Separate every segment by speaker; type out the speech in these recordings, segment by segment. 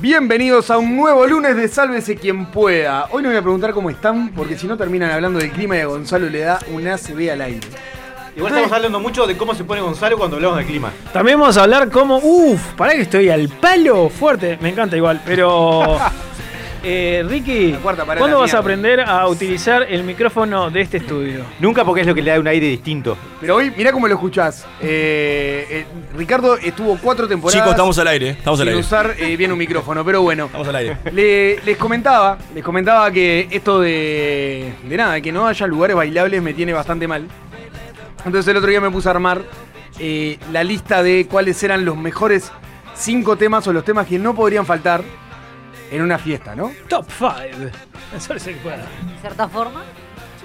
Speaker 1: Bienvenidos a un nuevo lunes de Sálvese quien pueda. Hoy no voy a preguntar cómo están, porque si no terminan hablando del clima y a Gonzalo le da un ACB al aire.
Speaker 2: Igual estamos hablando mucho de cómo se pone Gonzalo cuando hablamos de clima.
Speaker 3: También vamos a hablar cómo. Uf, pará que estoy al palo fuerte. Me encanta igual, pero. eh, Ricky,
Speaker 1: cuarta pared
Speaker 3: ¿cuándo
Speaker 1: la
Speaker 3: vas
Speaker 1: mierda.
Speaker 3: a aprender a utilizar el micrófono de este estudio?
Speaker 2: Nunca porque es lo que le da un aire distinto.
Speaker 1: Pero hoy, mirá cómo lo escuchás. Eh, eh, Ricardo estuvo cuatro temporadas
Speaker 4: Chicos, estamos al aire, estamos al
Speaker 1: sin
Speaker 4: aire.
Speaker 1: usar eh, bien un micrófono, pero bueno.
Speaker 4: Estamos al aire.
Speaker 1: Le- les comentaba, les comentaba que esto de, de nada, que no haya lugares bailables me tiene bastante mal. Entonces el otro día me puse a armar eh, la lista de cuáles eran los mejores cinco temas o los temas que no podrían faltar en una fiesta, ¿no?
Speaker 3: Top 5. Solo se pueda.
Speaker 5: de cierta forma.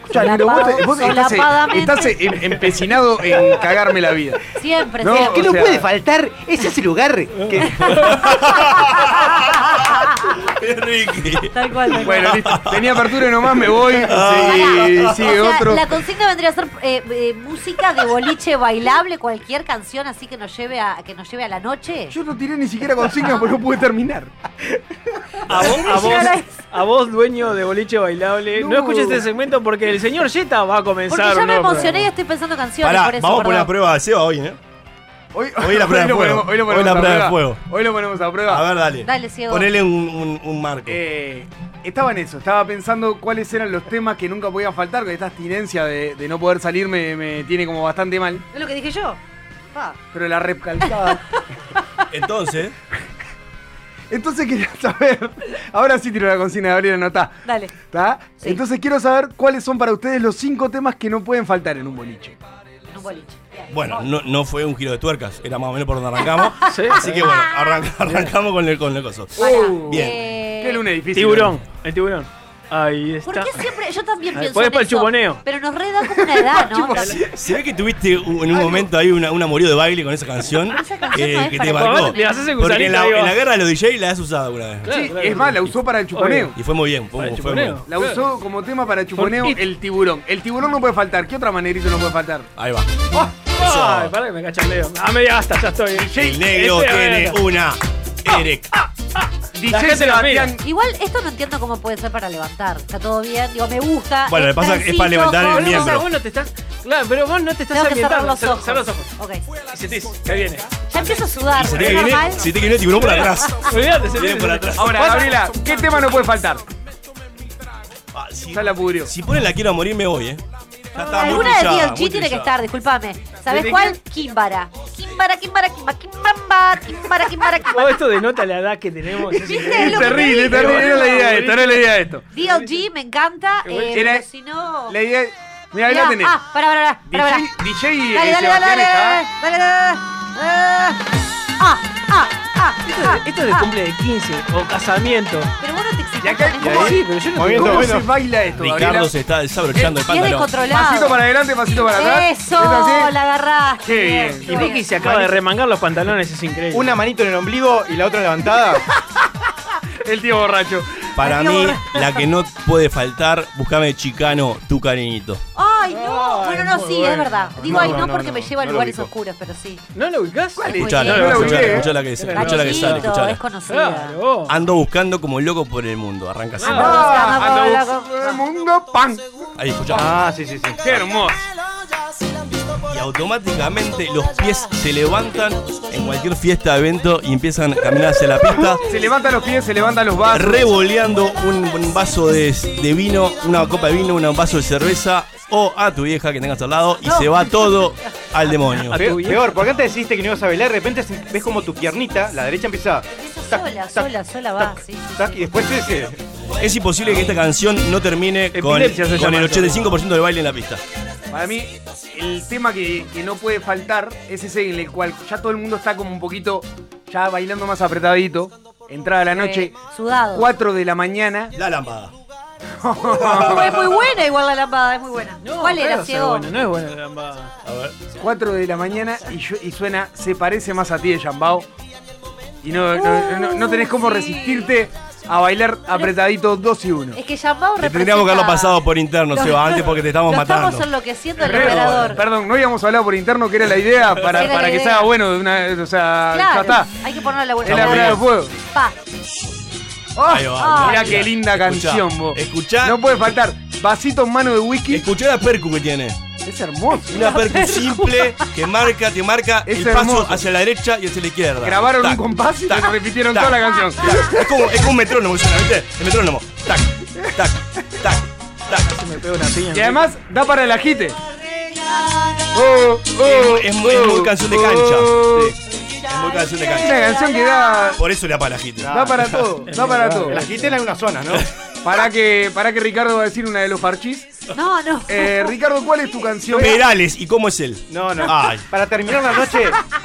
Speaker 1: Escuchá, Nero, vos, te- vos estás, eh,
Speaker 5: Solapadamente.
Speaker 1: estás em- empecinado en cagarme la vida.
Speaker 5: Siempre,
Speaker 1: No,
Speaker 5: siempre.
Speaker 1: o sea,
Speaker 2: faltar es ese lugar. Que...
Speaker 4: Ricky.
Speaker 5: Tal cual, tal cual. Ah.
Speaker 1: Bueno, listo. Tenía apertura y nomás me voy. Sí,
Speaker 5: Pará.
Speaker 1: sigue
Speaker 5: O sea,
Speaker 1: otro.
Speaker 5: La consigna vendría a ser eh, eh, música de boliche bailable, cualquier canción así que nos lleve a, que nos lleve a la noche.
Speaker 1: Yo no tiré ni siquiera consignas
Speaker 2: pues
Speaker 1: porque no pude terminar.
Speaker 3: A vos, a vos,
Speaker 5: Llegar a eso.
Speaker 3: a vos, dueño de boliche bailable, no,
Speaker 1: No.
Speaker 3: escuches este segmento porque el señor Jetta va a
Speaker 5: Porque
Speaker 3: comenzar.
Speaker 5: ya me
Speaker 3: un nuevo
Speaker 5: emocioné y
Speaker 3: programa.
Speaker 5: estoy pensando canciones
Speaker 4: Pará,
Speaker 5: por eso.
Speaker 4: vamos a poner
Speaker 5: perdón.
Speaker 4: a prueba a Seba hoy, ¿eh?
Speaker 1: Hoy,
Speaker 4: Hoy la prueba de
Speaker 1: lo
Speaker 4: fuego.
Speaker 1: ponemos- Hoy lo
Speaker 4: Hoy
Speaker 1: ponemos
Speaker 4: la
Speaker 1: a
Speaker 4: prueba
Speaker 1: prueba.
Speaker 4: de fuego.
Speaker 1: Hoy lo ponemos a prueba.
Speaker 4: A ver, dale.
Speaker 5: Dale, Seba.
Speaker 4: Ponele un, un- un marco.
Speaker 1: Eh, estaba en eso, estaba pensando cuáles eran los temas que nunca podían faltar, que esta abstinencia de, de no poder salir me, me tiene como bastante mal.
Speaker 5: Es lo que dije yo. Pa.
Speaker 1: Pero la recalcada.
Speaker 4: Entonces,
Speaker 1: Entonces quería saber. Ahora sí tiro la consigna, Gabriela, no está.
Speaker 5: Dale.
Speaker 1: ¿Está?
Speaker 5: Sí.
Speaker 1: Entonces quiero saber cuáles son para ustedes los cinco temas que no pueden faltar en un boliche.
Speaker 5: en un boliche. Bien.
Speaker 4: bueno,
Speaker 5: Vamos.
Speaker 4: no, no fue un giro de tuercas, era más o menos por donde arrancamos.
Speaker 3: Sí,
Speaker 4: Así que bueno, arranca- arrancamos con el, con el coso.
Speaker 5: Pará.
Speaker 1: Uh,
Speaker 4: bien.
Speaker 5: Ah. Eh,
Speaker 1: Qué lunes difícil.
Speaker 3: Tiburón, el tiburón. Ahí está.
Speaker 5: ¿Por qué siempre? Yo también
Speaker 3: Ahí,
Speaker 5: pienso.
Speaker 3: podés
Speaker 5: en
Speaker 3: para el
Speaker 5: eso,
Speaker 3: chuponeo.
Speaker 5: Pero nos reda como una edad, ¿no?
Speaker 4: Se ve que tuviste u- en un momento ahí una- un amorío de baile con esa canción, eh,
Speaker 5: Esa canción no es
Speaker 4: que
Speaker 5: para
Speaker 4: te
Speaker 5: jugar.
Speaker 4: marcó.
Speaker 3: Le haces el
Speaker 4: Porque en la,
Speaker 3: gusanito,
Speaker 4: en la
Speaker 3: digo.
Speaker 4: guerra de los DJ la has usado alguna vez.
Speaker 3: Claro,
Speaker 1: Sí,
Speaker 3: claro.
Speaker 1: es más, la usó para el chuponeo.
Speaker 4: Y fue muy bien, fue,
Speaker 3: Para el
Speaker 4: fue muy bien.
Speaker 1: La
Speaker 3: chuponeo.
Speaker 1: usó como tema para el chuponeo
Speaker 3: Por-
Speaker 1: el tiburón. El tiburón no puede faltar. ¿Qué otra manerito no puede faltar?
Speaker 4: Ahí va.
Speaker 1: ¡Ah!
Speaker 3: Ay, este, pará que me cacharleo. A media gasta, ya estoy.
Speaker 4: El negro
Speaker 3: Ese,
Speaker 4: tiene
Speaker 3: bueno.
Speaker 4: una.
Speaker 3: Ah,
Speaker 4: Eric.
Speaker 3: La
Speaker 1: DJ
Speaker 3: gente la mira.
Speaker 1: Sebastián
Speaker 5: Igual, esto no entiendo cómo puede ser para levantar. Está todo bien, digo, me gusta.
Speaker 4: Bueno,
Speaker 5: es
Speaker 4: le pasa que es para
Speaker 5: trencito,
Speaker 4: levantar el
Speaker 5: joven.
Speaker 3: Pero vos,
Speaker 4: miembro.
Speaker 3: vos no te estás. Claro, pero vos no te estás
Speaker 5: Tengo que cerrar
Speaker 3: ambientando.
Speaker 5: los
Speaker 3: Cer-
Speaker 5: ojos.
Speaker 3: Cerrá los ojos.
Speaker 5: Ok.
Speaker 3: Y sentís, que viene.
Speaker 5: Ya empiezo a sudar.
Speaker 4: Se
Speaker 5: ¿no?
Speaker 4: te
Speaker 5: ¿Es
Speaker 4: viene,
Speaker 5: normal?
Speaker 4: se te viene el tiburón por atrás.
Speaker 3: Olvídate, se
Speaker 4: Viene por atrás.
Speaker 1: Ahora,
Speaker 3: Pasa-
Speaker 1: Gabriela, ¿qué tema no puede faltar?
Speaker 4: Ah, si,
Speaker 1: Ya la pudrió.
Speaker 4: si ponen la quiero a morir, me voy, eh. Ya está muy
Speaker 5: Alguna de
Speaker 4: trillada,
Speaker 5: DLG
Speaker 4: muy
Speaker 5: tiene que
Speaker 4: trillada.
Speaker 5: estar, discúlpame. ¿Sabes
Speaker 1: ¿Desde
Speaker 5: cuál? Kimbara. Kimbara, Kimbara, Kimbara, Kimbamba, Kimbara, Kimbara,
Speaker 3: Todo
Speaker 5: Kimbara.
Speaker 3: esto denota la edad que tenemos. es
Speaker 5: ¿Viste?
Speaker 3: increíble.
Speaker 5: Es lo que te
Speaker 1: Terrible,
Speaker 5: dije.
Speaker 1: terrible. Era la idea de esto, era la idea de esto.
Speaker 5: DLG me encanta,
Speaker 3: Qué bueno.
Speaker 5: eh,
Speaker 1: Era-
Speaker 5: pero si no.
Speaker 1: La idea. Mira, ahí
Speaker 5: Mirá,
Speaker 1: la tenés.
Speaker 5: Ah, pará, pará, pará, pará.
Speaker 1: DJ, DJ y
Speaker 5: Dale, dale, dale,
Speaker 1: Sebastián
Speaker 5: dale, dale,
Speaker 1: está.
Speaker 5: dale, dale, dale. Ah, ah, ah,
Speaker 3: Esto
Speaker 5: ah,
Speaker 3: es- Esto es de
Speaker 5: ah.
Speaker 3: cumple de 15 o casamiento.
Speaker 5: Pero vos no
Speaker 1: Y
Speaker 5: te
Speaker 1: acá,
Speaker 5: exigís.
Speaker 1: ¿cómo,
Speaker 3: ahí- Sí, pero yo no
Speaker 1: ¿cómo
Speaker 3: tengo-
Speaker 1: se baila esto, Gabriela?
Speaker 4: Ricardo se está desabrochando el
Speaker 5: Y es
Speaker 4: pantalón.
Speaker 5: descontrolado.
Speaker 1: Pasito para adelante, pasito para atrás.
Speaker 5: Eso,
Speaker 1: ¿Es así?
Speaker 5: la agarraste.
Speaker 1: Qué bien.
Speaker 3: Y Vicky se acaba de remangar los pantalones, es increíble.
Speaker 6: Una manito en el ombligo y la otra levantada.
Speaker 1: El tío borracho.
Speaker 4: Para mí, la que no puede faltar, buscame chicano, tu cariñito.
Speaker 5: Ay, no. Bueno, no, sí, es verdad. Digo,
Speaker 6: No,
Speaker 5: ay, no,
Speaker 6: no,
Speaker 5: porque
Speaker 6: no,
Speaker 5: me lleva a
Speaker 6: no lo
Speaker 5: lugares
Speaker 6: ubico.
Speaker 5: oscuros, pero sí.
Speaker 3: ¿No lo ubicás?
Speaker 1: ¿Cuál es? no
Speaker 4: Escuchala,
Speaker 1: la
Speaker 4: escuchala,
Speaker 1: ubiqué, eh.
Speaker 4: escuchala que, escuchala que sale,
Speaker 5: Cachito,
Speaker 4: escuchala.
Speaker 5: es conocida.
Speaker 3: Claro.
Speaker 4: Ando buscando como loco por el mundo, arranca así.
Speaker 3: Ah.
Speaker 1: Ah,
Speaker 5: Ando
Speaker 1: anda
Speaker 5: buscando
Speaker 1: vos, el mundo, pan.
Speaker 4: Ahí escuchá.
Speaker 6: Ah, sí, sí, sí.
Speaker 1: Qué hermoso.
Speaker 4: Y automáticamente los pies se levantan en cualquier fiesta, evento y empiezan a caminar hacia la pista.
Speaker 1: Se levanta los pies, se levanta los vasos.
Speaker 4: revoleando un, un vaso de, de vino, una copa de vino, un vaso de cerveza o a tu vieja que tengas al lado y se va todo al demonio.
Speaker 3: A tu
Speaker 6: Pe-
Speaker 3: vieja.
Speaker 6: Peor, porque antes deciste que no ibas a bailar, de repente se- ves como tu piernita, la derecha empieza.
Speaker 5: Eso
Speaker 6: tac,
Speaker 5: sola,
Speaker 6: tac,
Speaker 5: sola, sola va,
Speaker 6: tac,
Speaker 5: sí, sí,
Speaker 6: tac,
Speaker 5: sí.
Speaker 6: Y después ese.
Speaker 4: Es imposible que esta canción no termine con,
Speaker 3: Epilepsia se
Speaker 4: con
Speaker 3: llama
Speaker 4: el
Speaker 3: eso.
Speaker 4: 85% del baile en la pista.
Speaker 1: Para mí, el tema que, que no puede faltar es ese en el cual ya todo el mundo está como un poquito, ya bailando más apretadito. Entrada la noche,
Speaker 5: Eh, sudado.
Speaker 1: 4 de la mañana.
Speaker 4: La lámpara.
Speaker 5: Es muy buena igual la lámpara, es muy buena.
Speaker 3: No,
Speaker 5: ¿Cuál
Speaker 3: claro,
Speaker 5: era,
Speaker 3: o sea,
Speaker 5: ciego?
Speaker 3: bueno, no es buena la lambada.
Speaker 1: 4 de la mañana y, yo- y suena Se parece más a ti de Jambao. Y no, no, no- no tenés cómo
Speaker 5: sí.
Speaker 1: resistirte a bailar apretadito 2 y 1.
Speaker 5: Es que llamado
Speaker 4: Te tendríamos que haberlo pasado por interno, Seba, antes porque te estamos
Speaker 5: lo
Speaker 4: matando.
Speaker 5: Estamos enloqueciendo el emperador.
Speaker 1: Perdón, no habíamos hablado por interno que era la idea para,
Speaker 5: Era la
Speaker 1: para que
Speaker 5: idea.
Speaker 1: sea bueno de una o sea,
Speaker 5: Claro,
Speaker 1: ya está.
Speaker 5: hay que ponerlo a la
Speaker 1: Es la
Speaker 5: buena.
Speaker 1: prueba de fuego.
Speaker 5: Pa. Oh,
Speaker 4: Ahí va,
Speaker 1: Ah, Mirá
Speaker 4: mirá,
Speaker 1: qué
Speaker 4: mirá.
Speaker 1: linda
Speaker 4: Escuchá,
Speaker 1: canción, vos.
Speaker 4: escuchá.
Speaker 1: No puede faltar. Vasito en mano de whisky.
Speaker 4: Escuchá la percu que tiene.
Speaker 1: es hermoso.
Speaker 4: Una percu simple que marca, te marca
Speaker 1: Es
Speaker 4: el paso
Speaker 1: hermoso.
Speaker 4: hacia la derecha y hacia la izquierda.
Speaker 1: Grabaron
Speaker 4: Tac,
Speaker 1: un compás y
Speaker 4: tac,
Speaker 1: te repitieron
Speaker 4: tac,
Speaker 1: toda la canción.
Speaker 4: tac. Es como, es como un metrónomo, que suena, ¿viste? El metrónomo. Tac, tac, tac, tac.
Speaker 3: Me pego una piña.
Speaker 1: Y además da para el ajite.
Speaker 5: Oh,
Speaker 1: Oh,
Speaker 4: Es, es muy, es muy canción de cancha. sí. Es muy canción de
Speaker 1: Es
Speaker 4: cancha.
Speaker 1: una canción que da,
Speaker 4: Por eso le da para la
Speaker 6: Ah,
Speaker 4: gente.
Speaker 1: da para todo. Da para todo.
Speaker 6: Las quiten en algunas zonas, ¿no?
Speaker 1: Para que, para que Ricardo va a decir una de los parchis.
Speaker 5: No, no.
Speaker 1: Eh, Ricardo, ¿cuál es tu canción?
Speaker 4: Perales, ¿y cómo es él?
Speaker 6: No, no.
Speaker 4: Ay.
Speaker 6: Para terminar la noche,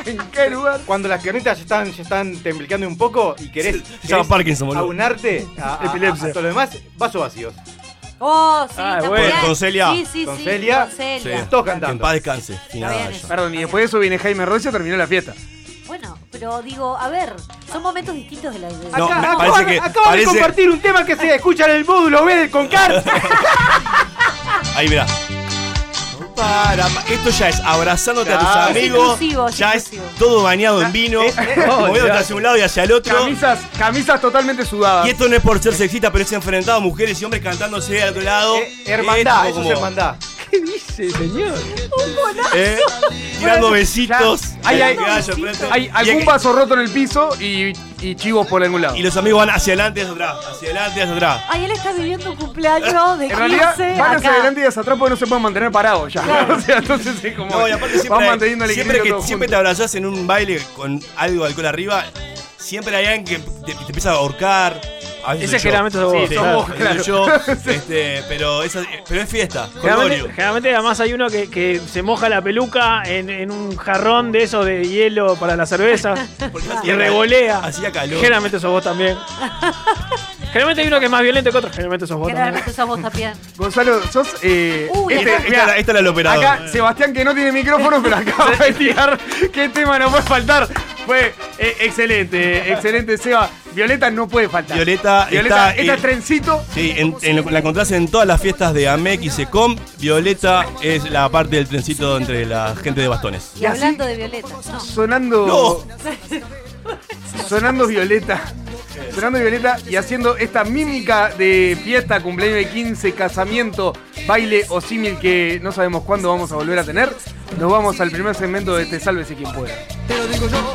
Speaker 1: ¿En qué lugar?
Speaker 6: cuando las piernitas ya están, ya están temblequeando un poco y querés,
Speaker 4: Se llama
Speaker 6: querés
Speaker 4: Parkinson, boludo.
Speaker 6: aunarte a, a-
Speaker 3: Epilepsia.
Speaker 6: a todo lo demás, vasos vacíos.
Speaker 5: Oh, sí,
Speaker 3: Ah,
Speaker 5: también.
Speaker 4: bueno, con Celia.
Speaker 5: Sí, sí,
Speaker 6: Con
Speaker 5: sí.
Speaker 6: Celia.
Speaker 5: Con Celia.
Speaker 4: Sí.
Speaker 6: Todos
Speaker 4: Que en
Speaker 6: cantando.
Speaker 4: paz descanse. Nada,
Speaker 5: bien,
Speaker 4: ya.
Speaker 1: Perdón, y después de eso viene Jaime Rocha, terminó la fiesta.
Speaker 5: Bueno, pero digo, a ver, son momentos distintos de la de.
Speaker 4: No,
Speaker 6: Acá-
Speaker 4: me
Speaker 6: acaban
Speaker 4: parece que-
Speaker 6: acaban
Speaker 4: parece-
Speaker 6: de compartir un tema que se escucha en el módulo B del Concar.
Speaker 4: Ahí mirá. Para, ma- esto ya es abrazándote a tus
Speaker 6: Claro. Ah, eh,
Speaker 4: amigos.
Speaker 5: Es inclusivo, es
Speaker 4: ya es
Speaker 5: inclusivo.
Speaker 4: todo bañado en vino. moviéndote
Speaker 3: ya.
Speaker 4: hacia un lado y hacia el otro.
Speaker 1: Camisas, camisas totalmente sudadas.
Speaker 4: Y esto no es por ser sexista, pero es enfrentado a mujeres y hombres cantándose al otro lado.
Speaker 6: Eh, hermandad,
Speaker 4: Eh,
Speaker 6: eso
Speaker 4: como-
Speaker 6: es hermandad.
Speaker 3: ¿Qué dice, señor?
Speaker 4: eh, tirando besitos.
Speaker 1: Hay- hay-
Speaker 4: Gallo enfrente.
Speaker 1: Hay
Speaker 4: Y es
Speaker 1: algún
Speaker 4: que-
Speaker 1: vaso roto en el piso y, y chivos por algún lado.
Speaker 4: Y los amigos van hacia adelante y hacia atrás. Hacia adelante y hacia atrás.
Speaker 5: Ay, él está viviendo un cumpleaños de
Speaker 1: En realidad,
Speaker 5: 15
Speaker 1: van hacia
Speaker 5: acá.
Speaker 1: adelante y hacia atrás porque no se pueden mantener parados ya. O sea, entonces es como.
Speaker 4: No, y aparte siempre,
Speaker 1: van
Speaker 4: hay-
Speaker 1: manteniendo el
Speaker 4: siempre,
Speaker 1: equilibrio.
Speaker 4: que,
Speaker 1: todos
Speaker 4: siempre te
Speaker 1: juntos.
Speaker 4: abrazás en un baile con algo de alcohol arriba, siempre hay alguien que te, te empieza a ahorcar. A veces soy
Speaker 3: Ese
Speaker 4: yo.
Speaker 3: generalmente sos vos,
Speaker 4: Sí,
Speaker 3: claro.
Speaker 4: a veces soy yo, este, pero, esa- pero es fiesta,
Speaker 3: Generalmente,
Speaker 4: jolgorio.
Speaker 3: generalmente además hay uno que, que se moja la peluca en, en un jarrón de esos de hielo para la cerveza
Speaker 4: Porque
Speaker 3: y
Speaker 4: hacía-
Speaker 3: revolea.
Speaker 4: Hacía calor.
Speaker 3: Generalmente sos vos también. Generalmente hay uno que es más violento que otro. Generalmente sos vos también.
Speaker 5: Generalmente sos vos también.
Speaker 1: Gonzalo, sos. eh,
Speaker 5: Uy,
Speaker 1: este,
Speaker 4: Esta, esta
Speaker 1: mirá,
Speaker 4: la- esta la del operador.
Speaker 1: acá, Sebastián, que no tiene micrófono, pero acaba de tirar. ¿Qué tema no puede faltar? Fue eh, excelente, excelente, Seba. Violeta no puede faltar.
Speaker 4: Violeta
Speaker 1: Violeta,
Speaker 4: está,
Speaker 1: esta
Speaker 4: eh,
Speaker 1: es trencito.
Speaker 4: Sí, en- en lo- la encontrás en todas las fiestas de AMEC y SECOM. Violeta es la parte del trencito entre la gente de bastones.
Speaker 5: Y,
Speaker 1: Y así-
Speaker 5: hablando de Violeta. No.
Speaker 1: sonando. Sonando Violeta. Sonando Violeta y haciendo esta mímica de fiesta, cumpleaños de 15, casamiento, baile o símil que no sabemos cuándo vamos a volver a tener. Nos vamos al primer segmento de Te Sálvese quien pueda.
Speaker 7: Te lo digo yo,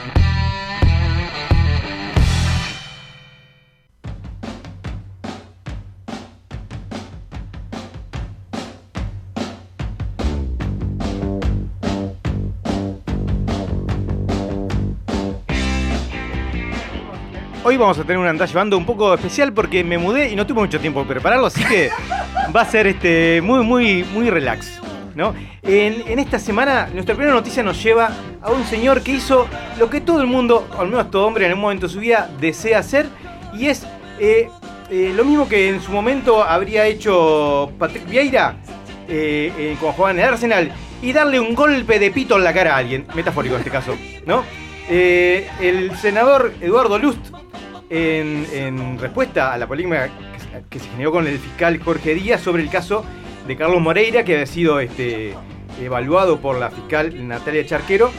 Speaker 6: Hoy vamos a tener un andar llevando un poco especial porque me mudé y no tuve mucho tiempo para prepararlo, así que va a ser este muy, muy, muy relax. ¿no? En, en esta semana, nuestra primera noticia nos lleva a un señor que hizo lo que todo el mundo, o al menos todo hombre en algún momento de su vida, desea hacer, y es eh, eh, lo mismo que en su momento habría hecho Patrick Vieira eh, eh, cuando jugaba en el Arsenal, y darle un golpe de pito en la cara a alguien, metafórico en este caso, ¿no? Eh, el senador Eduardo Lust en, en respuesta a la polémica que se- que se generó con el fiscal Jorge Díaz sobre el caso de Carlos Moreira, que había sido este, evaluado por la fiscal Natalia Charquero,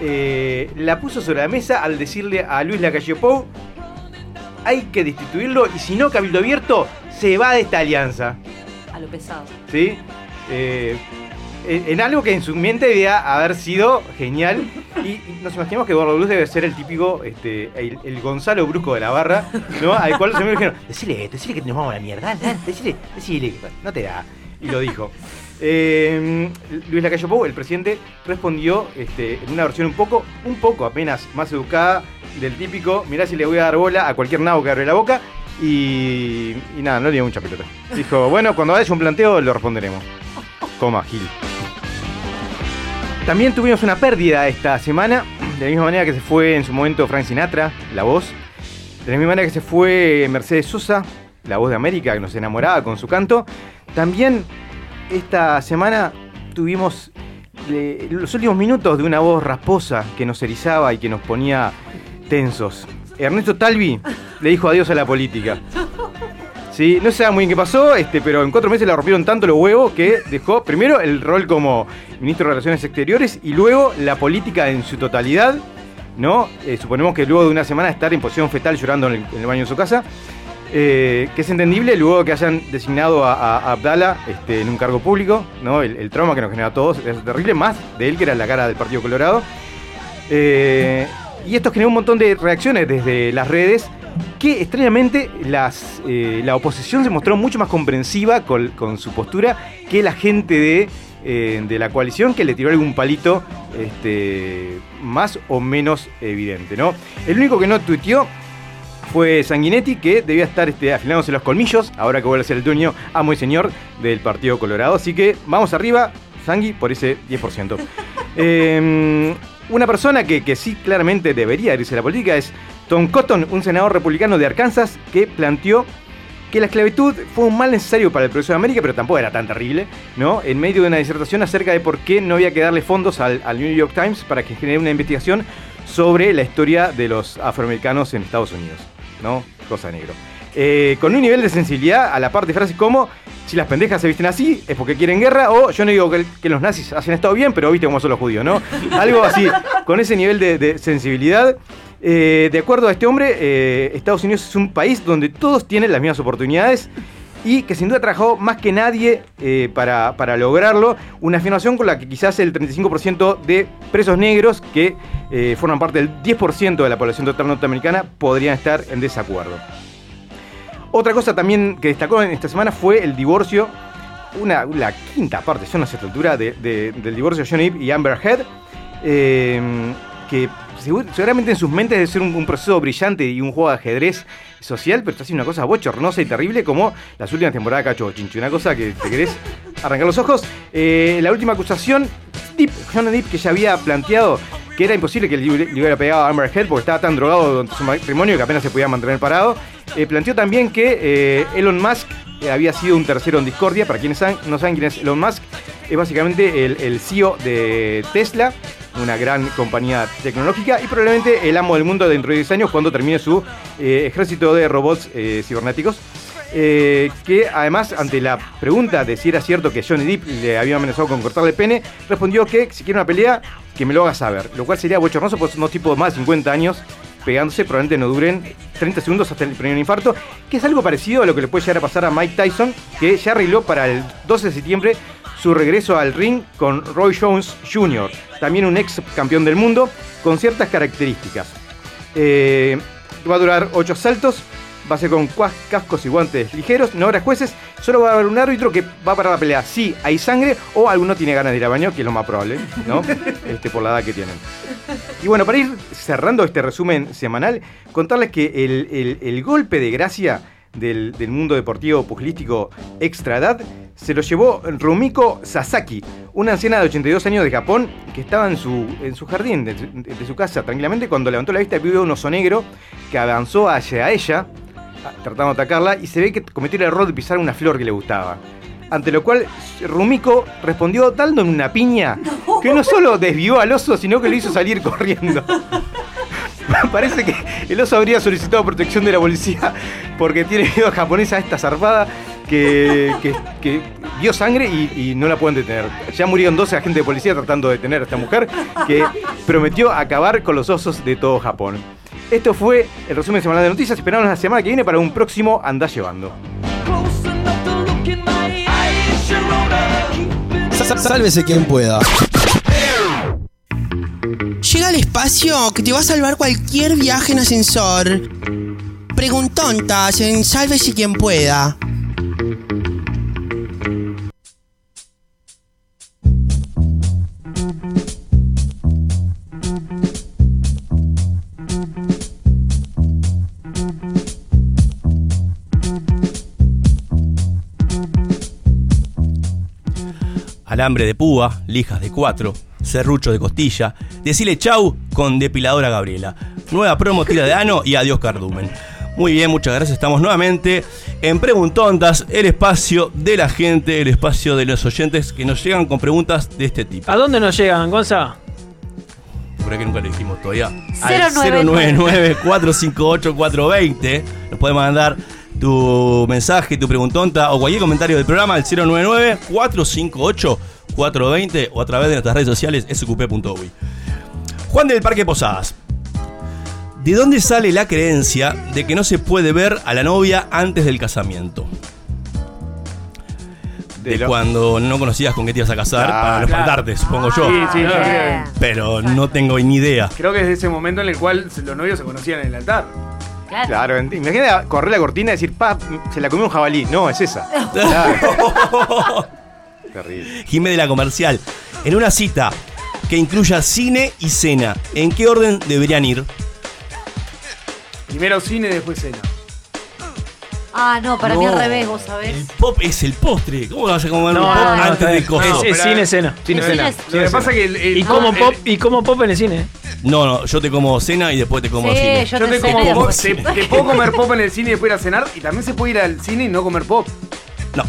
Speaker 6: eh, la puso sobre la mesa al decirle a Luis Lacalle Pou, hay que destituirlo y si no Cabildo Abierto se va de esta alianza.
Speaker 5: A lo pesado.
Speaker 6: ¿sí? Eh, en en algo que en su mente debía haber sido genial. Y, y nos imaginamos que Eduardo Luz debe ser el típico, este, el, el Gonzalo Brusco de la barra, ¿no? Al cual se me dijeron, decile, decile que nos vamos a la mierda, dale, decile, decile, no te da. Y lo dijo. Eh, Luis Lacalle Pou, el presidente, respondió este, en una versión un poco, un poco apenas más educada del típico, mirá si le voy a dar bola a cualquier nabo que abre la boca. Y, y nada, no le dio mucha pelota. Dijo, bueno, cuando haya un planteo lo responderemos. Coma, Gil. También tuvimos una pérdida esta semana, de la misma manera que se fue en su momento Frank Sinatra, la voz. De la misma manera que se fue Mercedes Sosa, la voz de América, que nos enamoraba con su canto. También esta semana tuvimos le- los últimos minutos de una voz rasposa que nos erizaba y que nos ponía tensos. Ernesto Talvi le dijo adiós a la política. Sí, no se sabe muy bien qué pasó, este, pero en cuatro meses la rompieron tanto los huevos que dejó primero el rol como ministro de Relaciones Exteriores y luego la política en su totalidad, ¿no? Eh, suponemos que luego de una semana de estar en posición fetal llorando en el, en el baño de su casa, eh, que es entendible luego que hayan designado a, a- a Abdala este, en un cargo público, ¿no? El, el trauma que nos genera a todos es terrible, más de él que era la cara del Partido Colorado. Eh, y esto generó un montón de reacciones desde las redes que extrañamente las, eh, la oposición se mostró mucho más comprensiva con, con su postura que la gente de, eh, de la coalición que le tiró algún palito este, más o menos evidente. ¿no? El único que no tuiteó fue Sanguinetti, que debía estar este, afilándose los colmillos, ahora que vuelve a ser el dueño, amo y señor del Partido Colorado. Así que vamos arriba, Sangui, por ese 10%. Eh, una persona que, que sí claramente debería irse a la política es Tom Cotton, un senador republicano de Arkansas, que planteó que la esclavitud fue un mal necesario para el progreso de América, pero tampoco era tan terrible, ¿no? En medio de una disertación acerca de por qué no había que darle fondos al, al New York Times para que genere una investigación sobre la historia de los afroamericanos en Estados Unidos, ¿no? Cosa de negro. Eh, con un nivel de sensibilidad a la parte de frases como si las pendejas se visten así es porque quieren guerra o yo no digo que, que los nazis hacen estado bien, pero viste cómo son los judíos, ¿no? Algo así, con ese nivel de, de sensibilidad. Eh, de acuerdo a este hombre, eh, Estados Unidos es un país donde todos tienen las mismas oportunidades y que sin duda trabajó más que nadie eh, para, para lograrlo. Una afirmación con la que quizás el 35% de presos negros, que eh, forman parte del 10% de la población total norteamericana, podrían estar en desacuerdo. Otra cosa también que destacó en esta semana fue el divorcio, una, la quinta parte, yo no sé a esta altura, de- de- del divorcio de Johnny Depp y Amber Heard, eh, que segur- seguramente en sus mentes debe ser un, un proceso brillante y un juego de ajedrez social, pero está haciendo una cosa bochornosa y terrible como las últimas temporadas de Cacho Bochinche, una cosa que te querés arrancar los ojos. Eh, la última acusación, Depp, Johnny Depp, que ya había planteado que era imposible que le le hubiera pegado a Amber Heard porque estaba tan drogado durante su matrimonio que apenas se podía mantener parado. Eh, planteó también que eh, Elon Musk eh, había sido un tercero en discordia. Para quienes saben- no saben quién es Elon Musk, es básicamente el, el CEO de Tesla, una gran compañía tecnológica y probablemente el amo del mundo dentro de 10 años cuando termine su eh, ejército de robots eh, cibernéticos. Eh, que además ante la pregunta de si era cierto que Johnny Depp le había amenazado con cortarle pene, respondió que si quiere una pelea, que me lo haga saber, lo cual sería bochornoso porque son dos tipos de más de 50 años pegándose, probablemente no duren 30 segundos hasta el primer infarto, que es algo parecido a lo que le puede llegar a pasar a Mike Tyson, que ya arregló para el 12 de septiembre su regreso al ring con Roy Jones Jr., también un ex campeón del mundo, con ciertas características. Eh, va a durar 8 saltos. Va a ser con cuas- cascos y guantes ligeros. No habrá jueces. Solo va a haber un árbitro que va a parar la pelea. Si hay sangre o alguno tiene ganas de ir al baño, que es lo más probable, ¿no? Este, por la edad que tienen. Y bueno, para ir cerrando este resumen semanal, contarles que el, el- el golpe de gracia del, del mundo deportivo pugilístico extra edad se lo llevó Rumiko Sasaki, una anciana de 82 años de Japón que estaba en su, en su jardín de, su- de su casa tranquilamente cuando levantó la vista vio un oso negro que avanzó hacia ella a- tratando de atacarla y se ve que cometió el error de pisar una flor que le gustaba. Ante lo cual Rumiko respondió dándole una piña que no solo desvió al oso, sino que lo hizo salir corriendo. Parece que el oso habría solicitado protección de la policía porque tiene miedo japonesa a esta zarpada que, que- que dio sangre y, y no la pueden detener. Ya murieron 12 agentes de policía tratando de detener a esta mujer que prometió acabar con los osos de todo Japón. Esto fue el resumen semanal de noticias. Esperamos la semana que viene para un próximo Andá Llevando.
Speaker 8: Sa- Sálvese quien pueda.
Speaker 9: Llega al espacio que te va a salvar cualquier viaje en ascensor. Preguntontas en Sálvese quien pueda.
Speaker 4: Alambre de púa, lijas de cuatro, serrucho de costilla. Decile chau con depiladora Gabriela. Nueva promo tira de ano y adiós cardumen. Muy bien, muchas gracias. Estamos nuevamente en Preguntontas, el espacio de la gente, el espacio de los oyentes que nos llegan con preguntas de este tipo.
Speaker 3: ¿A dónde nos llegan, Gonza?
Speaker 4: Por que nunca lo dijimos todavía. Al
Speaker 5: 099.
Speaker 4: 099-458-420. Nos puedes mandar tu mensaje, tu preguntonta o cualquier comentario del programa al 099-458-420 o a través de nuestras redes sociales sqp.uy. Juan del Parque Posadas. ¿De dónde sale la creencia de que no se puede ver a la novia antes del casamiento? De,
Speaker 6: lo-
Speaker 4: cuando no conocías con qué te ibas a casar
Speaker 6: Claro,
Speaker 4: para no
Speaker 1: claro.
Speaker 4: espantarte, supongo yo.
Speaker 1: Sí, sí,
Speaker 5: Bien.
Speaker 1: yo creo
Speaker 4: Pero no tengo ni idea.
Speaker 1: Creo que es de ese momento en el cual los novios se conocían en el altar.
Speaker 5: Claro.
Speaker 6: Claro, ent- imagina correr la cortina y decir, pa, se la comió un jabalí. No, es esa. Claro. Terrible.
Speaker 4: Jimé de la Comercial. En una cita que incluya cine y cena, ¿en qué orden deberían ir?
Speaker 1: Primero cine, después cena.
Speaker 5: Ah, no, para mí
Speaker 4: No.
Speaker 5: al revés, vos
Speaker 4: El
Speaker 5: sabés.
Speaker 4: pop es el postre. ¿Cómo vas a comer
Speaker 3: No,
Speaker 4: un pop
Speaker 5: no, no,
Speaker 4: antes
Speaker 3: está
Speaker 4: del
Speaker 3: bien.
Speaker 4: coso?
Speaker 3: Es, es
Speaker 1: Pero-
Speaker 3: cine cena.
Speaker 5: Sin
Speaker 1: Lo
Speaker 5: escena.
Speaker 1: que pasa es que el, eh, el-
Speaker 3: Y como
Speaker 1: el-
Speaker 3: pop, y como pop en el cine.
Speaker 4: No, no, yo te como cena y después te como cine.
Speaker 5: Sí, yo
Speaker 1: Yo
Speaker 5: te
Speaker 1: te
Speaker 5: cené
Speaker 1: como pop,
Speaker 5: después.
Speaker 1: te, te puedo comer pop en el cine y después ir a cenar y también se puede ir al cine y no comer pop.
Speaker 4: No,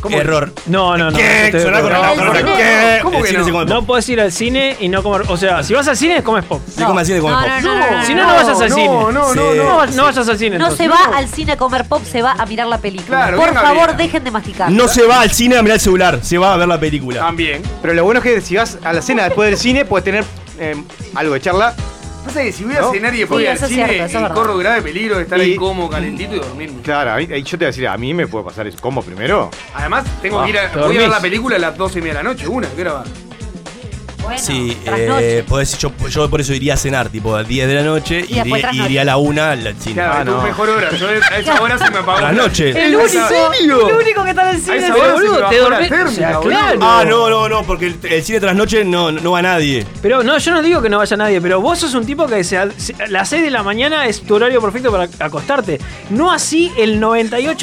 Speaker 1: ¿Cómo que-
Speaker 4: error.
Speaker 3: No, no, no. yo estoy de
Speaker 4: Soná con
Speaker 3: acuerdo.
Speaker 4: la-
Speaker 5: No,
Speaker 4: con la-
Speaker 5: el
Speaker 4: con la-
Speaker 5: cine-
Speaker 4: ¿Qué?
Speaker 1: ¿Cómo
Speaker 4: El
Speaker 1: que
Speaker 4: cine
Speaker 1: no?
Speaker 4: se come pop.
Speaker 3: No podés ir al cine y no comer. O sea, si vas al cine, comes pop.
Speaker 4: Se come al cine, come
Speaker 5: no,
Speaker 4: pop.
Speaker 5: no, no, no, no,
Speaker 3: Si no, no vayas al
Speaker 1: no,
Speaker 3: cine.
Speaker 1: no, no,
Speaker 4: Sí.
Speaker 1: no,
Speaker 3: No,
Speaker 1: no.
Speaker 3: vayas- no vayas al cine.
Speaker 5: No
Speaker 3: entonces.
Speaker 5: se va al cine a comer pop, se va a mirar la película.
Speaker 1: Claro,
Speaker 5: Por
Speaker 1: bien,
Speaker 5: favor,
Speaker 1: Gabriela.
Speaker 5: dejen de masticar.
Speaker 4: No se va al cine a mirar el celular, se va a ver la película.
Speaker 1: También.
Speaker 6: Pero lo bueno es que si vas a la cena después del cine, puedes tener eh, algo de charla.
Speaker 1: Pasa que si voy a
Speaker 6: ¿No?
Speaker 1: cenar y después
Speaker 5: Sí,
Speaker 1: voy al
Speaker 5: eso es
Speaker 1: cine,
Speaker 5: cierto, eso es
Speaker 1: eh,
Speaker 5: verdad.
Speaker 1: corro grave peligro de estar
Speaker 6: Y-
Speaker 1: ahí como calentito y dormirme.
Speaker 6: Claro, a mí- y yo te voy a decir, a mí me puede pasar eso. ¿Cómo primero?
Speaker 1: Además, tengo
Speaker 6: Ah,
Speaker 1: que ir a,
Speaker 3: te
Speaker 1: voy a ver
Speaker 3: dormís.
Speaker 1: la película a las 12 y media de la noche, una, ¿qué hora va?
Speaker 5: Bueno,
Speaker 4: Sí,
Speaker 5: trasnoche.
Speaker 4: eh, podés- yo, yo por eso iría a cenar, tipo a 10 de la noche,
Speaker 5: Y después
Speaker 4: iría,
Speaker 5: trasnoche.
Speaker 4: iría a la 1 al cine.
Speaker 1: Claro,
Speaker 6: Ah,
Speaker 1: es tu
Speaker 6: no.
Speaker 1: mejor hora. Yo a esa hora se me apagó.
Speaker 4: Las noches.
Speaker 1: El único-
Speaker 3: El único que está en el
Speaker 1: cine, esa hora pero, se boludo, te te bajó la dormí- térmica, o sea, boludo.
Speaker 3: claro.
Speaker 1: claro.
Speaker 4: Ah, no, no, no, porque el, el cine tras noche no, no va nadie.
Speaker 3: Pero no, yo no digo que no vaya nadie, pero vos sos un tipo que se- se- a las 6 de la mañana es tu horario perfecto para acostarte. No así el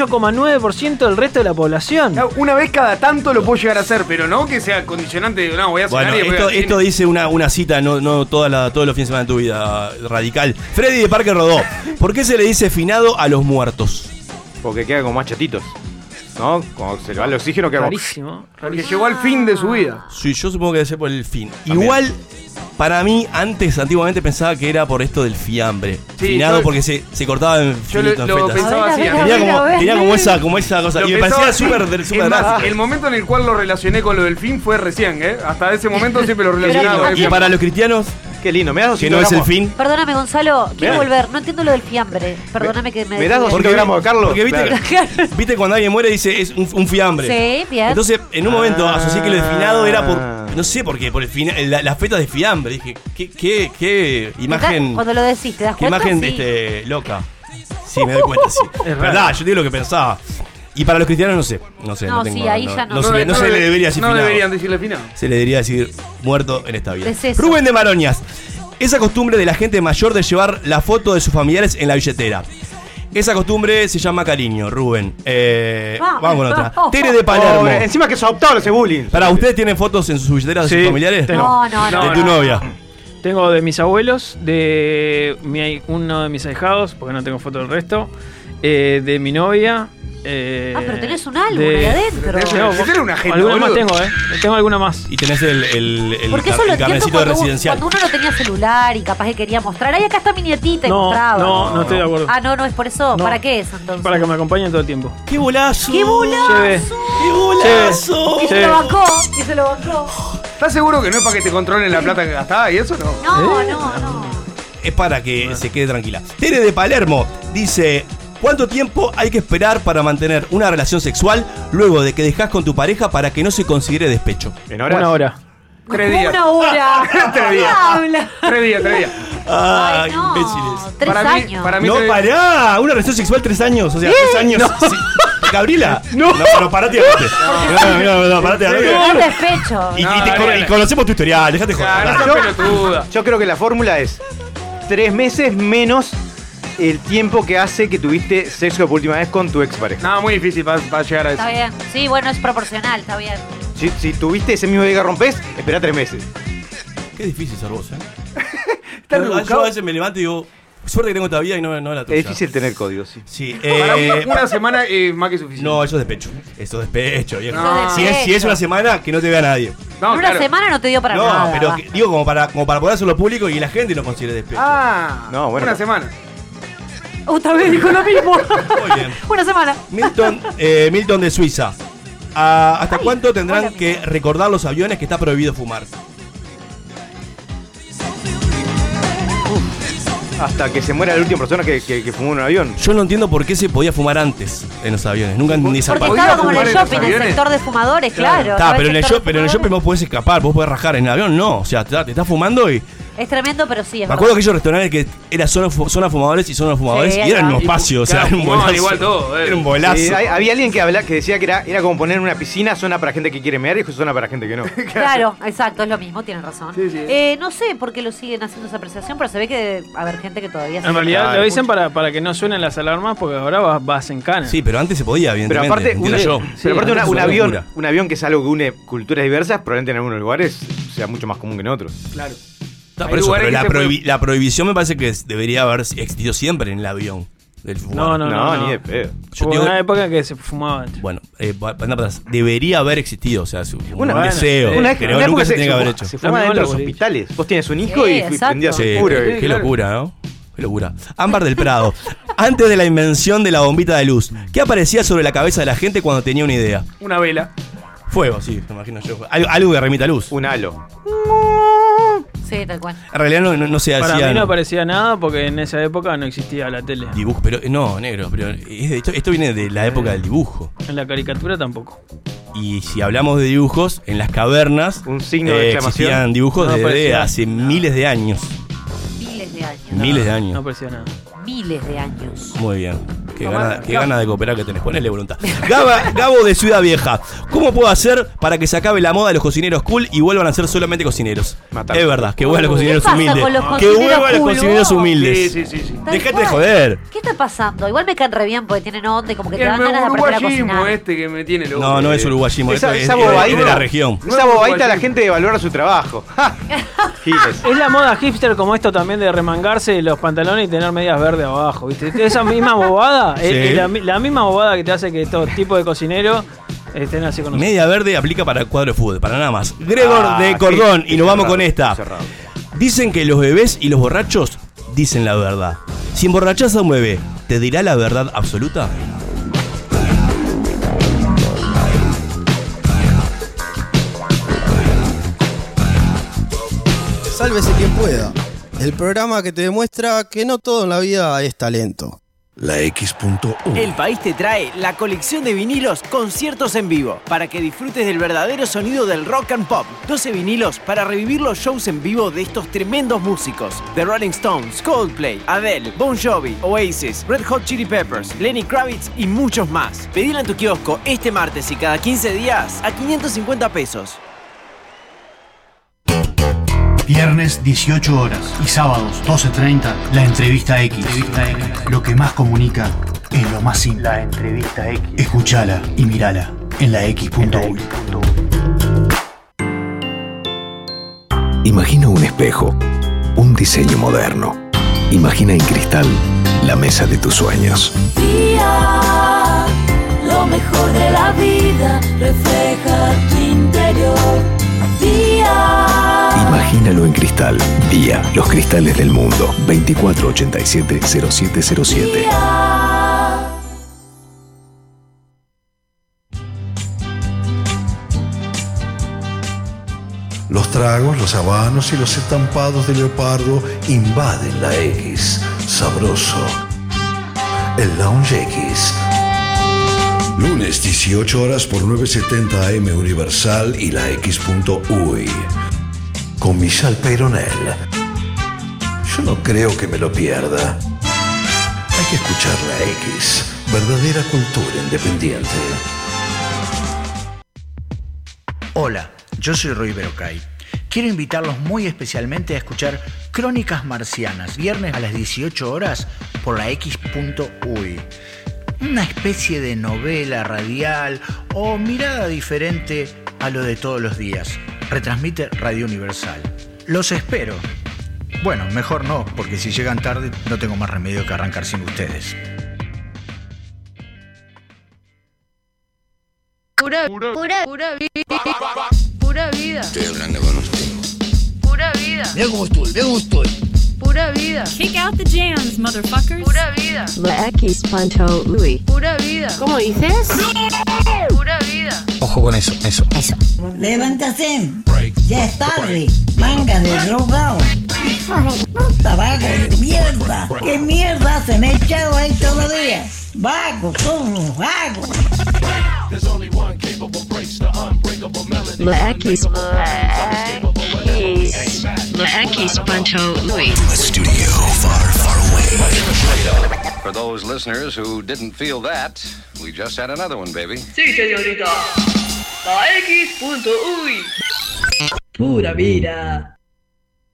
Speaker 3: 98,9% del resto de la población.
Speaker 1: Claro, Una vez cada tanto lo puedo llegar a hacer, pero no que sea condicionante de, no, voy a cenar
Speaker 4: Bueno,
Speaker 1: y después
Speaker 4: esto,
Speaker 1: voy al
Speaker 4: esto
Speaker 1: cine.
Speaker 4: dice una, una cita, no, no toda la- todos los fines de semana de tu vida, radical. Freddy de Parque Rodó, ¿por qué se le dice finado a los muertos?
Speaker 6: Porque quedan como más chatitos. ¿No? Cuando se le va el oxígeno, queda como...
Speaker 3: Rarísimo.
Speaker 1: Porque llegó al fin de su vida.
Speaker 4: Sí, yo supongo que debe ser por el fin.
Speaker 6: También.
Speaker 4: Igual, para mí, antes, antiguamente pensaba que era por esto del fiambre.
Speaker 1: Sí,
Speaker 4: finado
Speaker 1: yo-
Speaker 4: porque se, se cortaba en
Speaker 1: Yo lo,
Speaker 4: finito, en
Speaker 1: lo
Speaker 4: fetas.
Speaker 1: pensaba
Speaker 5: A
Speaker 1: así.
Speaker 5: ver, a ver,
Speaker 1: a mí-
Speaker 4: Tenía como,
Speaker 5: Mira,
Speaker 4: tenía
Speaker 5: ves.
Speaker 4: como esa, como esa cosa.
Speaker 1: lo
Speaker 4: y me
Speaker 1: pensaba
Speaker 4: parecía
Speaker 1: así.
Speaker 4: súper del-
Speaker 1: Es
Speaker 4: súper
Speaker 1: más,
Speaker 4: gráfico.
Speaker 1: El momento en el cual lo relacioné con lo del fin fue recién, ¿eh? Hasta ese momento siempre lo relacionaba con el
Speaker 4: Y
Speaker 1: fin.
Speaker 4: para los cristianos,
Speaker 6: Qué lindo, me das 200
Speaker 4: que no es el
Speaker 6: gramos?
Speaker 4: fin.
Speaker 5: Perdóname, Gonzalo, quiero
Speaker 6: Bien.
Speaker 5: volver. No entiendo lo del fiambre. Perdóname que me.
Speaker 6: ¿Me das
Speaker 5: desvíe.
Speaker 6: 200 gramos, Carlos?
Speaker 4: Porque viste,
Speaker 6: Claro.
Speaker 4: viste cuando alguien muere dice es un, un fiambre.
Speaker 5: Sí, bien.
Speaker 4: Entonces, en un momento
Speaker 6: Ah.
Speaker 4: asocié que lo de finado era por. No sé por qué, por el fina- la, las fetas de fiambre. Dije, qué, qué, qué imagen.
Speaker 5: Cuando lo decís, ¿te das
Speaker 4: Qué
Speaker 5: cuenta?
Speaker 4: imagen
Speaker 5: Sí.
Speaker 4: este, loca. Sí, me doy cuenta, sí.
Speaker 3: Es
Speaker 4: verdad, yo digo lo que pensaba. Y para los cristianos no sé. No sé, no,
Speaker 5: No,
Speaker 4: tengo-
Speaker 5: sí, ahí ya no.
Speaker 4: se, le- no se le debería decir
Speaker 1: No
Speaker 4: finado.
Speaker 1: deberían decirle final.
Speaker 4: Se le debería decir muerto en esta vida.
Speaker 5: Es eso.
Speaker 4: Rubén de Maroñas. Esa costumbre de la gente mayor de llevar la foto de sus familiares en la billetera. Esa costumbre se llama cariño, Rubén. Eh,
Speaker 5: Vamos.
Speaker 4: vamos con otra. Tere de Palermo.
Speaker 6: Pobre, Oh, encima que es adoptado ese bullying.
Speaker 4: Para, ¿ustedes tienen fotos en sus billeteras de
Speaker 3: Sí,
Speaker 4: sus familiares?
Speaker 3: tengo.
Speaker 5: No, no, no.
Speaker 4: De
Speaker 1: No,
Speaker 4: tu
Speaker 1: no.
Speaker 4: novia.
Speaker 3: Tengo de mis abuelos, de mi ahij- uno de mis ahijados, porque no tengo foto del resto, eh, de mi novia. eh,
Speaker 5: Ah, pero tenés un álbum
Speaker 3: de-
Speaker 5: ahí adentro.
Speaker 1: Pero tenés
Speaker 3: Tengo-
Speaker 1: Ese era un agenda,
Speaker 3: alguna más
Speaker 1: boludo.
Speaker 3: tengo, ¿eh? Tengo alguna más.
Speaker 4: Y tenés el, el, el
Speaker 5: Porque
Speaker 4: car-
Speaker 5: eso lo
Speaker 4: el
Speaker 5: entiendo
Speaker 4: carnecito de
Speaker 5: cuando, uno-
Speaker 4: residencial.
Speaker 5: cuando uno no tenía celular y capaz que quería mostrar. Ay, acá está mi nietita y
Speaker 3: No,
Speaker 5: mostraba.
Speaker 3: no, no estoy de acuerdo.
Speaker 5: Ah, no, no es por eso.
Speaker 3: No.
Speaker 5: ¿Para qué es entonces?
Speaker 3: Para que me acompañen todo el tiempo.
Speaker 4: ¡Qué bolazo!
Speaker 5: ¡Qué bolazo!
Speaker 3: Lleve.
Speaker 4: ¡Qué bolazo!
Speaker 5: Y se
Speaker 3: Sí.
Speaker 5: lo bancó, y se lo bancó.
Speaker 1: ¿Estás seguro que no es para que te controlen la plata que gastás y eso no?
Speaker 5: No,
Speaker 1: ¿Eh?
Speaker 5: no, no.
Speaker 4: ¿Eh? Es para que se quede tranquila. Tere de Palermo dice: ¿Cuánto tiempo hay que esperar para mantener una relación sexual luego de que dejas con tu pareja para que no se considere despecho?
Speaker 6: En horas.
Speaker 3: Una hora.
Speaker 1: Tres días.
Speaker 5: Una hora.
Speaker 1: Tres días.
Speaker 5: Habla.
Speaker 1: Tres días, tres días.
Speaker 4: ¡Ay,
Speaker 5: Ay, no.
Speaker 4: imbéciles!
Speaker 5: Tres
Speaker 1: Para mí-
Speaker 5: años.
Speaker 1: para mí-
Speaker 4: No,
Speaker 1: tres-
Speaker 4: pará, una relación sexual tres años, o sea, tres años. sí. Gabriela, no, pero parate antes. No, no, no, no, parate antes.
Speaker 5: Es un despecho.
Speaker 4: Y, y
Speaker 1: No,
Speaker 4: te
Speaker 1: Gabriela.
Speaker 4: cono- y conocemos tu historial, déjate
Speaker 1: Ah, no
Speaker 4: joder.
Speaker 1: seas pelotuda.
Speaker 6: Yo creo que la fórmula es tres meses menos el tiempo que hace que tuviste sexo por última vez con tu expareja.
Speaker 1: Nada, muy difícil para llegar a eso.
Speaker 5: Está bien. Sí, bueno, es proporcional, está bien.
Speaker 6: Si, si tuviste ese mismo día que rompes, espera tres meses.
Speaker 4: Qué difícil ser vos, ¿eh?
Speaker 1: Está
Speaker 4: Yo- yo
Speaker 1: rebuscado.
Speaker 4: a veces me levanto y digo, Suerte que tengo esta vida y no, no la tuya.
Speaker 6: Es difícil tener código, sí.
Speaker 4: Sí,
Speaker 1: Para mí,
Speaker 4: eh,
Speaker 1: una semana es más que suficiente.
Speaker 4: No, eso es despecho. Eso es despecho, viejo.
Speaker 1: No.
Speaker 4: Si, es, si es una semana, que no te vea nadie.
Speaker 1: No,
Speaker 5: en una
Speaker 1: claro.
Speaker 5: semana no te dio para
Speaker 4: no,
Speaker 5: nada.
Speaker 4: pero
Speaker 5: va.
Speaker 4: que- digo como para, como para poder hacerlo público y la gente lo considere despecho.
Speaker 1: Ah,
Speaker 6: No, bueno.
Speaker 1: una semana.
Speaker 5: Otra vez Uh, dijo lo mismo.
Speaker 4: Muy bien.
Speaker 5: una semana.
Speaker 4: Milton, eh, Milton de Suiza. Ah, ¿Hasta
Speaker 5: Ay,
Speaker 4: cuánto tendrán
Speaker 5: hola,
Speaker 4: que recordar los aviones que está prohibido fumar?
Speaker 6: Hasta que se muera la última persona que, que- que fumó en un avión.
Speaker 4: Yo no entiendo por qué se podía fumar antes en los aviones. Nunca entendí esa
Speaker 5: Porque
Speaker 4: parte.
Speaker 1: ¿Podía
Speaker 5: estaba como en
Speaker 1: fumar
Speaker 5: el
Speaker 1: en los
Speaker 5: shopping, en el
Speaker 1: aviones?
Speaker 5: sector de fumadores, claro.
Speaker 4: Está,
Speaker 5: Estaba
Speaker 4: pero en, el
Speaker 5: sector
Speaker 4: shop,
Speaker 5: de
Speaker 4: pero en el shopping
Speaker 5: fumadores.
Speaker 4: vos podés escapar, vos podés rajar. En el avión no. O sea, te, te estás fumando y.
Speaker 5: Es tremendo, pero sí, es
Speaker 4: Me
Speaker 5: verdad.
Speaker 4: acuerdo de aquellos restaurantes que era zona, fu- zona fumadores y zona fumadores
Speaker 5: Sí,
Speaker 4: y eran
Speaker 5: ahí va.
Speaker 4: unos espacios. O sea,
Speaker 1: Claro,
Speaker 4: era un
Speaker 1: fumaban
Speaker 4: bolazo.
Speaker 1: igual todo, eh.
Speaker 4: Era un bolazo.
Speaker 6: Eh, hay- había alguien que hablaba, que decía que era, era como poner en una piscina zona para gente que quiere mear y zona para gente que no.
Speaker 5: Claro, exacto, es lo mismo, tienen razón.
Speaker 1: Sí, sí.
Speaker 5: Eh, no sé por qué lo siguen haciendo esa apreciación, pero se ve que debe haber gente que todavía se-
Speaker 3: En realidad
Speaker 6: Claro,
Speaker 3: lo dicen para, para que no suenen las alarmas porque ahora vas, vas en cana.
Speaker 4: Sí, pero antes se podía,
Speaker 6: Pero
Speaker 4: evidentemente.
Speaker 6: aparte, un,
Speaker 4: entiendo yo.
Speaker 6: pero aparte una-
Speaker 4: antes
Speaker 6: un
Speaker 4: era una
Speaker 6: avión,
Speaker 4: locura.
Speaker 6: un avión que es algo que une culturas diversas, probablemente en algunos lugares sea mucho más común que en otros.
Speaker 1: Claro.
Speaker 4: Está,
Speaker 1: Hay
Speaker 4: por eso,
Speaker 1: lugares
Speaker 4: pero
Speaker 1: que
Speaker 4: la,
Speaker 1: se puede-
Speaker 4: prohibi- la prohibición me parece que es- debería haber existido siempre en el avión. Del fumar.
Speaker 3: No, no, no. no.
Speaker 6: ni de pedo.
Speaker 4: Yo
Speaker 3: Eh, Hubo
Speaker 4: digo-
Speaker 3: una época en que se fumaba antes.
Speaker 4: Bueno, eh, va- anda para atrás. debería haber existido, o sea, es un
Speaker 6: Una-
Speaker 4: un deseo.
Speaker 3: Eh,
Speaker 6: Una,
Speaker 4: pero
Speaker 6: una época
Speaker 4: nunca se tiene que haber
Speaker 6: fuma-
Speaker 4: hecho.
Speaker 6: Se
Speaker 4: Sí,
Speaker 6: fumaba
Speaker 3: También
Speaker 6: dentro de los
Speaker 3: los
Speaker 6: hospitales. Vos tenías un hijo
Speaker 5: Sí,
Speaker 6: y fui-
Speaker 5: exacto.
Speaker 6: prendías
Speaker 5: Sí,
Speaker 6: un puro.
Speaker 4: qué,
Speaker 6: y-
Speaker 4: qué locura, ¿no? Qué locura. Ámbar del Prado. Antes de la invención de la bombita de luz, ¿qué aparecía sobre la cabeza de la gente cuando tenía una idea?
Speaker 1: Una vela.
Speaker 4: Fuego, sí, me imagino yo. Algo, algo que remita a luz.
Speaker 6: Un halo.
Speaker 5: Sí, tal cual.
Speaker 4: En realidad no, no, no se
Speaker 3: Para mí
Speaker 4: hacían
Speaker 3: no aparecía nada porque en esa época no existía la tele.
Speaker 4: dibujos, pero no, negro, pero eh, es de- esto, esto viene de la época del dibujo.
Speaker 3: En la caricatura tampoco.
Speaker 4: Y si hablamos de dibujos, en las cavernas eh,
Speaker 6: Un signo de exclamación.
Speaker 4: existían dibujos
Speaker 3: No
Speaker 4: desde
Speaker 3: aparecía.
Speaker 4: hace miles de años.
Speaker 5: Miles de años.
Speaker 4: Miles de años.
Speaker 3: No aparecía nada.
Speaker 5: Miles de años.
Speaker 4: Muy bien. Qué gana, qué gana de cooperar que tenés. Ponele voluntad. Gaba- Gabo de Ciudad Vieja. ¿Cómo puedo hacer para que se acabe la moda de los cocineros cool y vuelvan a ser solamente cocineros?
Speaker 6: Matar.
Speaker 4: Es verdad, que vuelvan los cocineros
Speaker 5: pasa
Speaker 4: humildes.
Speaker 5: con los
Speaker 4: que
Speaker 5: cocineros
Speaker 4: vuelvan los
Speaker 5: cool,
Speaker 4: cocineros
Speaker 5: vos?
Speaker 4: humildes.
Speaker 1: Sí, sí, sí, sí.
Speaker 5: Tal
Speaker 4: Dejate
Speaker 5: cual.
Speaker 4: de joder.
Speaker 5: ¿Qué está pasando? Igual me caen re bien porque tienen onda y como que te
Speaker 1: el
Speaker 5: dan ganas de aprender a
Speaker 1: uruguayismo
Speaker 3: eh.
Speaker 5: cocinar.
Speaker 1: este que me tiene loco.
Speaker 4: No, no es uruguayismo,
Speaker 6: Esa-
Speaker 4: esto es,
Speaker 6: esa
Speaker 4: es de-
Speaker 6: bobadita.
Speaker 4: es de la región.
Speaker 1: No
Speaker 6: Esa
Speaker 1: es
Speaker 6: bobadita la
Speaker 1: igual,
Speaker 6: gente valora su trabajo. Giles.
Speaker 3: Es la moda hipster como esto también de remangarse los pantalones y tener medias verdes abajo, ¿viste? Este, Esa misma bobada, es-
Speaker 4: Sí.
Speaker 3: es la, mi- la misma bobada que te hace que todo tipo de cocinero estén así con nosotros.
Speaker 4: Media verde aplica para el cuadro de fútbol, para nada más. Gregor
Speaker 6: Ah,
Speaker 4: de
Speaker 6: sí,
Speaker 4: Cordón, y
Speaker 6: sí,
Speaker 4: nos vamos
Speaker 6: cerrado,
Speaker 4: con esta.
Speaker 6: cerrado.
Speaker 4: Dicen que los bebés y los borrachos dicen la verdad. Si emborrachás a un bebé, ¿te dirá la verdad absoluta?
Speaker 8: Sálvese quien pueda. El programa que te demuestra que no todo en la vida es talento. La X.U.
Speaker 10: El país te trae la colección de vinilos conciertos en vivo para que disfrutes del verdadero sonido del rock and pop. 12 vinilos para revivir los shows en vivo de estos tremendos músicos: The Rolling Stones, Coldplay, Adele, Bon Jovi, Oasis, Red Hot Chili Peppers, Lenny Kravitz y muchos más. Pedila en tu kiosco este martes y cada 15 días a 550 pesos.
Speaker 11: Viernes 18 horas y sábados 12.30 la entrevista X. Lo que más comunica es lo más simple. La entrevista X. Escuchala y mirala en la X.U.
Speaker 12: Imagina un espejo, un diseño moderno. Imagina en cristal la mesa de tus sueños.
Speaker 7: Lo mejor de la vida refleja tu interior. Día.
Speaker 12: Imagínalo en cristal. Día, los cristales del mundo. 2487-0707.
Speaker 11: Los tragos, los habanos y los estampados de leopardo invaden la X. Sabroso. El Lounge X. Lunes 18 horas por 970 AM Universal y la X.UI. Con Michelle Peyronel. Yo no creo que me lo pierda. Hay que escuchar la X. Verdadera cultura independiente.
Speaker 10: Hola, yo soy Rui Berocay. Quiero invitarlos muy especialmente a escuchar Crónicas Marcianas, viernes a las 18 horas por la X.uy. Una especie de novela radial o mirada diferente a lo de todos los días. Retransmite Radio Universal. Los espero.
Speaker 13: Bueno, mejor no, porque si llegan tarde no tengo más remedio que arrancar sin ustedes.
Speaker 14: Pura, pura, pura vida. Pura vida.
Speaker 15: Estoy hablando con usted.
Speaker 14: Pura vida.
Speaker 15: Mira cómo estoy, mira cómo estoy.
Speaker 14: Pura vida. Kick out the jams, motherfuckers. Pura vida.
Speaker 16: La X Panto Louis.
Speaker 14: Pura vida. ¿Cómo dices? Pura vida.
Speaker 13: Ojo con eso, eso. Eso.
Speaker 17: Levántate. Ya es tarde. Manga de drogado. Puta vaga de mierda. ¿Qué mierda se me echado ahí todavía? Vago, son unos vagos.
Speaker 16: La X. La X Panto Louis.
Speaker 15: Studio far, far away. For those listeners who didn't feel that, we just had another one, baby.
Speaker 14: Sí, señorita. La X. Uy.
Speaker 9: Pura vida.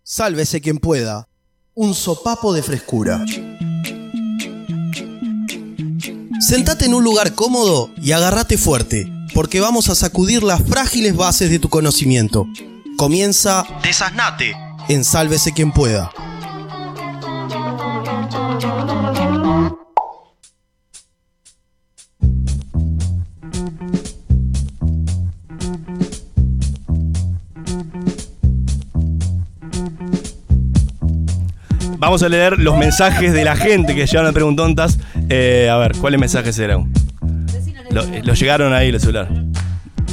Speaker 8: Sálvese quien pueda. Un sopapo de frescura. Sentate en un lugar cómodo y agárrate fuerte, porque vamos a sacudir las frágiles bases de tu conocimiento. Comienza Desaznate en Sálvese quien pueda.
Speaker 4: Vamos a leer los mensajes de la gente que llegaron a Preguntontas. Eh, a ver, ¿cuáles mensajes eran? Lo- eh, Los llegaron ahí, el celular.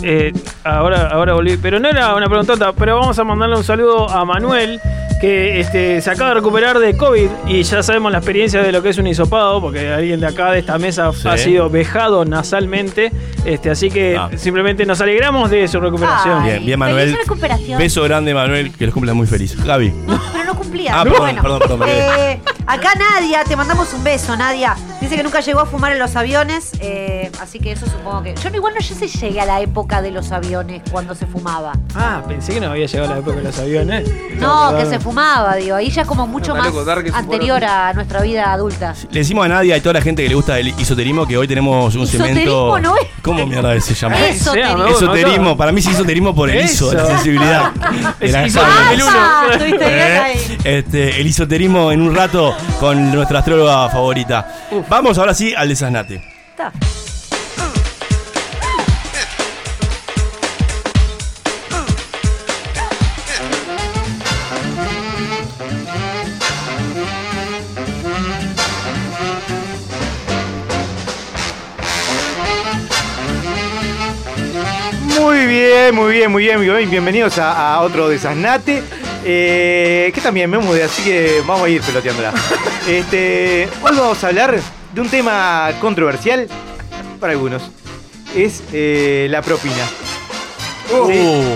Speaker 3: Eh, ahora, ahora volví. Pero no era una preguntota, pero vamos a mandarle un saludo a Manuel, que este, se acaba de recuperar de COVID y ya sabemos la experiencia de lo que es un hisopado, porque alguien de acá, de esta mesa, ha sido vejado nasalmente. Este, así que simplemente nos alegramos de su recuperación.
Speaker 4: Ah. Bien, bien, Manuel.
Speaker 5: feliz recuperación.
Speaker 4: Beso grande, Manuel, que los cumplas muy feliz. Gaby.
Speaker 5: Pero no cumplía.
Speaker 4: Ah,
Speaker 5: pero
Speaker 4: perdón,
Speaker 5: bueno.
Speaker 4: perdón, perdón, perdón.
Speaker 5: Eh, acá Nadia, te mandamos un beso, Nadia. Dice que nunca llegó a fumar en los aviones, eh, así que eso supongo que. Yo no- igual no sé si llegué a la época de los aviones cuando se fumaba.
Speaker 3: Ah, pensé que no había llegado la época de los aviones.
Speaker 5: No, que se fumaba, digo. Ahí ya es como mucho
Speaker 3: No,
Speaker 5: más
Speaker 3: loco, dar que se
Speaker 5: anterior a nuestra vida adulta.
Speaker 4: Le decimos a Nadia y toda la gente que le gusta el isoterismo que hoy tenemos un cemento.
Speaker 5: Isoterismo, ¿no es?
Speaker 4: ¿Cómo mierda se llama?
Speaker 5: Esoterismo.
Speaker 4: Esoterismo. Para mí es isoterismo por el
Speaker 3: Eso.
Speaker 4: ISO, la sensibilidad.
Speaker 3: Es
Speaker 4: Era-
Speaker 3: isoterismo el uno. Ah, estuviste bien
Speaker 4: Eh,
Speaker 3: ahí.
Speaker 4: este, el isoterismo en un rato con nuestra astróloga favorita. Vamos ahora sí al desasnate.
Speaker 6: Muy bien, muy bien, muy bien, muy bien. Bienvenidos a, a otro desasnate. eh, que también me mudé, así que vamos a ir peloteándola. Este, hoy vamos a hablar de un tema controversial para algunos. Es eh, la propina. Sí,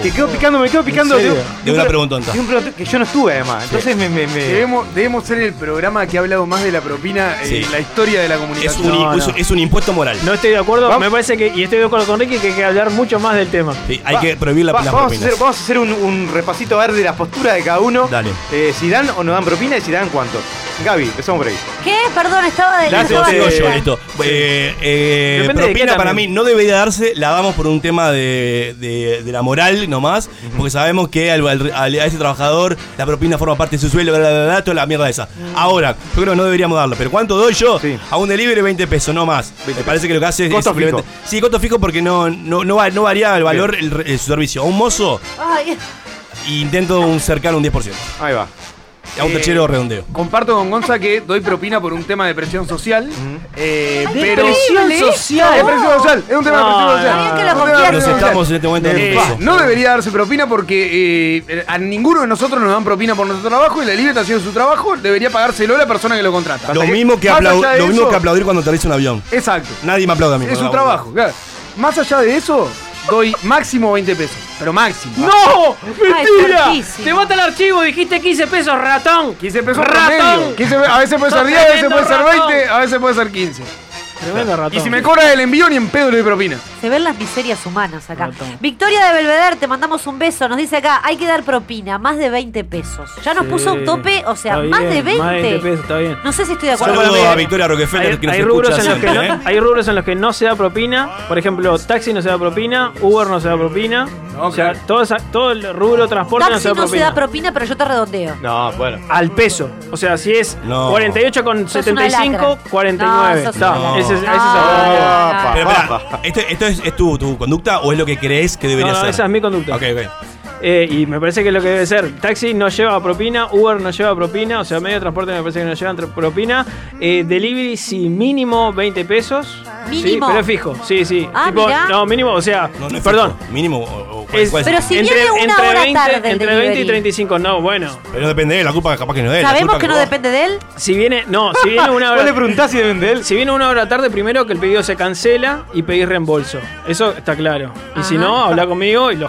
Speaker 6: que quedo picando, me quedo picando de,
Speaker 4: Uh. De una preguntonta.
Speaker 6: de un pro- que yo no estuve además. Entonces me, me- me-
Speaker 1: Debemos, debemos ser el programa que ha hablado más de la propina en
Speaker 4: Sí.
Speaker 1: la historia de la comunicación. No, no.
Speaker 4: impuesto moral.
Speaker 3: No estoy de acuerdo, me parece que, y estoy de acuerdo con Ricky, que hay que hablar mucho más del tema.
Speaker 4: hay que prohibir la-
Speaker 6: Va-
Speaker 4: las
Speaker 6: vamos, a
Speaker 4: propinas.
Speaker 6: hacer, vamos a hacer un, un repasito a ver de las posturas de cada uno. Dale. si dan o no dan propina y si dan cuánto. Gaby, empezamos por ahí.
Speaker 5: ¿Qué? Perdón, estaba de.
Speaker 4: La
Speaker 5: estaba
Speaker 4: tengo
Speaker 5: de-
Speaker 4: yo, listo. Eh, eh,
Speaker 3: Depende de
Speaker 4: propina
Speaker 3: qué
Speaker 4: para mí
Speaker 3: también.
Speaker 4: no debería darse, la damos por un tema de, de- de la moral nomás, porque sabemos que al, al- al- a ese trabajador la propina forma parte de su sueldo, bla, bla, bla, bla, toda la mierda esa. Ahora, yo creo que no deberíamos darlo, pero ¿cuánto doy yo? A un delivery 20 pesos, no más. Me parece que lo que hace
Speaker 6: Costo
Speaker 4: es simplemente-
Speaker 6: fijo.
Speaker 4: Sí, costo fijo porque no, no, no, va- no varía el valor el, re- el servicio. A un mozo
Speaker 5: Ay,
Speaker 4: intento un cercano un 10%.
Speaker 6: Ahí va.
Speaker 4: A un
Speaker 1: Eh,
Speaker 4: tercero redondeo.
Speaker 1: Comparto con Gonza que doy propina por un tema de presión social. eh,
Speaker 3: Ay,
Speaker 1: pero
Speaker 3: presión
Speaker 1: Eh,
Speaker 3: social.
Speaker 1: Es presión social, es un tema
Speaker 3: No,
Speaker 1: de presión social.
Speaker 3: no, no.
Speaker 1: Es un
Speaker 3: Sabía que
Speaker 1: tema
Speaker 3: lo
Speaker 1: de presión
Speaker 4: Nos
Speaker 1: social.
Speaker 4: estamos en este momento en
Speaker 1: Eh,
Speaker 4: un peso.
Speaker 1: no debería darse propina porque eh, a ninguno de nosotros nos dan propina por nuestro trabajo y la libertad haciendo su trabajo debería pagárselo a la persona que lo contrata.
Speaker 4: Lo mismo que,
Speaker 1: Más
Speaker 4: aplau-
Speaker 1: allá de
Speaker 4: lo mismo
Speaker 1: eso-
Speaker 4: que aplaudir cuando aterriza un avión.
Speaker 1: Exacto.
Speaker 4: Nadie me aplaude a mí.
Speaker 1: Es
Speaker 4: por
Speaker 1: un
Speaker 4: la boca.
Speaker 1: trabajo, claro. Más allá de eso, doy máximo 20 pesos. Pero máximo.
Speaker 3: ¡No! ¡Mentira!
Speaker 1: Ay,
Speaker 3: Te mata el archivo, dijiste 15 pesos, ratón.
Speaker 1: 15 pesos
Speaker 3: ratón.
Speaker 1: promedio. 15 pe- a veces puede ser
Speaker 3: Sos
Speaker 1: 10, a veces puede
Speaker 3: tremendo
Speaker 1: ser
Speaker 3: ratón.
Speaker 1: 20, a veces puede ser 15.
Speaker 3: Tremendo ratón.
Speaker 1: Y si me cobra el envío, ni en pedo le doy propina.
Speaker 5: Se ven las miserias humanas acá. Victoria de Belvedere, te mandamos un beso. Nos dice acá, hay que dar propina, más de 20 pesos. Ya nos
Speaker 3: Sí.
Speaker 5: puso un tope, o sea,
Speaker 3: Está
Speaker 5: más,
Speaker 3: bien,
Speaker 5: de 20.
Speaker 3: Más de 20 pesos, está bien.
Speaker 5: No sé si estoy de acuerdo. con
Speaker 4: Saludos a
Speaker 5: ella.
Speaker 4: Victoria Rockefeller
Speaker 3: Hay,
Speaker 4: que nos
Speaker 3: hay
Speaker 4: escucha
Speaker 3: rubros en los que
Speaker 4: siempre,
Speaker 3: no,
Speaker 4: ¿eh?
Speaker 3: hay rubros en los que no se da propina. Por ejemplo, taxi no se da propina, Uber no se da propina. o sea, todo, esa- todo el rubro transporte
Speaker 5: Taxi
Speaker 3: no
Speaker 5: no
Speaker 3: se da
Speaker 5: se da
Speaker 3: propina.
Speaker 5: propina, pero yo te redondeo.
Speaker 6: No, bueno.
Speaker 3: Al peso. O sea, si es
Speaker 4: No.
Speaker 3: 48 con
Speaker 5: Sos una lacra.
Speaker 3: 75, 49.
Speaker 5: No, sos
Speaker 3: Está,
Speaker 5: una
Speaker 3: ese es- ese es
Speaker 4: Ah, Pero pará, ¿esto, esto es, es tu, tu conducta o es lo que crees que debería
Speaker 3: No, no,
Speaker 4: ser?
Speaker 3: esa es mi conducta.
Speaker 4: Ok, ok.
Speaker 3: Eh, y me parece que es lo que debe ser. Taxi no lleva propina, Uber no lleva propina, o sea, medio de transporte me parece que no llevan tr- propina. Eh, delivery, sí, mínimo 20 pesos. Sí,
Speaker 5: Mínimo.
Speaker 3: pero es fijo, sí, sí.
Speaker 5: Ah, mirá.
Speaker 3: no, mínimo, o sea,
Speaker 4: no es
Speaker 3: perdón.
Speaker 4: Mínimo o, o cuál-
Speaker 3: Es-
Speaker 4: cuál-
Speaker 5: Pero si viene una hora tarde el
Speaker 3: entre 20 y
Speaker 5: delivery.
Speaker 3: 35, no, bueno.
Speaker 4: Pero depende de él, la culpa capaz que no es de él. Eh, la
Speaker 5: Sabemos
Speaker 4: culpa
Speaker 5: que no
Speaker 4: vos-
Speaker 5: depende de él.
Speaker 3: Si viene, no, si viene una hora.
Speaker 6: Vos le preguntás si depende de él.
Speaker 3: Si viene una hora tarde, primero que el pedido se cancela y pedís reembolso. Eso está claro. Y si
Speaker 1: Ajá.
Speaker 3: no, habla conmigo y lo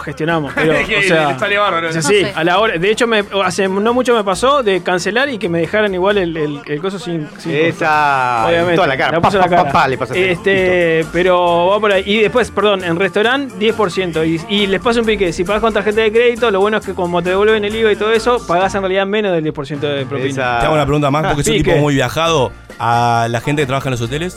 Speaker 3: gestionamos. Pero, o sea,
Speaker 1: Sale bárbaro,
Speaker 3: Sí,
Speaker 1: ¿no?
Speaker 3: sí,
Speaker 1: No sé.
Speaker 3: a la hora. De hecho, me, hace no mucho me pasó de cancelar y que me dejaran igual el, el, el coso sin. sin
Speaker 6: Esa-
Speaker 3: costo. Obviamente.
Speaker 6: toda la cara.
Speaker 3: puse
Speaker 6: Pa, pa,
Speaker 3: en la cara.
Speaker 6: pa, pa, le pasaste.
Speaker 3: Este, pero va por ahí. Y después, perdón, en restaurante, 10%. Y, y les paso un pique. Si pagas con tarjeta de crédito, lo bueno es que como te devuelven el IVA y todo eso, pagás en realidad menos del 10% de propina.
Speaker 4: Te hago una pregunta más porque es un
Speaker 3: Pique.
Speaker 4: tipo muy viajado. A la gente que trabaja en los hoteles.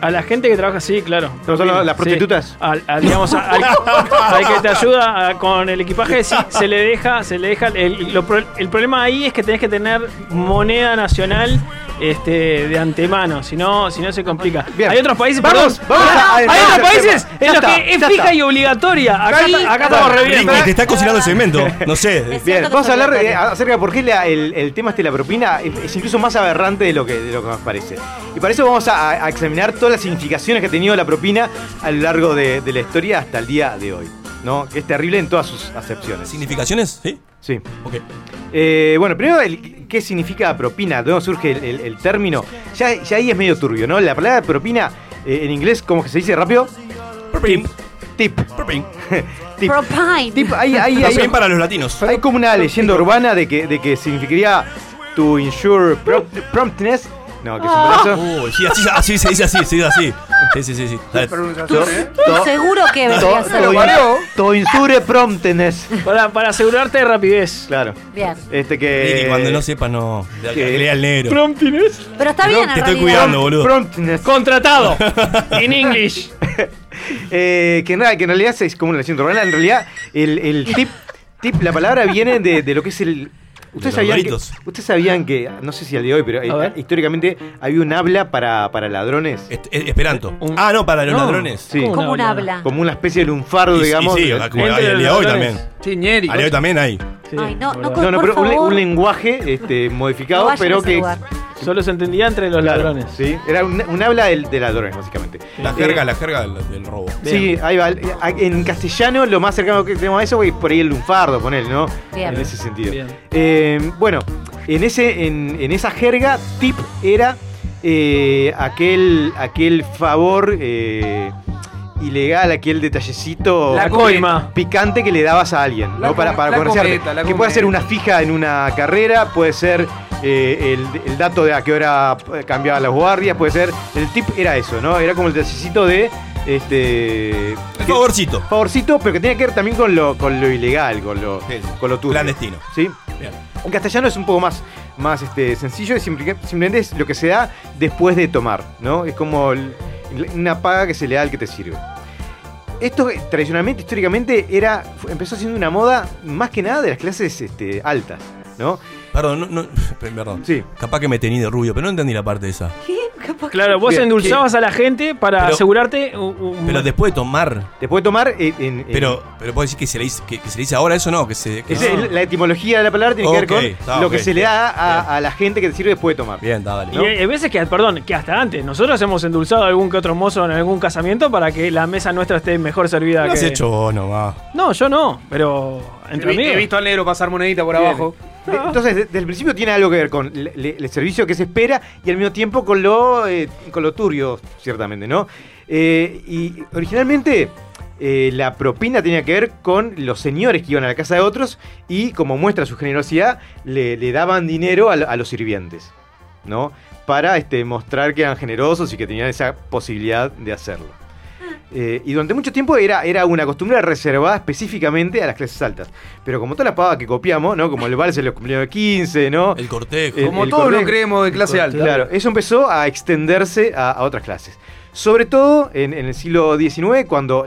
Speaker 3: A la gente que trabaja, sí, claro.
Speaker 4: son
Speaker 3: Sí,
Speaker 4: las- las
Speaker 3: sí.
Speaker 4: prostitutas?
Speaker 3: Al, al- digamos, a- al, al que te ayuda a- con el equipaje, sí, se le deja, se le deja. El, lo pro- el problema ahí es que tenés que tener moneda nacional este, de antemano, si no, si no se complica. Hay otros países,
Speaker 6: Vamos,
Speaker 3: perdón,
Speaker 6: vamos a-
Speaker 3: hay
Speaker 6: a-
Speaker 3: otros
Speaker 6: a-
Speaker 3: países
Speaker 6: a-
Speaker 3: en
Speaker 6: ya
Speaker 3: los
Speaker 6: está,
Speaker 3: que es
Speaker 6: ya
Speaker 3: fija
Speaker 6: está.
Speaker 3: y obligatoria. Acá,
Speaker 6: Ahí-
Speaker 3: acá estamos re bien.
Speaker 4: Ricky, te está cocinando el cemento. No sé.
Speaker 6: Bien,
Speaker 4: que
Speaker 6: vamos a
Speaker 4: son
Speaker 6: hablar de- Ah,
Speaker 4: aleatorios.
Speaker 6: acerca de por qué la- el, el tema este de la propina es, es incluso más aberrante de lo que, de lo que nos parece. Y para eso vamos a, a examinar todas las significaciones que ha tenido la propina a lo largo de, de la historia hasta el día de hoy. ¿no? Que es terrible en todas sus acepciones.
Speaker 4: ¿Significaciones? Sí.
Speaker 6: Sí.
Speaker 4: Ok.
Speaker 6: Eh, bueno, primero, el- ¿qué significa propina? ¿De dónde surge el, el- el término? Ya, ya ahí es medio turbio, ¿no? La palabra propina eh, en inglés, ¿cómo que se dice rápido? Tip. Tip. Tip.
Speaker 5: Propine.
Speaker 6: Tip, ahí, ahí, ahí.
Speaker 4: Propine para los latinos.
Speaker 6: Hay como una leyenda urbana de que, de que significaría to ensure prompt- promptness. No, que es un
Speaker 5: Ah.
Speaker 6: brazo.
Speaker 4: Uy, sí, así, así se dice así, se dice así. Sí, sí, sí, sí. Dale.
Speaker 5: Tú-
Speaker 6: ¿eh?
Speaker 5: tú seguro que debería ser.
Speaker 6: To ensure promptness.
Speaker 3: Para, para asegurarte de rapidez.
Speaker 6: Claro.
Speaker 5: Bien.
Speaker 6: Este que.
Speaker 4: Ricky, cuando no sepas, no.
Speaker 6: que-
Speaker 4: Lea el negro.
Speaker 3: Promptiness.
Speaker 5: Pero está bien, en
Speaker 4: Te estoy
Speaker 5: realidad.
Speaker 4: cuidando, boludo.
Speaker 6: Promptness.
Speaker 3: Contratado. In English.
Speaker 6: Eh, que, en realidad- que en realidad es como una leyenda urbana. En realidad, el, el tip, tip, la palabra viene de, de lo que es el. Ustedes
Speaker 4: De los
Speaker 6: sabían, que,
Speaker 4: doritos.
Speaker 6: ustedes sabían que, no sé si al día de hoy, pero eh, históricamente había un habla para, para ladrones.
Speaker 4: E- Esperanto. Ah, no, para los
Speaker 6: No.
Speaker 4: ladrones.
Speaker 6: Sí. ¿Cómo
Speaker 5: Como un habla.
Speaker 6: Como una especie de lunfardo,
Speaker 4: Y- y
Speaker 6: digamos.
Speaker 4: sí,
Speaker 6: de-
Speaker 4: como hay al día de hoy también.
Speaker 1: Sí, Ñeri.
Speaker 4: Al día de hoy también hay.
Speaker 5: Ay, no, no,
Speaker 6: No, no,
Speaker 5: por
Speaker 6: pero un, le-
Speaker 5: favor.
Speaker 6: un lenguaje este, modificado,
Speaker 5: No vayan a
Speaker 6: pero
Speaker 5: ese
Speaker 6: que.
Speaker 5: lugar.
Speaker 3: Solo se entendía entre los
Speaker 6: Claro,
Speaker 3: ladrones.
Speaker 6: Sí, era un, un habla del- de, ladrones, básicamente.
Speaker 4: La
Speaker 6: Eh,
Speaker 4: jerga, la jerga del, del robo.
Speaker 6: Sí, ahí va. Eh, En castellano, lo más cercano que tenemos a eso es por ahí el lunfardo, ponele, ¿no?
Speaker 5: Bien.
Speaker 6: En ese sentido.
Speaker 3: Bien.
Speaker 6: Eh, bueno, en, ese, en, en esa jerga, tip era eh, aquel, aquel favor eh, ilegal, aquel detallecito
Speaker 3: La coima.
Speaker 6: picante que le dabas a alguien,
Speaker 1: La
Speaker 6: ¿no? Para,
Speaker 1: com-
Speaker 6: para
Speaker 1: la
Speaker 6: conocer.
Speaker 1: cometa, la
Speaker 6: que puede ser
Speaker 1: cometa.
Speaker 6: una fija en una carrera, puede ser eh, el, el dato de a qué hora eh, cambiaban las guardias, puede ser. El tip era eso, ¿no? Era como el detallecito de. Este.
Speaker 4: El
Speaker 6: que-
Speaker 4: favorcito.
Speaker 6: favorcito, pero que tenía que ver también con lo, con lo ilegal, con lo, con lo turbio.
Speaker 4: Clandestino.
Speaker 6: ¿Sí?
Speaker 4: Bien.
Speaker 6: En castellano es un poco más, más este, sencillo, es simple- simplemente es lo que se da después de tomar, ¿no? Es como el- una paga que se le da al que te sirve. Esto eh, tradicionalmente, históricamente, era fu- empezó siendo una moda más que nada de las clases este, altas, ¿no?
Speaker 4: Perdón, no, no, perdón.
Speaker 6: Sí.
Speaker 4: Capaz que me tení de rubio, pero no entendí la parte esa.
Speaker 3: Claro, vos
Speaker 6: Bien,
Speaker 3: endulzabas a la gente para
Speaker 4: Pero-
Speaker 3: asegurarte un- un-
Speaker 4: Pero después de tomar.
Speaker 6: Después de tomar, eh, en- en-
Speaker 4: Pero, pero puedo decir que se le dice, que, que se le dice ahora eso no, que se. que
Speaker 6: es-
Speaker 4: no.
Speaker 6: es- la etimología de la palabra tiene
Speaker 4: Ok,
Speaker 6: que ver con
Speaker 4: está,
Speaker 6: lo
Speaker 4: ok,
Speaker 6: que se le da a, a la gente que te sirve después de tomar.
Speaker 4: Bien, da, dale.
Speaker 3: Y hay hay veces que, perdón, que hasta antes, nosotros hemos endulzado a algún que otro mozo en algún casamiento para que la mesa nuestra esté mejor servida
Speaker 4: Lo
Speaker 3: que.
Speaker 4: has hecho vos nomás.
Speaker 3: No, yo no, pero entre
Speaker 1: He vi-
Speaker 3: amigos.
Speaker 1: He visto al negro pasar monedita por
Speaker 6: Bien.
Speaker 1: abajo.
Speaker 6: De- Entonces, de- desde el principio tiene algo que ver con le- le- el servicio que se espera y al mismo tiempo con lo, eh, con lo turbio, ciertamente, ¿no? Eh, y originalmente eh, la propina tenía que ver con los señores que iban a la casa de otros y, como muestra su generosidad, le, le daban dinero a, lo- a los sirvientes, ¿no? Para este, mostrar que eran generosos y que tenían esa posibilidad de hacerlo. Eh, y durante mucho tiempo era, era una costumbre reservada específicamente a las clases altas. Pero como toda la pava que copiamos, ¿no? Como el vals en los cumpleaños de 15, ¿no?
Speaker 4: El cortejo.
Speaker 6: El-
Speaker 1: Como
Speaker 6: el
Speaker 1: todos
Speaker 6: cortejo.
Speaker 1: nos creemos de clase alta.
Speaker 6: Claro, eso empezó a extenderse a, a otras clases. Sobre todo en, en el siglo XIX, cuando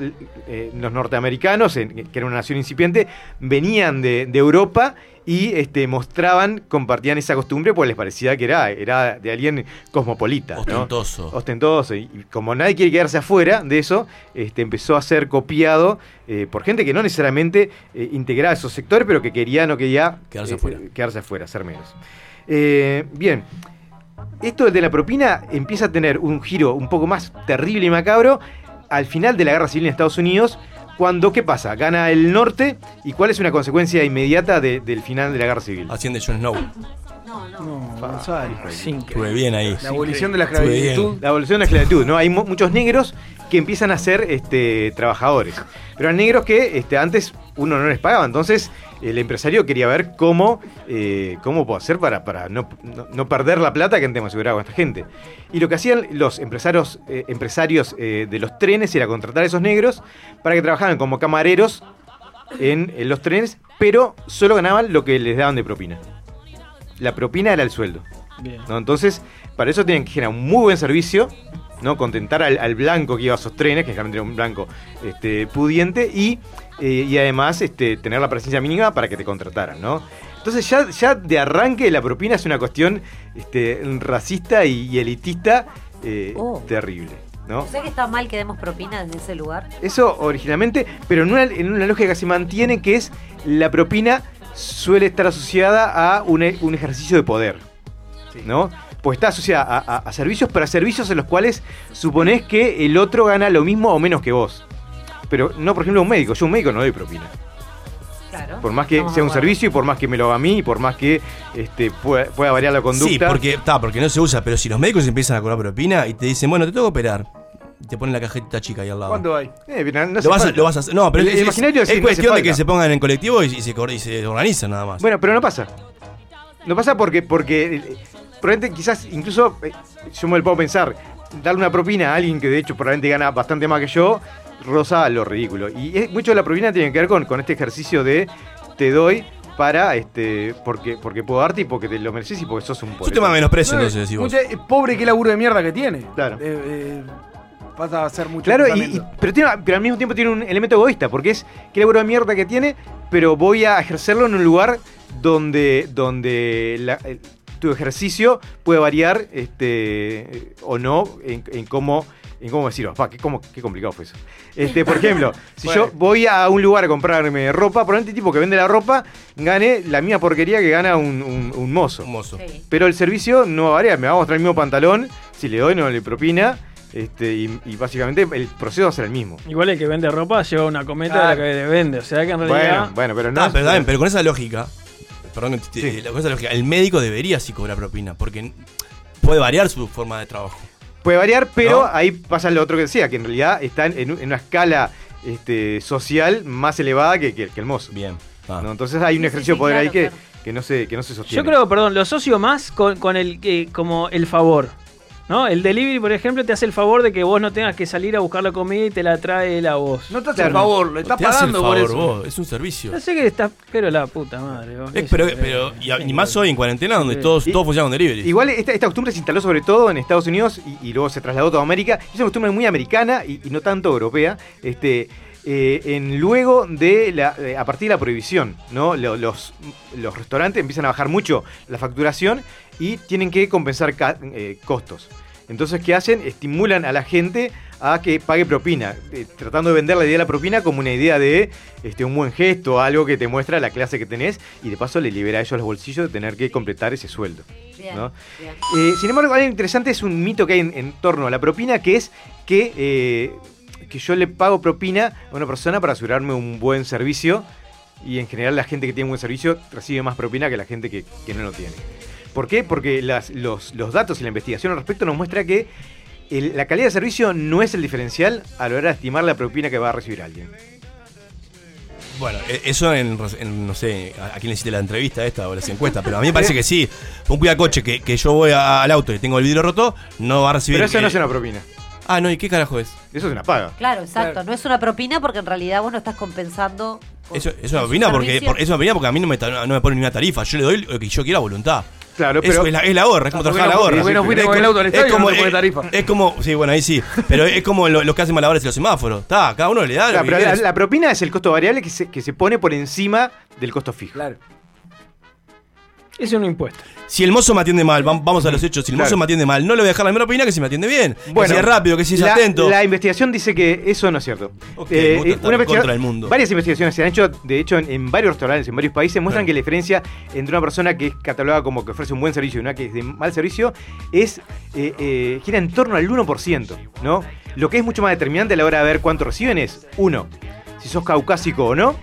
Speaker 6: eh, los norteamericanos, en- que era una nación incipiente, venían de, de Europa y este, mostraban, compartían esa costumbre, pues les parecía que era, era de alguien cosmopolita. ¿no?
Speaker 4: Ostentoso.
Speaker 6: Ostentoso. Y, y como nadie quiere quedarse afuera de eso, este, empezó a ser copiado eh, por gente que no necesariamente eh, integraba esos sectores, pero que quería no quería
Speaker 4: Quedarse
Speaker 6: eh,
Speaker 4: afuera.
Speaker 6: quedarse afuera, ser menos. Eh, bien. Esto de la propina empieza a tener un giro un poco más terrible y macabro al final de la guerra civil en Estados Unidos, cuando, ¿qué pasa? Gana el norte y ¿cuál es una consecuencia inmediata de- del final de la guerra civil?
Speaker 4: Asciende John Snow. Estuve bien ahí.
Speaker 6: La
Speaker 1: abolición de la esclavitud.
Speaker 6: La abolición de la esclavitud, ¿no? Hay mu- muchos negros que empiezan a ser este, trabajadores. Pero eran negros que este, antes uno no les pagaba. Entonces el empresario quería ver cómo, eh, cómo puedo hacer para, para no, no- no perder la plata que antes me aseguraba con esta gente. Y lo que hacían los empresarios, eh, empresarios eh, de los trenes era contratar a esos negros para que trabajaran como camareros en, en los trenes, pero solo ganaban lo que les daban de propina. La propina era el sueldo.
Speaker 3: Bien.
Speaker 6: ¿no? Entonces, para eso tienen que generar un muy buen servicio, ¿no? Contentar al, al blanco que iba a esos trenes, que generalmente era un blanco este, pudiente, y, eh, y además este, tener la presencia mínima para que te contrataran, ¿no? Entonces ya, ya de arranque la propina es una cuestión este, racista y, y elitista eh,
Speaker 5: Oh.
Speaker 6: terrible, ¿no?
Speaker 5: ¿Sabes que está mal que demos propina desde ese lugar?
Speaker 6: Eso originalmente, pero en una, en una lógica que se mantiene que es la propina suele estar asociada a un, e- un ejercicio de poder. ¿No? Pues está asociada a, a- a servicios, pero a servicios en los cuales suponés que el otro gana lo mismo o menos que vos. Pero no, por ejemplo, un médico. Yo a un médico no doy propina. Por más que
Speaker 4: Estamos
Speaker 6: sea un
Speaker 4: de acuerdo.
Speaker 6: servicio y por más que me lo haga a mí y por más que este, pueda, pueda variar la conducta.
Speaker 4: Sí, porque, está, porque no se usa, pero si los médicos empiezan a cobrar propina y te dicen, bueno, te tengo que operar. Y te ponen la cajetita chica ahí al lado.
Speaker 1: ¿Cuándo hay?
Speaker 6: Eh, pero no
Speaker 4: Lo
Speaker 6: hace
Speaker 4: vas, a,
Speaker 6: falta.
Speaker 4: lo vas a hacer. No, pero
Speaker 6: El-
Speaker 4: es,
Speaker 6: el
Speaker 4: es-
Speaker 6: imaginario
Speaker 4: es
Speaker 6: decir, no hace
Speaker 4: cuestión de que
Speaker 6: falta.
Speaker 4: se pongan en colectivo y, y se, cor- y se organizan nada más.
Speaker 6: Bueno, pero no pasa. No pasa porque, porque eh, probablemente quizás incluso, eh, yo me lo puedo pensar, darle una propina a alguien que de hecho probablemente gana bastante más que yo, rosa lo ridículo. Y es- mucho de la propina tiene que ver con, con este ejercicio de te doy para, este, porque, porque puedo darte y porque te lo mereces y porque sos un pobre.
Speaker 4: tema de menosprecio, entonces,
Speaker 1: decís Mucha- eh, pobre, qué laburo de mierda que tiene.
Speaker 6: Claro.
Speaker 1: Eh, eh, pasa a ser mucho.
Speaker 6: Claro, y-
Speaker 1: pensamiento.
Speaker 6: y- pero, tiene- pero al mismo tiempo tiene un elemento egoísta, porque es qué laburo de mierda que tiene, pero voy a ejercerlo en un lugar donde, donde la- eh, tu ejercicio puede variar este, eh, o no en, en cómo. En cómo decirlo, Pa, qué, cómo- qué complicado fue eso. Este, por ejemplo, si yo voy a un lugar a comprarme ropa, probablemente el tipo que vende la ropa gane la misma porquería que gana un, un- un mozo. Pero el servicio no varía, me va a mostrar el mismo pantalón, si le doy no le propina, este, y, y básicamente el proceso será el mismo.
Speaker 3: Igual el que vende ropa lleva una cometa de la que le vende. O sea que en realidad.
Speaker 6: Bueno, bueno, pero no.
Speaker 4: Ah, pero, también, pero con esa lógica, perdón, que te- con esa lógica, el médico debería sí cobrar propina, porque puede variar su forma de trabajo.
Speaker 6: Puede variar, pero
Speaker 4: ¿No?
Speaker 6: ahí pasa lo otro que decía, que en realidad está en, en una escala este, social más elevada que, que- que el mozo.
Speaker 4: Bien. Ah.
Speaker 6: Entonces hay un
Speaker 3: Sí, sí,
Speaker 6: ejercicio
Speaker 3: sí,
Speaker 6: de poder
Speaker 3: claro,
Speaker 6: ahí que, que no se, que no se sostiene.
Speaker 3: Yo creo, perdón, lo asocio más con, con el eh, como el favor. ¿No? El delivery, por ejemplo, te hace el favor de que vos no tengas que salir a buscar la comida y te la trae él a vos.
Speaker 1: No te hace el favor, lo estás
Speaker 4: Te hace el
Speaker 1: pagando por
Speaker 4: favor
Speaker 1: eso.
Speaker 4: vos, es un servicio.
Speaker 3: No sé que está, pero la puta madre. vos, eh,
Speaker 4: Es-
Speaker 3: qué
Speaker 4: Eh, pero,
Speaker 3: sé yo.
Speaker 4: pero y, a- y más hoy en cuarentena donde todos,
Speaker 6: Y-
Speaker 4: todos funcionan con delivery.
Speaker 6: Igual esta, esta costumbre se instaló sobre todo en Estados Unidos y, y luego se trasladó a toda América. Es una costumbre muy americana y, y no tanto europea. Este, eh, en luego de la, eh, a partir de la prohibición, ¿no? Lo- Los, los restaurantes empiezan a bajar mucho la facturación y tienen que compensar ca- eh, costos. Entonces, ¿qué hacen? Estimulan a la gente a que pague propina, eh, tratando de vender la idea de la propina como una idea de este, un buen gesto, algo que te muestra la clase que tenés y de paso le libera a ellos los bolsillos de tener que completar ese sueldo.
Speaker 5: Bien,
Speaker 6: ¿no?
Speaker 5: bien.
Speaker 6: Eh, sin embargo, algo interesante es un mito que hay en, en torno a la propina, que es que, eh, que yo le pago propina a una persona para asegurarme un buen servicio y en general la gente que tiene un buen servicio recibe más propina que la gente que, que no lo tiene. ¿Por qué? Porque las- los, los datos y la investigación al respecto nos muestra que el- la calidad de servicio no es el diferencial a la hora de estimar la propina que va a recibir alguien.
Speaker 4: Bueno, e- eso en, en- no sé a, a quién le hiciste la entrevista esta o las encuestas, pero a mí me parece que sí. Un cuidacoche que, que yo voy a- al auto y tengo el vidrio roto, no va a recibir.
Speaker 6: Pero eso
Speaker 4: eh,
Speaker 6: no es una propina.
Speaker 4: Ah, no, ¿y qué carajo es?
Speaker 6: Eso es una paga.
Speaker 5: Claro, exacto. No es una propina porque en realidad vos no estás compensando.
Speaker 4: Eso, es una propina porque,
Speaker 5: servicio.
Speaker 4: por- es una propina porque a mí no me, ta- no me ponen ni una tarifa. Yo le doy lo que yo quiera a voluntad.
Speaker 2: Claro,
Speaker 4: pero.
Speaker 2: pero- Ah,
Speaker 4: Es la, es la gorra, es como
Speaker 2: Porque
Speaker 4: trabajar la
Speaker 2: no-
Speaker 4: gorra.
Speaker 2: porque no fuiste
Speaker 4: Es
Speaker 2: con el
Speaker 4: co-
Speaker 2: auto al
Speaker 4: es
Speaker 2: estadio,
Speaker 4: como-
Speaker 2: no te pone tarifa.
Speaker 4: Es como. Sí, bueno, ahí sí. Pero es como lo- los que hacen malabares en los semáforos. Está, cada uno le da. lo
Speaker 6: Claro,
Speaker 4: que
Speaker 6: pero la,
Speaker 4: quiere.
Speaker 6: la propina es el costo variable que se, que se pone por encima del costo fijo.
Speaker 1: Claro.
Speaker 3: Es un impuesto.
Speaker 4: Si el mozo me atiende mal, vam- vamos a los hechos. Si el
Speaker 6: Claro.
Speaker 4: mozo me atiende mal, no le voy a dejar la menor opinión que si me atiende bien.
Speaker 6: Bueno,
Speaker 4: que si es rápido, que si es
Speaker 6: la,
Speaker 4: atento.
Speaker 6: La investigación dice que eso no es cierto. Eh,
Speaker 4: el mundo está en contra del mundo.
Speaker 6: Varias investigaciones se han hecho, de hecho, en, en varios restaurantes, en varios países, muestran que la diferencia entre una persona que es catalogada como que ofrece un buen servicio y una que es de mal servicio es eh, eh, gira en torno al 1%, ¿no? Lo que es mucho más determinante a la hora de ver cuánto reciben es, uno, si sos caucásico o no,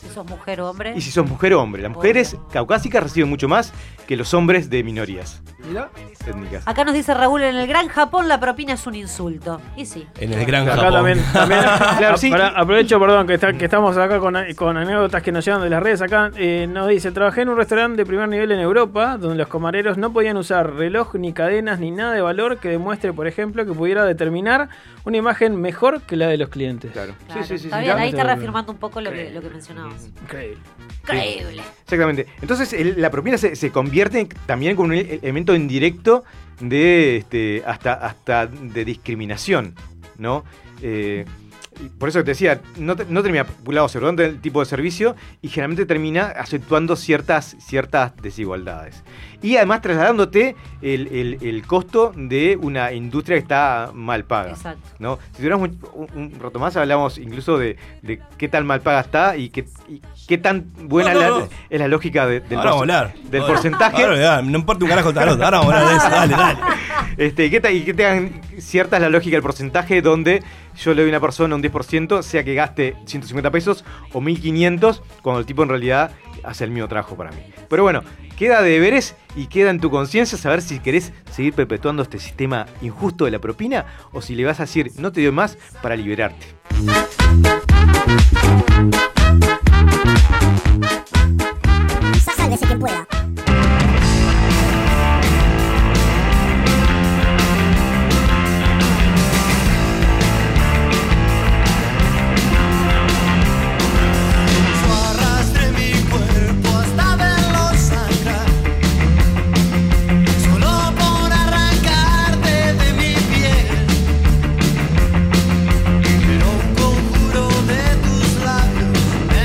Speaker 5: Si sos mujer o hombre.
Speaker 6: y si sos mujer o hombre. Las mujeres caucásicas reciben mucho más que los hombres de minorías
Speaker 1: Mirá.
Speaker 6: étnicas.
Speaker 5: Acá nos dice Raúl, en el Gran Japón la propina es un insulto. Y sí.
Speaker 4: En el gran
Speaker 3: Acá
Speaker 4: Japón.
Speaker 3: también. también-
Speaker 6: Claro,
Speaker 3: a-
Speaker 6: sí.
Speaker 3: pará, aprovecho, perdón, que, está- que estamos acá con, a- con anécdotas que nos llegan de las redes. Acá eh, nos dice: Trabajé en un restaurante de primer nivel en Europa donde los camareros no podían usar reloj, ni cadenas, ni nada de valor que demuestre, por ejemplo, que pudiera determinar una imagen mejor que la de los clientes. Claro.
Speaker 5: Claro, está bien, ahí está reafirmando un poco lo que, lo que mencionabas.
Speaker 3: Increíble.
Speaker 5: Increíble.
Speaker 6: Exactamente. Entonces el- la propina se, se convierte en- también como un ele- elemento indirecto de este, hasta, hasta de discriminación, ¿no? Eh, y por eso te decía, no, te- no termina populado observando el tipo de servicio y generalmente termina acentuando ciertas, ciertas desigualdades. Y además trasladándote el, el- el costo de una industria que está mal paga.
Speaker 5: Exacto.
Speaker 6: ¿no? Si tuviéramos un, un- un rato más, hablamos incluso de, de qué tan mal paga está y qué, y qué tan buena
Speaker 4: No, no,
Speaker 6: la-
Speaker 4: no.
Speaker 6: es la lógica de- del,
Speaker 4: Ahora vamos
Speaker 6: porce-
Speaker 4: a hablar.
Speaker 6: del
Speaker 4: Ahora-
Speaker 6: porcentaje.
Speaker 4: ahora le da, Ah, no importa un carajo el tarot, ahora vamos a hablar de eso, dale, dale.
Speaker 6: Este, y que ta- y que tengan cierta es la lógica del porcentaje donde yo le doy a una persona un 10%, sea que gaste 150 pesos o 1500, cuando el tipo en realidad hace el mismo trabajo para mí. Pero bueno, queda de deberes y queda en tu conciencia saber si querés seguir perpetuando este sistema injusto de la propina o si le vas a decir no te doy más para liberarte.
Speaker 18: Sálvese quien pueda.
Speaker 7: Yo arrastré mi cuerpo hasta verlo sangrar, solo por arrancarte de mi piel. Pero un conjuro de tus labios me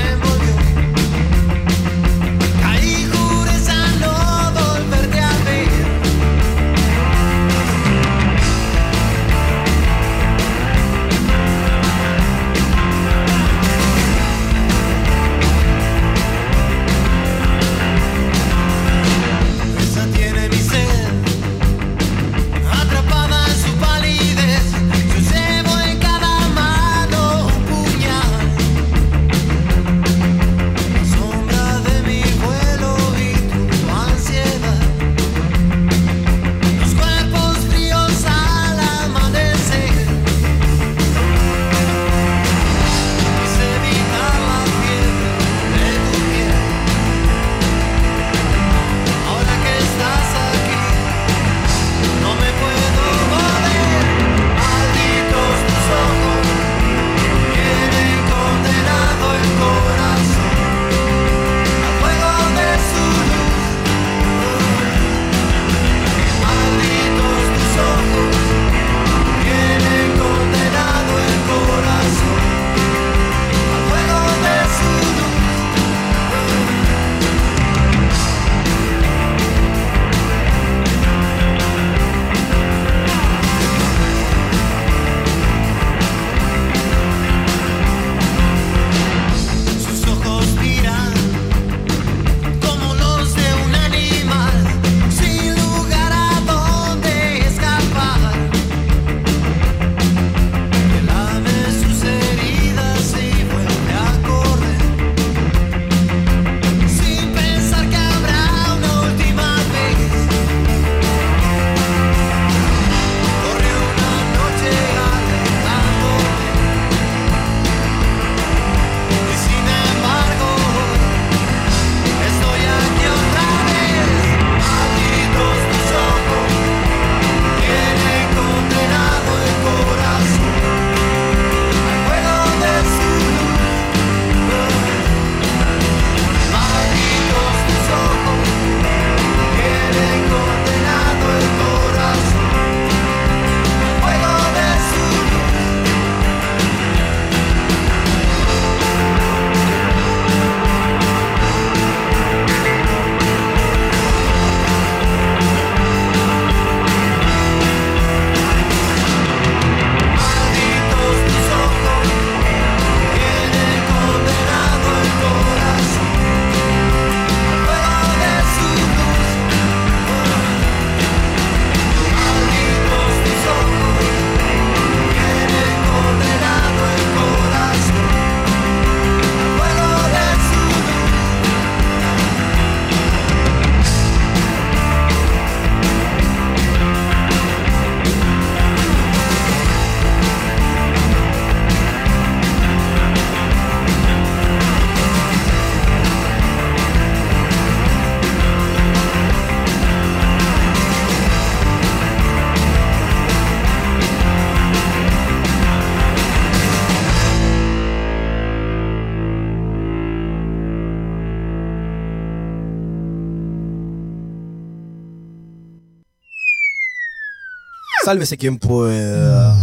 Speaker 8: Sálvese quien pueda.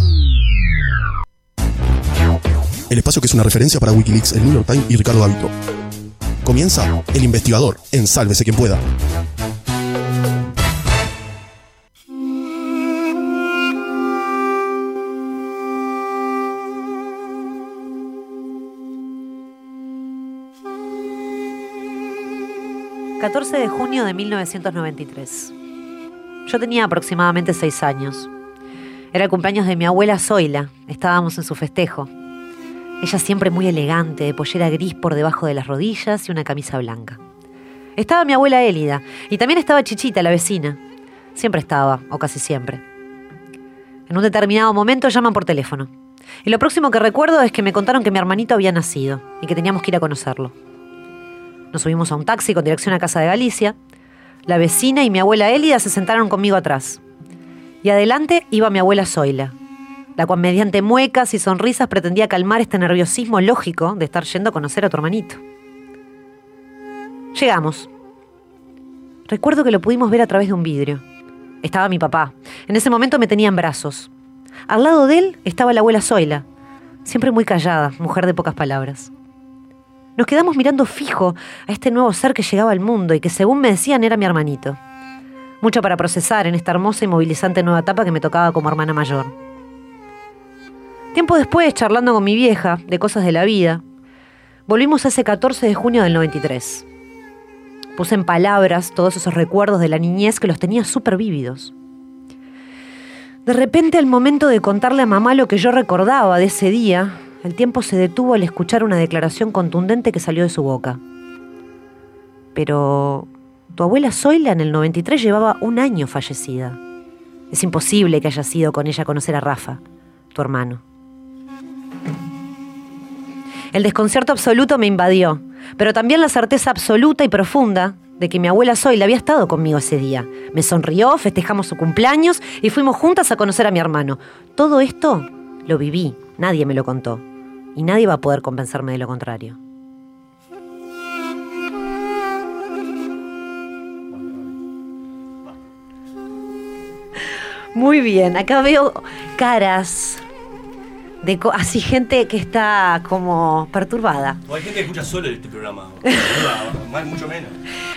Speaker 8: El espacio que es una referencia para Wikileaks, el New York Times y Ricardo Alto. Comienza El Investigador en Sálvese quien pueda.
Speaker 5: el 14 de junio de 1993. Yo tenía aproximadamente seis años. Era el cumpleaños de mi abuela Zoila. Estábamos en su festejo. Ella siempre muy elegante, de pollera gris por debajo de las rodillas y una camisa blanca. Estaba mi abuela Élida y también estaba Chichita, la vecina. Siempre estaba, o casi siempre. En un determinado momento llaman por teléfono. Y lo próximo que recuerdo es que me contaron que mi hermanito había nacido y que teníamos que ir a conocerlo. Nos subimos a un taxi con dirección a Casa de Galicia. La vecina y mi abuela Elida se sentaron conmigo atrás. Y adelante iba mi abuela Zoila, la cual mediante muecas y sonrisas pretendía calmar este nerviosismo lógico de estar yendo a conocer a tu hermanito. Llegamos. Recuerdo que lo pudimos ver a través de un vidrio. Estaba mi papá. En ese momento me tenía en brazos. Al lado de él estaba la abuela Zoila, siempre muy callada, mujer de pocas palabras. Nos quedamos mirando fijo a este nuevo ser que llegaba al mundo y que según me decían era mi hermanito. Mucho para procesar en esta hermosa y movilizante nueva etapa que me tocaba como hermana mayor. Tiempo después, charlando con mi vieja de cosas de la vida, volvimos a ese 14 de junio del 93. Puse en palabras todos esos recuerdos de la niñez que los tenía súper vívidos. De repente, al momento de contarle a mamá lo que yo recordaba de ese día, el tiempo se detuvo al escuchar una declaración contundente que salió de su boca. Pero tu abuela Zoila en el 93 llevaba un año fallecida. Es imposible que haya sido con ella a conocer a Rafa, tu hermano. El desconcierto absoluto me invadió, pero también la certeza absoluta y profunda de que mi abuela Zoila había estado conmigo ese día. Me sonrió, festejamos su cumpleaños y fuimos juntas a conocer a mi hermano. Todo esto lo viví, nadie me lo contó. Y nadie va a poder convencerme de lo contrario. Muy bien, acá veo caras de co- así gente que está como perturbada.
Speaker 4: O hay gente que escucha solo este programa. Más, mucho menos.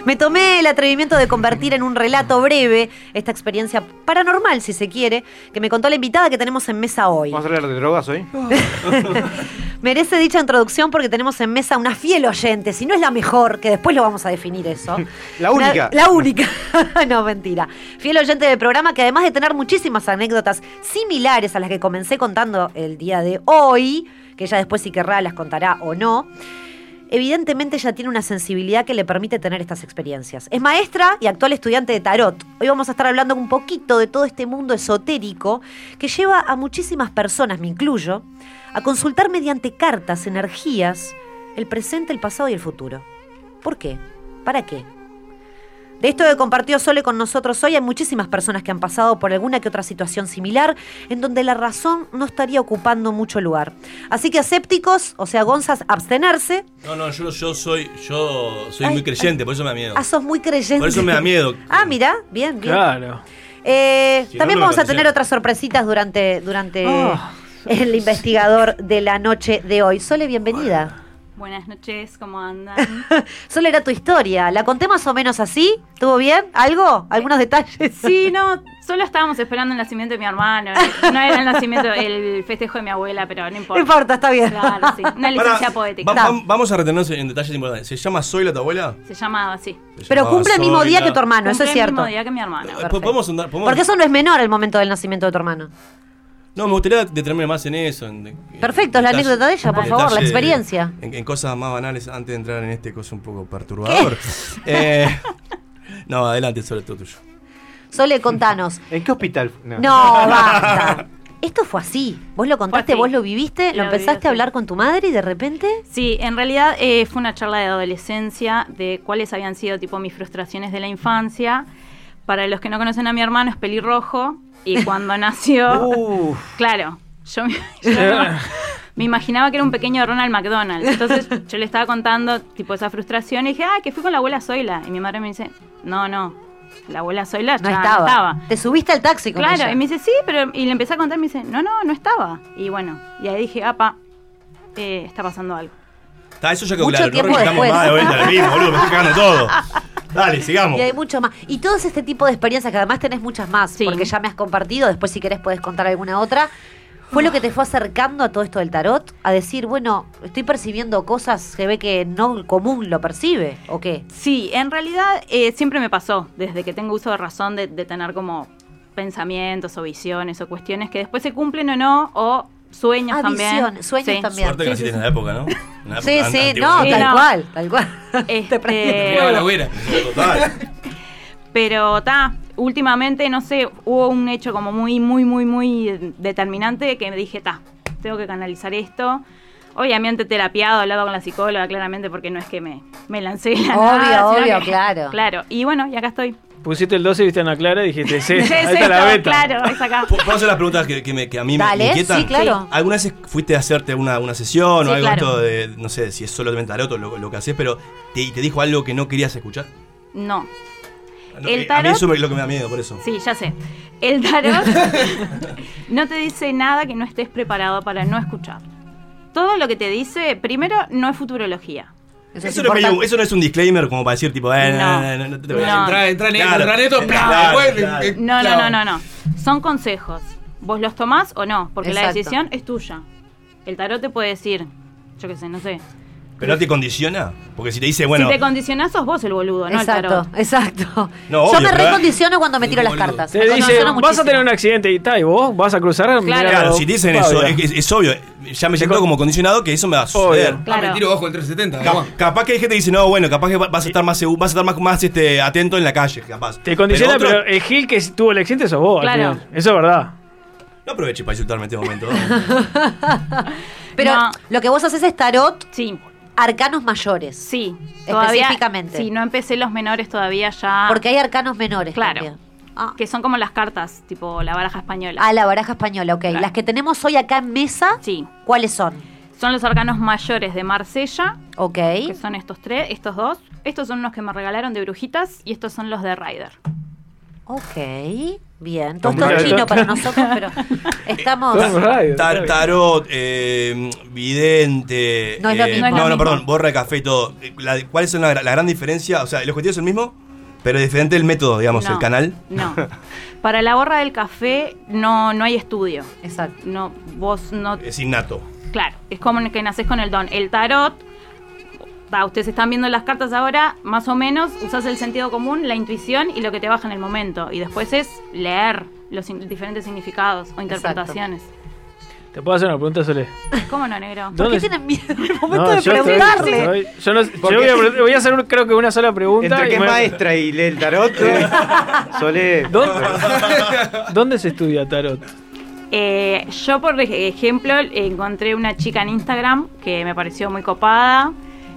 Speaker 5: Me tomé el atrevimiento de convertir en un relato breve esta experiencia paranormal, si se quiere, que me contó la invitada que tenemos en mesa hoy.
Speaker 6: ¿Vamos a hablar de drogas hoy?
Speaker 5: Merece dicha introducción porque tenemos en mesa una fiel oyente, si no es la mejor, que después lo vamos a definir eso.
Speaker 6: La única.
Speaker 5: La, la única. no, mentira. Fiel oyente del programa que además de tener muchísimas anécdotas similares a las que comencé contando el día de hoy, que ella después si querrá las contará o no, evidentemente ella tiene una sensibilidad que le permite tener estas experiencias. Es maestra y actual estudiante de tarot. Hoy vamos a estar hablando un poquito de todo este mundo esotérico que lleva a muchísimas personas, me incluyo, a consultar mediante cartas, energías, el presente, el pasado y el futuro. ¿Por qué? ¿Para qué? De esto que compartió Sole con nosotros hoy, hay muchísimas personas que han pasado por alguna que otra situación similar en donde la razón no estaría ocupando mucho lugar. Así que asépticos, o sea, gonzas, abstenerse.
Speaker 4: No, no, yo, yo soy, yo soy muy creyente, por eso me da miedo.
Speaker 5: Ah, sos muy creyente.
Speaker 4: Por eso me da miedo.
Speaker 5: Ah, mira, bien, bien. Eh,
Speaker 4: Si no,
Speaker 5: también
Speaker 4: no me
Speaker 5: vamos a
Speaker 4: conocía.
Speaker 5: tener otras sorpresitas durante, durante
Speaker 18: Ah.
Speaker 5: el investigador de la noche de hoy. Sole, bienvenida.
Speaker 18: Buenas noches, ¿cómo andan?
Speaker 5: Sole era tu historia. ¿La conté más o menos así? ¿Estuvo bien? ¿Algo? ¿Algunos detalles?
Speaker 18: Eh, Sí, no, solo estábamos esperando el nacimiento de mi hermano. No era el nacimiento, el festejo de mi abuela, pero no importa.
Speaker 5: No importa, está bien.
Speaker 18: Claro, sí. Una licencia poética.
Speaker 4: Va- va- vamos a retenernos en detalles importantes. ¿Se llama Soy la tu abuela? Eh,
Speaker 18: Se llamaba así.
Speaker 5: Pero
Speaker 4: llamaba
Speaker 5: cumple el mismo día
Speaker 4: Zoila.
Speaker 5: que tu hermano, eso es
Speaker 18: Cumplí el
Speaker 5: cierto.
Speaker 18: mismo día que mi hermano.
Speaker 4: Po- Podemos andar, podemos-
Speaker 5: Porque eso no es menor el momento del nacimiento de tu hermano.
Speaker 4: No, me gustaría detenerme más en eso. En,
Speaker 5: Perfecto, es la
Speaker 4: detalle-
Speaker 5: anécdota de ella, por
Speaker 4: en
Speaker 5: favor, la
Speaker 4: detalle-
Speaker 5: experiencia.
Speaker 4: En, en cosas más banales antes de entrar en este cosa un poco perturbador. Eh, no, adelante, sobre todo tuyo.
Speaker 5: Sole, contanos.
Speaker 6: ¿En qué hospital?
Speaker 5: No, basta. Esto fue así. Vos lo contaste,
Speaker 18: así.
Speaker 5: vos lo viviste, lo
Speaker 18: Lo viví
Speaker 5: empezaste
Speaker 18: así.
Speaker 5: a hablar con tu madre y de repente.
Speaker 18: Sí, en realidad eh, fue una charla de adolescencia de cuáles habían sido tipo mis frustraciones de la infancia. Para los que no conocen a mi hermano es pelirrojo y cuando nació,
Speaker 7: Uh.
Speaker 18: claro, yo, me- yo me imaginaba que era un pequeño Ronald McDonald. Entonces yo le estaba contando tipo esa frustración y dije, ah, que fui con la abuela Zoila. Y mi madre me dice, no, no, la abuela Zoila
Speaker 5: No
Speaker 18: ya
Speaker 5: estaba. Te subiste al taxi con
Speaker 18: Claro,
Speaker 5: ella.
Speaker 18: y me dice, sí, pero. Y le empecé a contar y me dice, no, no, no estaba. Y bueno, y ahí dije, apa, eh, está pasando algo.
Speaker 4: Está, eso ya quedó
Speaker 5: Mucho
Speaker 4: claro.
Speaker 5: tiempo
Speaker 4: no estamos
Speaker 5: después.
Speaker 4: más de vuelta al mismo, boludo. Me estoy cagando todo. Dale, sigamos.
Speaker 5: Y hay mucho más. Y todos este tipo de experiencias, que además tenés muchas más, porque ya me has compartido, después si querés podés contar alguna otra, fue lo que te fue acercando a todo esto del tarot, a decir, bueno, estoy percibiendo cosas que ve que no el común lo percibe, ¿o qué?
Speaker 18: Sí, en realidad eh, siempre me pasó, desde que tengo uso de razón, de, de tener como pensamientos o visiones o cuestiones que después se cumplen o no, o sueños
Speaker 5: Ah,
Speaker 18: también.
Speaker 5: visión, sueños
Speaker 18: Sí.
Speaker 5: también.
Speaker 4: Suerte que naciste en la época, ¿no? En la
Speaker 5: Sí,
Speaker 4: época
Speaker 5: sí,
Speaker 4: antigua.
Speaker 5: no,
Speaker 18: Sí,
Speaker 5: tal
Speaker 18: no.
Speaker 5: cual, tal cual.
Speaker 18: Este,
Speaker 4: Me pegaba la hoguera. Total.
Speaker 18: Pero ta, últimamente, no sé, hubo un hecho como muy, muy, muy, muy determinante que me dije, ta, tengo que canalizar esto. Obviamente terapiado, hablaba con la psicóloga, claramente, porque no es que me, me lancé la
Speaker 5: Obvio,
Speaker 18: nada, sino
Speaker 5: obvio,
Speaker 18: que-
Speaker 5: claro.
Speaker 18: Claro, y bueno, y acá estoy.
Speaker 3: Pusiste el 12 y viste a Ana Clara y dijiste, sí, ahí
Speaker 18: Es
Speaker 3: está la
Speaker 18: esto,
Speaker 3: beta.
Speaker 18: Claro, es acá.
Speaker 4: ¿Puedo hacer las preguntas que, que me- que a mí me-
Speaker 18: Dale,
Speaker 4: me inquietan?
Speaker 18: sí, claro.
Speaker 4: ¿Alguna vez fuiste a hacerte una, una sesión
Speaker 18: Sí,
Speaker 4: o algo
Speaker 18: claro.
Speaker 4: esto de, no sé, si es solo de tarot o lo, lo que haces, pero te, te dijo algo que no querías escuchar?
Speaker 18: No.
Speaker 4: No,
Speaker 18: El
Speaker 4: eh, A mí
Speaker 18: tarot-
Speaker 4: eso es lo que me da miedo, por eso.
Speaker 18: Sí, ya sé. El tarot no te dice nada que no estés preparado para no escuchar. Todo lo que te dice, primero, no es futurología.
Speaker 4: Eso, no es medio- eso no es un disclaimer como para decir, tipo, eh, no, no, no, no te
Speaker 18: No. Entrá-
Speaker 1: entrá en esto, entrá en esto, bla, después, eh,
Speaker 18: No, no, no, no, no. Son consejos. Vos los tomás o no, porque la
Speaker 4: Exacto.
Speaker 18: decisión es tuya. El tarot te puede decir, yo qué sé, no sé.
Speaker 4: Pero no te condiciona. Porque si te dice, bueno,
Speaker 18: si te condicionás, sos vos el boludo, no el
Speaker 5: Exacto,
Speaker 18: tarot.
Speaker 5: exacto. Yo
Speaker 4: no, obvio, ¿eh?
Speaker 5: me
Speaker 4: pero-
Speaker 5: recondiciono cuando me tiro las cartas.
Speaker 3: Te
Speaker 5: Me
Speaker 3: dice,
Speaker 5: condiciono
Speaker 3: vas a
Speaker 5: muchísimo.
Speaker 3: tener un accidente y tal, y vos vas a cruzar.
Speaker 4: Claro, si te dicen eso, es, es- es obvio. Ya me siento como condicionado que eso me va a suceder.
Speaker 1: Ah, me tiro bajo el 370.
Speaker 4: Cap-
Speaker 1: vamos.
Speaker 4: capaz que hay gente que dice, no, bueno, capaz que va- vas a estar más seguro, vas a estar más, más este, atento en la calle, capaz.
Speaker 3: Te condiciona,
Speaker 4: otro-
Speaker 3: pero, el Gil que tuvo el accidente sos vos. al
Speaker 4: Claro.
Speaker 3: final. Eso es verdad.
Speaker 4: No aproveche para insultarme en este momento.
Speaker 5: Pero lo que vos haces es tarot,
Speaker 18: sí.
Speaker 5: arcanos mayores.
Speaker 18: Sí, Todavía-
Speaker 5: específicamente.
Speaker 18: Sí, no empecé los menores todavía ya.
Speaker 5: Porque hay arcanos menores.
Speaker 18: Claro.
Speaker 5: también.
Speaker 18: Que son como las cartas, tipo la baraja española.
Speaker 5: Ah, la baraja española, ok. Las que tenemos hoy acá en mesa, ¿cuáles son?
Speaker 18: Son los arcanos mayores de Marsella.
Speaker 5: Ok.
Speaker 18: Que son estos tres, estos dos. Estos son los que me regalaron de brujitas y estos son los de Ryder.
Speaker 5: Ok, bien. Todo
Speaker 4: Tom
Speaker 5: esto es
Speaker 4: Rider.
Speaker 5: chino para nosotros, pero estamos...
Speaker 4: Tar- tarot, eh, vidente.
Speaker 5: No es lo
Speaker 4: eh,
Speaker 5: mismo. No es lo
Speaker 4: no, no,
Speaker 5: mismo.
Speaker 4: perdón, borra de café y todo. La- ¿Cuáles son la, la gran diferencia? O sea, el objetivo es el mismo, pero diferente el método, digamos,
Speaker 18: No.
Speaker 4: el canal.
Speaker 18: No. Para la borra del café no, no hay estudio.
Speaker 5: Exacto.
Speaker 18: No, vos no.
Speaker 4: Es innato.
Speaker 18: Claro, es como que nacés con el don. El tarot, va, ustedes están viendo las cartas ahora, más o menos, usás el sentido común, la intuición y lo que te baja en el momento. Y después es leer los in- diferentes significados o interpretaciones.
Speaker 3: Te puedo hacer una pregunta, Sole.
Speaker 18: ¿Cómo no, negro?
Speaker 3: ¿Por qué ¿Dónde-
Speaker 5: tienen miedo el
Speaker 3: No, yo estoy- estoy- yo no- yo voy, a, pre- voy a hacer un- creo que una sola pregunta.
Speaker 6: Entre
Speaker 3: y
Speaker 6: que es
Speaker 3: me-
Speaker 6: maestra y lee el tarot, eh, Solé.
Speaker 3: ¿Dónde, dónde se estudia tarot?
Speaker 18: Eh, yo, por ej- ejemplo, encontré una chica en Instagram que me pareció muy copada.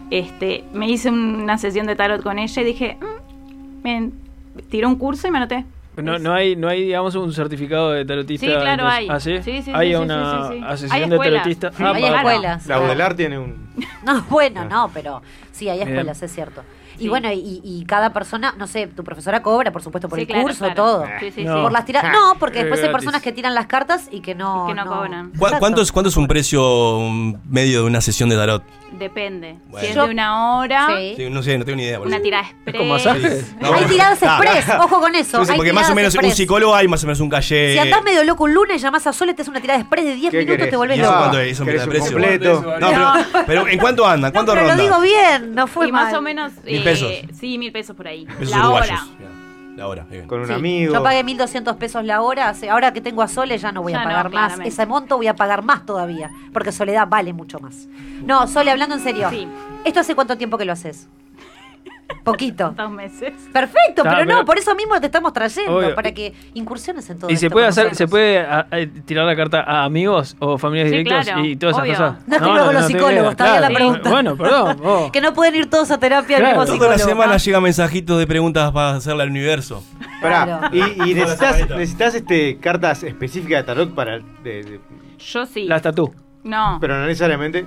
Speaker 18: Este, me hice una sesión de tarot con ella y dije, "Mm", me tiré un curso y me anoté.
Speaker 3: No, no hay, no hay, digamos, un certificado de tarotista.
Speaker 18: Sí, claro,
Speaker 3: entonces-
Speaker 18: hay.
Speaker 3: ¿Ah, sí?
Speaker 18: Sí, sí,
Speaker 3: hay
Speaker 18: sí, sí,
Speaker 3: una
Speaker 18: sí, sí, sí.
Speaker 3: asociación
Speaker 18: Hay
Speaker 3: de
Speaker 18: escuelas.
Speaker 3: tarotistas.
Speaker 18: Sí,
Speaker 3: Ah,
Speaker 5: hay
Speaker 3: pa-
Speaker 5: escuelas.
Speaker 6: La Baudelaire tiene un.
Speaker 5: No, bueno, no, pero sí, hay escuelas,
Speaker 6: Bien.
Speaker 5: es cierto. Y
Speaker 18: Sí.
Speaker 5: bueno, y, y cada persona, no sé, tu profesora cobra, por supuesto, por
Speaker 18: Sí,
Speaker 5: el
Speaker 18: claro,
Speaker 5: curso,
Speaker 18: claro.
Speaker 5: todo.
Speaker 4: Eh,
Speaker 18: Sí, sí,
Speaker 5: Por
Speaker 18: sí.
Speaker 5: las tiras.
Speaker 18: Ja.
Speaker 5: No, porque
Speaker 18: Es
Speaker 5: después hay
Speaker 18: gratis.
Speaker 5: personas que tiran las cartas y que no.
Speaker 18: Que no cobran.
Speaker 4: ¿Cuá- ¿Cuánto es, ¿Cuánto es un precio mm, medio de una sesión de tarot?
Speaker 18: Depende.
Speaker 4: Bueno.
Speaker 18: Si es
Speaker 4: Yo-
Speaker 18: de una hora,
Speaker 4: Sí, no sé, no tengo ni idea. boludo.
Speaker 18: una tirada express.
Speaker 4: masajes? No,
Speaker 5: hay
Speaker 4: no.
Speaker 5: tiradas
Speaker 4: Ah,
Speaker 5: express,
Speaker 4: no.
Speaker 5: ojo con eso.
Speaker 4: Sí, sí,
Speaker 5: hay
Speaker 4: porque más o
Speaker 5: tiradas
Speaker 4: menos un
Speaker 5: express.
Speaker 4: psicólogo hay más o menos un calle.
Speaker 5: Si andás medio loco un lunes, llamás a Sole, te hace una tirada express de 10
Speaker 4: eh, ¿Qué
Speaker 5: minutos,
Speaker 4: querés?
Speaker 5: te vuelves
Speaker 4: ¿Y eso
Speaker 5: loco.
Speaker 4: cuánto es? Eso me
Speaker 6: ¿Querés
Speaker 4: da
Speaker 6: un
Speaker 4: precio.
Speaker 6: completo?
Speaker 4: No, pero, pero ¿en cuánto andan? ¿Cuánto
Speaker 5: Pero lo
Speaker 4: rondan?
Speaker 5: digo bien, no fue
Speaker 18: y
Speaker 5: mal.
Speaker 18: más o menos.
Speaker 4: Mil
Speaker 18: eh,
Speaker 4: pesos.
Speaker 18: sí, mil pesos por ahí.
Speaker 4: Pesos
Speaker 18: la
Speaker 4: uruguayos.
Speaker 18: hora.
Speaker 4: La hora.
Speaker 6: Con un
Speaker 4: Sí.
Speaker 6: amigo.
Speaker 5: Yo pagué 1.200 pesos la hora. hace- Ahora que tengo a Sole ya no voy
Speaker 18: Ya
Speaker 5: a
Speaker 18: no,
Speaker 5: pagar más.
Speaker 18: claramente.
Speaker 5: Ese monto voy a pagar más todavía. Porque Soledad vale mucho más. No, Sole, hablando en serio.
Speaker 18: Sí.
Speaker 5: ¿Esto hace cuánto tiempo que lo haces? Poquito.
Speaker 18: Dos meses.
Speaker 5: Perfecto,
Speaker 3: Claro,
Speaker 5: pero no,
Speaker 3: pero-
Speaker 5: por eso mismo te estamos trayendo.
Speaker 3: Obvio.
Speaker 5: Para que incursiones en todo
Speaker 3: ¿Y se
Speaker 5: esto
Speaker 3: puede
Speaker 5: con
Speaker 3: hacer,
Speaker 5: nosotros.
Speaker 3: se puede a- a- tirar la carta a amigos o familias
Speaker 5: Sí,
Speaker 3: directos
Speaker 5: claro,
Speaker 3: y todas
Speaker 5: obvio.
Speaker 3: esas cosas?
Speaker 5: No estoy hablando con los
Speaker 3: tengo
Speaker 5: psicólogos,
Speaker 3: idea,
Speaker 5: está bien la pregunta.
Speaker 3: Bueno, perdón. vos.
Speaker 5: Que no pueden ir todos a terapia al mismo
Speaker 4: Claro. Toda la
Speaker 5: psicólogo.
Speaker 4: semana llegan mensajitos de preguntas para hacerle al universo.
Speaker 6: Pará, y, y
Speaker 4: Toda la
Speaker 6: necesitas,
Speaker 4: semanita.
Speaker 6: necesitas, este, cartas específicas de tarot para. de- de-
Speaker 18: Yo sí.
Speaker 6: Las
Speaker 3: tatú.
Speaker 18: No.
Speaker 6: Pero no necesariamente.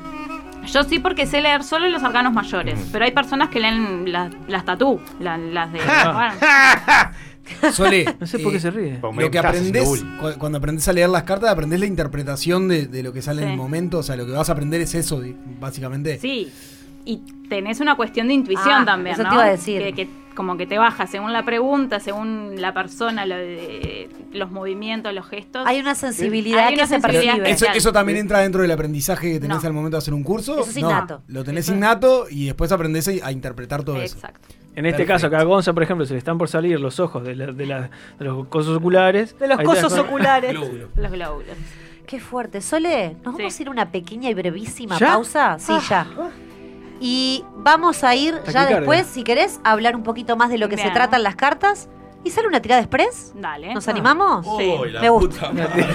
Speaker 18: Yo sí porque sé leer solo los arcanos mayores, pero hay personas que leen la- las tatú, la- las de... bueno.
Speaker 1: Sole,
Speaker 3: No sé por qué se ríe.
Speaker 1: Lo que aprendes, cu- cuando aprendes a leer las cartas, aprendes la interpretación de, de lo que sale en
Speaker 18: Sí.
Speaker 1: el momento. O sea, lo que vas a aprender es eso, di- básicamente.
Speaker 18: Sí, y tenés una cuestión de intuición
Speaker 5: Ah,
Speaker 18: también,
Speaker 5: eso
Speaker 18: ¿no?
Speaker 5: te iba a decir.
Speaker 18: Que, que como que te baja según la pregunta, según la persona, lo de- los movimientos, los gestos.
Speaker 5: Hay una sensibilidad
Speaker 18: Hay una
Speaker 5: que se
Speaker 18: sensibilidad
Speaker 5: percibe.
Speaker 1: Eso,
Speaker 18: especial.
Speaker 1: eso también entra dentro del aprendizaje que tenés
Speaker 18: No.
Speaker 1: al momento de hacer un curso.
Speaker 5: Eso es
Speaker 1: No,
Speaker 5: innato.
Speaker 1: lo tenés innato y después aprendés a a interpretar todo eso.
Speaker 18: Exacto.
Speaker 3: En este caso, acá a Gonza, por ejemplo, se le están por salir los ojos de, la- de la- de los cosos oculares.
Speaker 18: De los
Speaker 3: Ahí te das
Speaker 18: cosos
Speaker 3: cuenta.
Speaker 18: oculares. Los glóbulos.
Speaker 5: Qué fuerte. Sole, nos vamos a ir a una pequeña y brevísima
Speaker 18: ¿Ya? Ah.
Speaker 5: pausa. Sí, ya. Y vamos a ir ya
Speaker 18: Taquicardia.
Speaker 5: después, si querés, a hablar un poquito más de lo que se
Speaker 18: Bien.
Speaker 5: tratan las cartas. ¿Y sale una tirada express?
Speaker 18: Dale. Ah.
Speaker 5: ¿Nos animamos?
Speaker 18: Sí.
Speaker 4: Uy, la
Speaker 5: Me gusta.
Speaker 4: puta madre.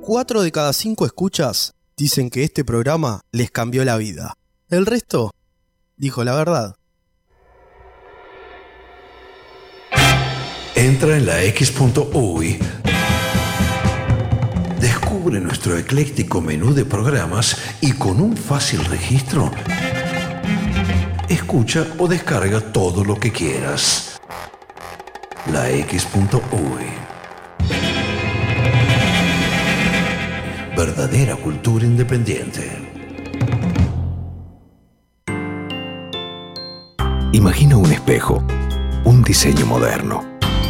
Speaker 8: Cuatro de cada cinco escuchas dicen que este programa les cambió la vida. El resto dijo la verdad.
Speaker 11: Entra en la X.UI. Descubre nuestro ecléctico menú de programas y con un fácil registro, escucha o descarga todo lo que quieras. La X.UI. Verdadera cultura independiente.
Speaker 12: Imagina un espejo, un diseño moderno.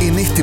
Speaker 19: En este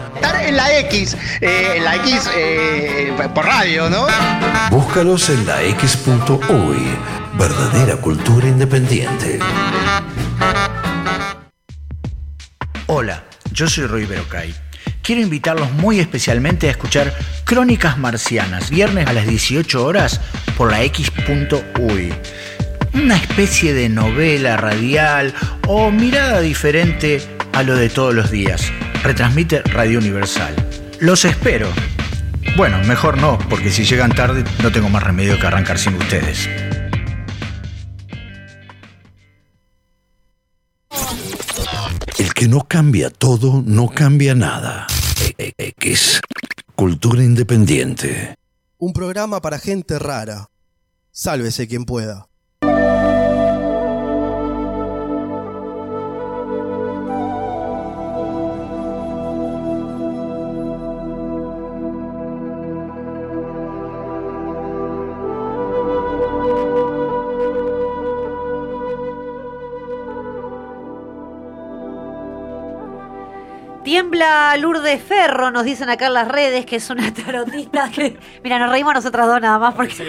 Speaker 20: Estar en la X, eh, en la X eh, por radio, ¿no?
Speaker 11: Búscalos en la X.uy. Verdadera cultura independiente.
Speaker 13: Hola, yo soy Roy Berocay. Quiero invitarlos muy especialmente a escuchar Crónicas Marcianas, viernes a las 18 horas por la X.uy. Una especie de novela radial o mirada diferente a lo de todos los días. Retransmite Radio Universal. Los espero.
Speaker 21: Bueno, mejor no, porque si llegan tarde no tengo más remedio que arrancar sin ustedes.
Speaker 11: El que no cambia todo, no cambia nada. E- e- X. Cultura independiente.
Speaker 8: Un programa para gente rara. Sálvese quien pueda.
Speaker 5: Tiembla Lourdes Ferro, nos dicen acá en las redes, que es una tarotista que. Mira, nos reímos nosotras dos nada más porque.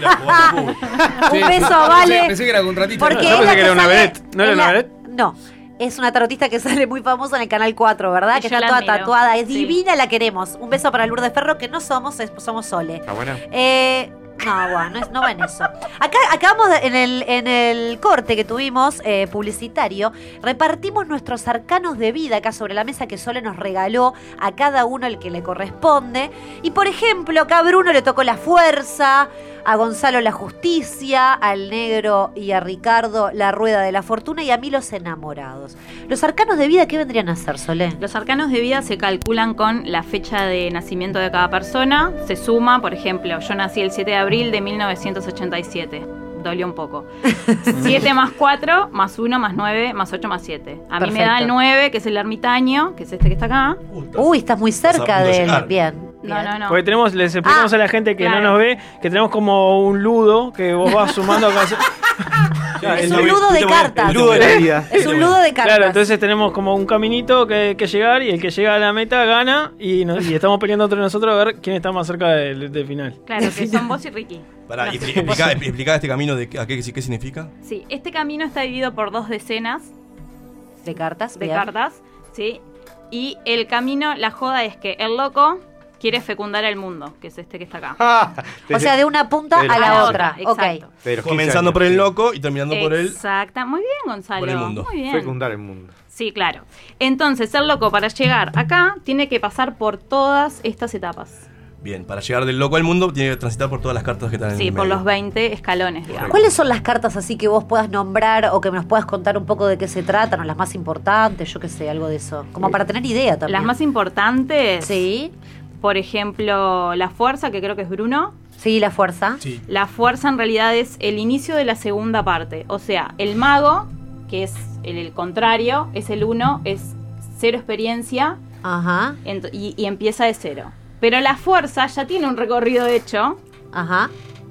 Speaker 5: Un beso a Vale.
Speaker 1: Pensé, pensé que era contratista.
Speaker 5: Porque es la que sale-
Speaker 3: ¿No era
Speaker 5: es
Speaker 3: una
Speaker 5: la-
Speaker 3: vedette?
Speaker 5: No. Es una tarotista que sale muy famosa en el Canal 4, ¿verdad?
Speaker 18: Y
Speaker 5: Que
Speaker 18: yo
Speaker 5: está
Speaker 18: la
Speaker 5: toda
Speaker 18: admiro.
Speaker 5: tatuada. Es
Speaker 18: Sí.
Speaker 5: divina, la queremos. Un beso para Lourdes Ferro, que no somos, es- somos Sole.
Speaker 6: Ah, bueno.
Speaker 5: Eh, no, bueno, es- no va en eso. Acá acabamos de- en el, en el corte que tuvimos eh, publicitario, repartimos nuestros arcanos de vida acá sobre la mesa que Sole nos regaló a cada uno el que le corresponde. Y por ejemplo, acá a Bruno le tocó la fuerza, a Gonzalo la justicia, al negro y a Ricardo la rueda de la fortuna y a mí los enamorados. Los arcanos de vida, ¿qué vendrían a ser, Sole?
Speaker 18: Los arcanos de vida se calculan con la fecha de nacimiento de cada persona, se suma, por ejemplo, yo nací el 7 de abril de 1987. Dolió un poco. 7 más 4, más 1, más 9, más 8, más 7. A mí me da
Speaker 5: Perfecto.
Speaker 18: el 9, que es el ermitaño, que es este que está acá.
Speaker 5: Uy, estás muy cerca
Speaker 3: punto de
Speaker 5: de él.
Speaker 3: llegar.
Speaker 5: Bien.
Speaker 18: No, no, no.
Speaker 3: Porque tenemos, les
Speaker 5: Ah,
Speaker 3: explicamos a la gente que
Speaker 18: claro.
Speaker 3: no nos ve, que tenemos como un ludo que vos vas sumando acá.
Speaker 5: Es un ludo de cartas. ¿Eh? Es un ludo de cartas.
Speaker 3: Claro, entonces tenemos como un caminito que, que llegar y el que llega a la meta gana y, nos- y estamos peleando entre nosotros a ver quién está más cerca del del final.
Speaker 18: Claro, que son vos y Ricky.
Speaker 4: Pará, y-
Speaker 18: No.
Speaker 4: y- explica, explica este camino de a qué, qué significa.
Speaker 18: Sí, este camino está dividido por dos decenas
Speaker 5: de cartas.
Speaker 18: De
Speaker 5: bien.
Speaker 18: cartas, sí. Y el camino, la joda es que el loco quiere fecundar al mundo, que es este que está acá.
Speaker 4: Ah.
Speaker 18: Ah,
Speaker 5: O sea, de una punta a la otra. Ok.
Speaker 6: Pero
Speaker 4: Comenzando por el loco y terminando por el.
Speaker 18: Exacta. Muy bien, Gonzalo.
Speaker 4: Por el mundo.
Speaker 18: Muy bien.
Speaker 6: Fecundar el mundo.
Speaker 18: Sí, claro. Entonces, el loco para llegar acá tiene que pasar por todas estas etapas.
Speaker 4: Bien, para llegar del loco al mundo tiene que transitar por todas las cartas que están en
Speaker 18: Sí,
Speaker 4: el
Speaker 18: por
Speaker 4: medio.
Speaker 18: los 20 escalones, digamos.
Speaker 5: ¿Cuáles son las cartas así que vos puedas nombrar o que nos puedas contar un poco de qué se tratan o las más importantes? Yo qué sé, algo de eso. Como para tener idea también.
Speaker 18: Eh, Las más importantes.
Speaker 5: Sí.
Speaker 18: Por ejemplo, la fuerza, que creo que es Bruno.
Speaker 5: Sí, la fuerza.
Speaker 18: La fuerza en realidad es el inicio de la segunda parte. O sea, el mago, que es el, el contrario, es el 1, es cero experiencia
Speaker 5: Ajá.
Speaker 18: ent- y, y empieza de cero. Pero la fuerza ya tiene un recorrido hecho.
Speaker 5: Ajá.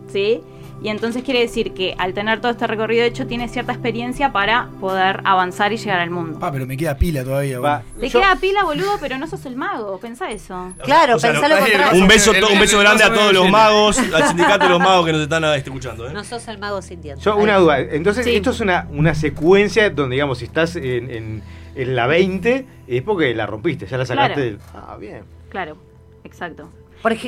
Speaker 18: ¿Sí? Y entonces quiere decir que al tener todo este recorrido hecho tiene cierta experiencia para poder avanzar y llegar al mundo.
Speaker 16: Pa, pero me queda pila todavía. boludo.
Speaker 18: Te queda pila, boludo, pero no sos el mago. Pensá eso.
Speaker 5: Claro,
Speaker 4: O sea,
Speaker 5: pensá lo
Speaker 4: lo-
Speaker 5: contrario.
Speaker 4: Un beso, to- un beso grande a todos los magos, al sindicato de los magos que nos eh,
Speaker 6: están escuchando,
Speaker 5: No sos el mago sin dientes.
Speaker 6: Yo, una
Speaker 5: Ahí.
Speaker 6: duda. Entonces,
Speaker 5: Sí.
Speaker 6: esto es una, una secuencia donde, digamos, si estás en, en- en la 20, es porque la rompiste, ya la sacaste.
Speaker 18: Claro.
Speaker 6: del- Ah, bien.
Speaker 18: Claro, exacto.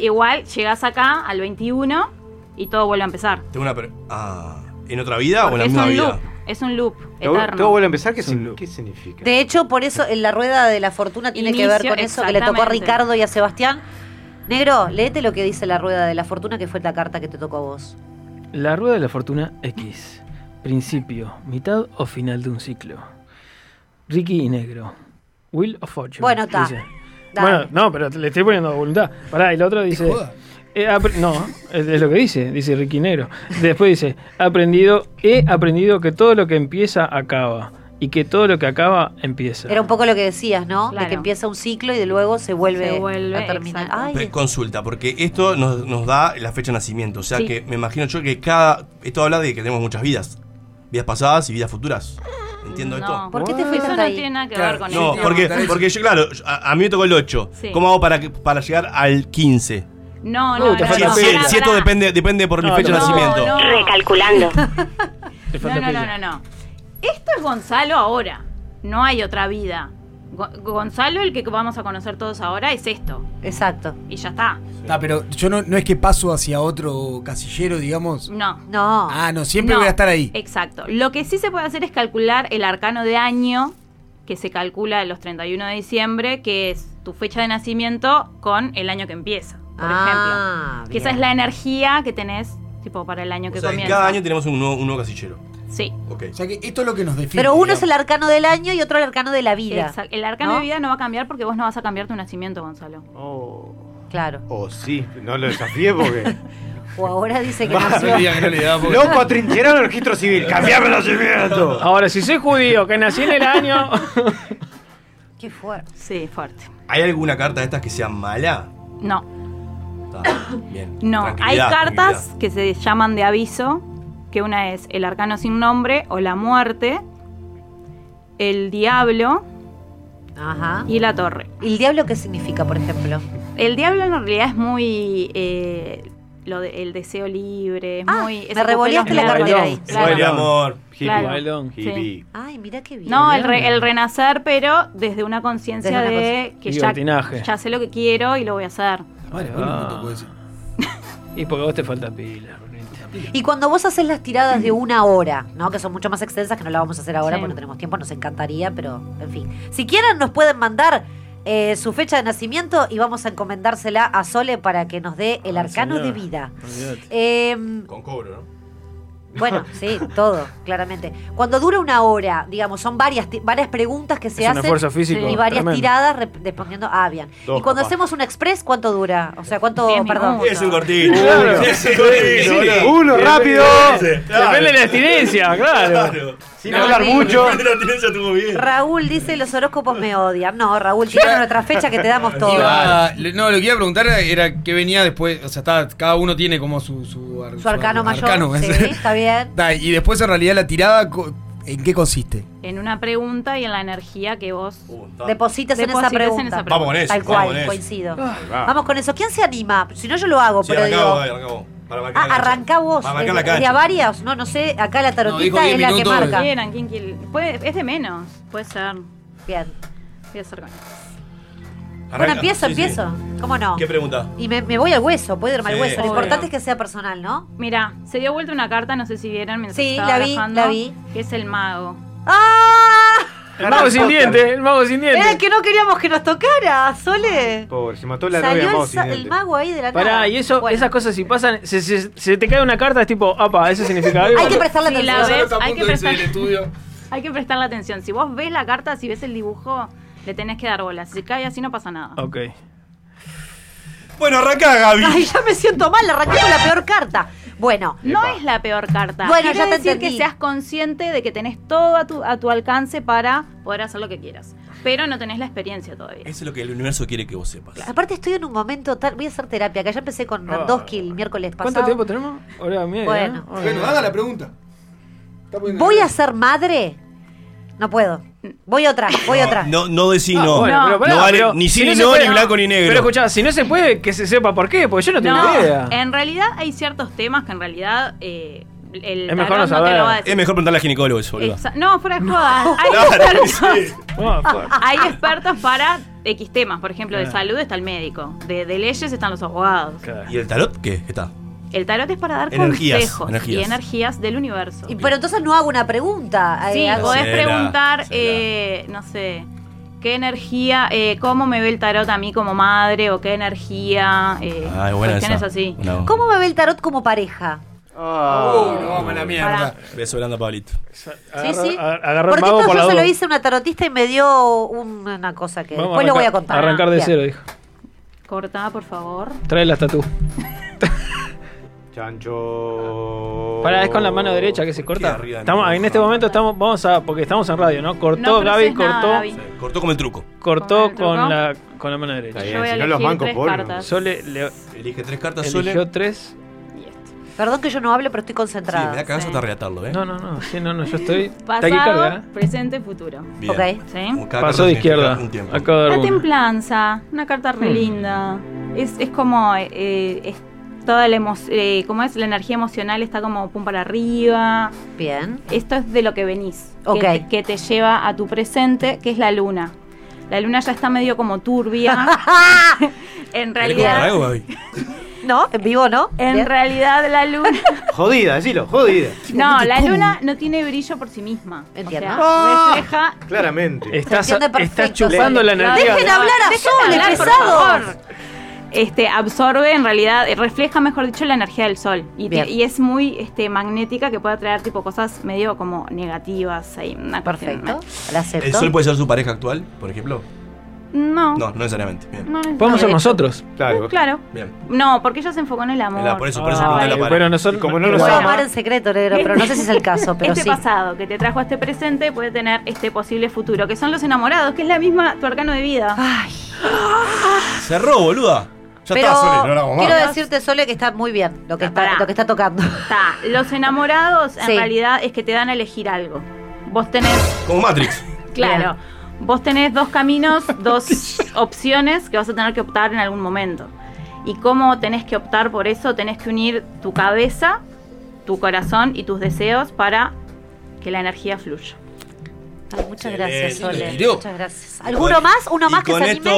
Speaker 18: Igual llegas acá al 21 y todo vuelve a empezar.
Speaker 4: Tengo una pre- Ah, ¿En otra vida o en
Speaker 18: Porque
Speaker 4: la
Speaker 18: es
Speaker 4: misma
Speaker 18: un
Speaker 4: vida?
Speaker 18: loop. Es un loop
Speaker 6: Todo,
Speaker 18: eterno.
Speaker 6: todo vuelve a em- empezar. ¿Qué, sin- qué significa?
Speaker 5: De hecho, por eso en la rueda de la fortuna tiene
Speaker 18: Inicio,
Speaker 5: que ver con eso que le tocó a
Speaker 18: exactamente.
Speaker 5: Ricardo y a Sebastián. Negro, léete lo que dice la rueda de la fortuna, que fue la carta que te tocó a vos.
Speaker 3: La rueda de la fortuna X. Principio, mitad o final de un ciclo. Ricky y Negro. Will of Fortune.
Speaker 5: Bueno, está.
Speaker 3: dice.
Speaker 5: Dale.
Speaker 3: Bueno, no, pero te- le estoy poniendo a voluntad. Pará, y el otro dice.
Speaker 5: joda?
Speaker 3: "He apre- no, es, es lo que dice, dice Ricky Negro. Después dice, aprendido, he aprendido que todo lo que empieza acaba. Y que todo lo que acaba empieza.
Speaker 5: Era un poco lo que decías, ¿no? De
Speaker 18: Claro.
Speaker 5: que empieza un ciclo y de luego se vuelve,
Speaker 18: Se vuelve,
Speaker 5: a terminar. Ay,
Speaker 4: Pe- Consulta, porque esto nos, nos da la fecha de nacimiento. O sea
Speaker 5: Sí.
Speaker 4: que me imagino yo que cada. Esto habla de que tenemos muchas vidas. Vidas pasadas y vidas futuras. ¿Entiendo esto?
Speaker 18: No, eso no tiene nada que ver con
Speaker 4: No,
Speaker 18: eso.
Speaker 4: porque, porque yo, claro, yo- a, a mí me tocó el 8.
Speaker 18: Sí.
Speaker 4: ¿Cómo hago para, que- para llegar al 15?
Speaker 18: No, no, no.
Speaker 4: Si-
Speaker 18: no,
Speaker 4: si-
Speaker 18: pará,
Speaker 4: si esto
Speaker 18: pará.
Speaker 4: depende, depende por mi
Speaker 18: No,
Speaker 4: fecha
Speaker 18: no,
Speaker 4: de nacimiento.
Speaker 18: no.
Speaker 17: Recalculando.
Speaker 18: No, no, no, no, no. Esto es Gonzalo ahora. No hay otra vida. Go- Gonzalo, el que vamos a conocer todos ahora, es esto.
Speaker 5: Exacto.
Speaker 18: Y ya está.
Speaker 16: Está, pero yo no, no es que paso hacia otro casillero, digamos.
Speaker 18: No.
Speaker 5: No.
Speaker 16: Ah, no, siempre
Speaker 18: No,
Speaker 16: voy a estar ahí.
Speaker 18: Exacto. Lo que sí se puede hacer es calcular el arcano de año, que se calcula a los 31 de diciembre, que es tu fecha de nacimiento con el año que empieza, por
Speaker 5: Ah,
Speaker 18: ejemplo. Que esa es la energía que tenés, tipo, para el año que
Speaker 4: O sea, que
Speaker 18: comienza.
Speaker 4: cada año tenemos un nuevo, un nuevo casillero.
Speaker 18: Sí.
Speaker 4: Ok. O
Speaker 16: sea que esto es lo que nos define.
Speaker 5: Pero uno es el arcano del año y otro el arcano de la vida.
Speaker 18: Exacto. El arcano
Speaker 5: ¿No?
Speaker 18: de vida no va a cambiar porque vos no vas a cambiar tu nacimiento, Gonzalo.
Speaker 5: Claro.
Speaker 6: O Oh, sí, no lo desafié porque.
Speaker 5: O ahora dice que
Speaker 6: Va,
Speaker 5: nació.
Speaker 6: no diga que no le da porque- Loco, atrincheraron el registro civil. ¡Cambiame el nacimiento!
Speaker 3: Ahora, si soy judío, que nací en el año.
Speaker 5: Qué fuerte.
Speaker 18: Sí, fuerte.
Speaker 4: ¿Hay alguna carta de estas que sea mala?
Speaker 18: No.
Speaker 4: Está, bien.
Speaker 18: No, hay
Speaker 4: Tranquilidad,
Speaker 18: cartas que se llaman de aviso, que una es el arcano sin nombre o la muerte, el diablo
Speaker 5: Ajá.
Speaker 18: y la torre.
Speaker 5: ¿Y el diablo qué significa, por ejemplo?
Speaker 18: El diablo en realidad es muy... eh, lo de- el deseo libre. es muy,
Speaker 5: Ah, me
Speaker 18: esa cultura
Speaker 5: revoleaste la
Speaker 18: claro.
Speaker 5: cartera ahí.
Speaker 18: Claro.
Speaker 4: Bailón, amor, hippie,
Speaker 18: Claro.
Speaker 4: bailón,
Speaker 18: Sí.
Speaker 3: Ah.
Speaker 4: hippie.
Speaker 5: Ay, mira qué bien.
Speaker 18: No, el, re- el renacer, pero desde una conciencia
Speaker 5: Desde una
Speaker 18: de
Speaker 5: conciencia.
Speaker 18: que ya,
Speaker 3: Libertinaje.
Speaker 18: ya sé lo que quiero y lo voy a hacer.
Speaker 3: Ah. Y porque a vos te falta pila.
Speaker 5: Y cuando vos haces las tiradas
Speaker 3: Mm.
Speaker 5: de una hora, ¿no? Que son mucho más extensas, que no la vamos a hacer ahora
Speaker 18: Sí.
Speaker 5: porque no tenemos tiempo, nos encantaría, pero en fin. Si quieren, nos pueden mandar eh, su fecha de nacimiento y vamos a encomendársela a Sole para que nos dé
Speaker 3: Ah,
Speaker 5: el arcano
Speaker 4: señora.
Speaker 5: de vida.
Speaker 4: Olvídate.
Speaker 5: Em,
Speaker 4: Con cobro, ¿no?
Speaker 5: Bueno, sí, todo, claramente. Cuando dura una hora, digamos, son varias, ti- varias preguntas que se
Speaker 3: Es un
Speaker 5: hacen
Speaker 3: esfuerzo físico
Speaker 5: y varias
Speaker 3: tremendo.
Speaker 5: tiradas rep- respondiendo. Ah, bien.
Speaker 3: Dos,
Speaker 5: y cuando
Speaker 3: capaz.
Speaker 5: hacemos un express, ¿cuánto dura? O sea, ¿cuánto, Oh, perdón?
Speaker 4: Es un cortito.
Speaker 3: Claro.
Speaker 4: Es un cortito,
Speaker 3: Sí.
Speaker 4: boludo.
Speaker 3: Uno, rápido.
Speaker 4: Sí.
Speaker 3: Depende de la abstinencia, claro.
Speaker 4: Sin
Speaker 5: No, hablar sí. mucho.
Speaker 4: Depende de la abstinencia, estuvo bien.
Speaker 5: Raúl dice, los horóscopos me odian. No, Raúl, tiraron otra fecha que te damos todo.
Speaker 15: Iba- le- no, lo que iba a preguntar era qué venía después. O sea, está- cada uno tiene como su. Su, ar-
Speaker 5: Su arcano mayor.
Speaker 15: arcano,
Speaker 5: sí,
Speaker 15: ese.
Speaker 5: está bien.
Speaker 15: Da, y después, en realidad, la tirada, co- ¿en qué consiste?
Speaker 18: En una pregunta y en la energía que vos
Speaker 5: Depositas en esa pregunta.
Speaker 15: Vamos con eso,
Speaker 5: Tal
Speaker 15: vamos
Speaker 5: cual,
Speaker 15: con eso. Ah.
Speaker 5: coincido.
Speaker 4: Ahí va.
Speaker 5: Vamos con eso. ¿Quién se anima? Si no, yo lo hago,
Speaker 4: Sí,
Speaker 5: pero
Speaker 4: arrancá
Speaker 5: digo.
Speaker 4: vos, dale, arrancá vos. Para marcar
Speaker 5: Ah,
Speaker 4: la cancha.
Speaker 5: arrancá vos. eh,
Speaker 4: Para marcar la cancha.
Speaker 5: ¿De a varias? No, no sé. Acá la tarotista
Speaker 15: dijo diez
Speaker 5: es la que
Speaker 15: minutos.
Speaker 5: marca.
Speaker 18: quieran, quien quiera. Puede- es de menos, puede ser.
Speaker 5: Bien.
Speaker 18: Voy a hacer con eso.
Speaker 5: Bueno,
Speaker 4: Arranca.
Speaker 5: empiezo,
Speaker 4: Sí, sí.
Speaker 5: empiezo. ¿Cómo no?
Speaker 4: ¿Qué pregunta?
Speaker 5: Y me, me voy al hueso, puedo irme
Speaker 4: Sí.
Speaker 5: al hueso. Lo
Speaker 4: Obvio.
Speaker 5: importante es que sea personal, ¿no?
Speaker 18: Mira, se dio vuelta una carta, no sé si vieron mientras
Speaker 5: Sí,
Speaker 18: estaba
Speaker 5: la vi,
Speaker 18: bajando,
Speaker 5: la vi.
Speaker 18: Que es el mago.
Speaker 5: Ah.
Speaker 3: El mago sin diente, el mago sin diente.
Speaker 5: Era el que no queríamos que nos tocara, Sole.
Speaker 6: Pobre, se mató la novia
Speaker 5: Salió
Speaker 6: de
Speaker 5: el,
Speaker 6: Mao
Speaker 5: sa-
Speaker 6: sin
Speaker 5: el
Speaker 6: diente.
Speaker 5: mago ahí de la nada.
Speaker 3: Pará, y eso, esas cosas si pasan, se, se- se te cae una carta, es tipo, apa, eso significa algo.
Speaker 5: Hay que prestarle
Speaker 18: Si la
Speaker 5: atención.
Speaker 18: ves, hay que prestar- Hay que prestarle atención. Si vos ves la carta, si ves el dibujo, le tenés que dar bola. Si se cae así no pasa nada.
Speaker 3: Ok.
Speaker 4: Bueno, arranca, Gaby.
Speaker 5: Ay, ya me siento mal, arranqué con la peor carta. Bueno.
Speaker 18: No es la peor carta.
Speaker 5: Bueno,
Speaker 18: Quiere
Speaker 5: ya te
Speaker 18: decir
Speaker 5: entendí.
Speaker 18: que seas consciente de que tenés todo a tu, a tu alcance para poder hacer lo que quieras. Pero no tenés la experiencia todavía.
Speaker 4: Eso es lo que el universo quiere que vos sepas.
Speaker 5: Aparte estoy en un momento tal, voy a hacer terapia, que ya empecé con
Speaker 3: Ah.
Speaker 5: Randowski el miércoles pasado.
Speaker 3: ¿Cuánto tiempo tenemos? Ahora mía.
Speaker 5: Bueno.
Speaker 1: Bueno, haga la pregunta. Está poniendo-
Speaker 5: ¿Voy a ser madre? No puedo. Voy otra, voy otra.
Speaker 4: No, no decí
Speaker 5: Ah,
Speaker 4: no.
Speaker 3: Ah, Bueno, pero pará,
Speaker 4: no vale
Speaker 3: pero
Speaker 4: ni
Speaker 3: si
Speaker 4: sí ni
Speaker 3: se
Speaker 4: no,
Speaker 3: puede-
Speaker 4: ni blanco ni negro.
Speaker 3: Pero escuchá, si no se puede, que se sepa por qué, porque yo no tengo idea.
Speaker 5: eh,
Speaker 18: en realidad hay ciertos temas que en realidad eh, el
Speaker 4: Es mejor
Speaker 18: tarot
Speaker 4: no
Speaker 18: no, te lo va a
Speaker 4: saber.
Speaker 18: decir.
Speaker 4: Es mejor preguntarle al ginecólogo eso, boludo.
Speaker 18: Exa- no, fuera de joda. Hay,
Speaker 4: Claro,
Speaker 18: expertos,
Speaker 4: sí.
Speaker 18: hay expertos para X temas. Por ejemplo, de
Speaker 4: Claro.
Speaker 18: salud está el médico. De, de leyes están los abogados.
Speaker 4: ¿Y el tarot qué? ¿Qué está?
Speaker 18: El tarot es para dar
Speaker 4: Energías,
Speaker 18: consejos y
Speaker 4: energías.
Speaker 18: energías del universo.
Speaker 5: Y, pero entonces no hago una pregunta. eh,
Speaker 18: Sí,
Speaker 5: hago-
Speaker 18: podés
Speaker 4: Será,
Speaker 18: preguntar, eh, no sé, qué energía, eh, cómo me ve el tarot a mí como madre o qué energía. Eh,
Speaker 4: Ah, es buena
Speaker 18: cuestiones
Speaker 4: esa.
Speaker 18: así.
Speaker 4: Una-
Speaker 5: ¿Cómo me ve el tarot como pareja?
Speaker 3: Ah.
Speaker 4: Oh,
Speaker 1: no, vamos a la
Speaker 5: mierda.
Speaker 4: Beso grande a Pablito.
Speaker 5: Sí, sí.
Speaker 3: Agarró el
Speaker 5: Porque
Speaker 3: mago
Speaker 5: esto
Speaker 3: por la
Speaker 5: yo se lo
Speaker 3: duda.
Speaker 5: hice a una tarotista y me dio un- una cosa que
Speaker 3: Vamos
Speaker 5: después lo voy a
Speaker 3: arrancar-
Speaker 5: contar.
Speaker 3: Arrancar de
Speaker 5: Bien.
Speaker 3: cero, dijo.
Speaker 18: Cortá, por favor.
Speaker 3: Trae la estatua.
Speaker 6: Chancho.
Speaker 3: Pará, es con la mano derecha que se corta. Estamos, en este momento estamos, vamos a, porque estamos en radio, ¿no? Cortó,
Speaker 18: No
Speaker 3: Gaby
Speaker 18: cruces nada,
Speaker 3: cortó,
Speaker 18: Gaby.
Speaker 4: Cortó con el truco.
Speaker 3: cortó
Speaker 18: truco.
Speaker 3: con la, con la mano derecha.
Speaker 4: Está bien, Yo voy a si no los elegir bancos, tres pobre. cartas.
Speaker 3: Sole le-
Speaker 4: Elige tres cartas, Sole.
Speaker 3: eligió tres.
Speaker 5: Perdón que yo no hablo, pero estoy
Speaker 4: Sí, me
Speaker 5: concentrada.
Speaker 4: da cagazo hasta relatarlo, ¿eh?
Speaker 3: No, no, no, sí, no, no, yo estoy
Speaker 18: Pasado,
Speaker 3: taquicardia.
Speaker 18: presente, futuro.
Speaker 4: Bien.
Speaker 5: Ok.
Speaker 18: ¿Sí?
Speaker 4: Cada
Speaker 3: ¿eh? Pasó
Speaker 4: carta
Speaker 3: de
Speaker 4: significa
Speaker 3: izquierda.
Speaker 4: un tiempo.
Speaker 3: Acabo de dar
Speaker 18: La
Speaker 3: una.
Speaker 18: templanza, una carta re
Speaker 3: Hmm.
Speaker 18: linda. Es, es como. eh, eh, es toda la emo- eh, ¿cómo es? La energía emocional está como pum para arriba.
Speaker 5: Bien.
Speaker 18: Esto es de lo que venís. que
Speaker 5: Ok.
Speaker 18: te- Que, te lleva a tu presente, que es la luna. La luna ya está medio como turbia. en realidad.
Speaker 5: ¿No? ¿En vivo no?
Speaker 18: En realidad la luna.
Speaker 6: Jodida, decilo, jodida.
Speaker 18: No, la luna no tiene brillo por sí misma.
Speaker 5: Entiendo.
Speaker 18: O sea,
Speaker 5: Ah.
Speaker 18: refleja
Speaker 6: Claramente.
Speaker 3: Estás,
Speaker 18: entiende
Speaker 3: estás
Speaker 18: perfecto,
Speaker 3: chupando
Speaker 18: Sole.
Speaker 3: la energía.
Speaker 18: Dejen hablar a
Speaker 5: Dejen
Speaker 18: Sole,
Speaker 5: hablar, por
Speaker 18: pesados.
Speaker 5: favor.
Speaker 18: este, absorbe en realidad, eh, refleja mejor dicho la energía del sol y, te-
Speaker 5: Bien.
Speaker 18: y es muy este, magnética que puede atraer tipo cosas medio como negativas ahí, una cuestión
Speaker 5: Perfecto.
Speaker 18: mal.
Speaker 5: La
Speaker 4: ¿El
Speaker 5: acepto.
Speaker 4: sol puede ser su pareja actual, por ejemplo?
Speaker 18: No.
Speaker 4: No, no necesariamente. Bien.
Speaker 18: No, no,
Speaker 3: Podemos
Speaker 18: no,
Speaker 3: ser
Speaker 18: de-
Speaker 3: nosotros.
Speaker 6: Claro.
Speaker 18: Claro.
Speaker 4: Bien.
Speaker 18: No, porque ella se enfocó en el amor.
Speaker 4: Por eso, por eso
Speaker 3: Ah,
Speaker 4: pregunté Eh, la
Speaker 3: bueno,
Speaker 4: pareja.
Speaker 3: pero nosotros-
Speaker 4: como
Speaker 3: no lo
Speaker 5: Puedo
Speaker 3: sabemos-
Speaker 5: amar en secreto, negro, pero no sé si es el caso, pero
Speaker 18: este
Speaker 5: sí.
Speaker 18: pasado que te trajo a este presente puede tener este posible futuro, que son los enamorados, que es la misma tu arcano de vida.
Speaker 5: Ah,
Speaker 4: Cerró, boluda. Ya
Speaker 5: Pero
Speaker 4: está, Sole, no la hago más.
Speaker 5: quiero decirte, Sole, que está muy bien lo que está, lo que está tocando.
Speaker 18: Está, los enamorados en
Speaker 5: Sí.
Speaker 18: realidad es que te dan a elegir algo. Vos tenés,
Speaker 4: Como Matrix.
Speaker 18: claro, vos tenés dos caminos, dos opciones que vas a tener que optar en algún momento. ¿Y cómo tenés que optar por eso? Tenés que unir tu cabeza, tu corazón y tus deseos para que la energía fluya.
Speaker 5: Ay, muchas
Speaker 3: eh,
Speaker 5: gracias,
Speaker 18: Excelente,
Speaker 5: Sole.
Speaker 18: lo tiró.
Speaker 5: Muchas gracias. ¿Alguno más? ¿Uno más que se anime?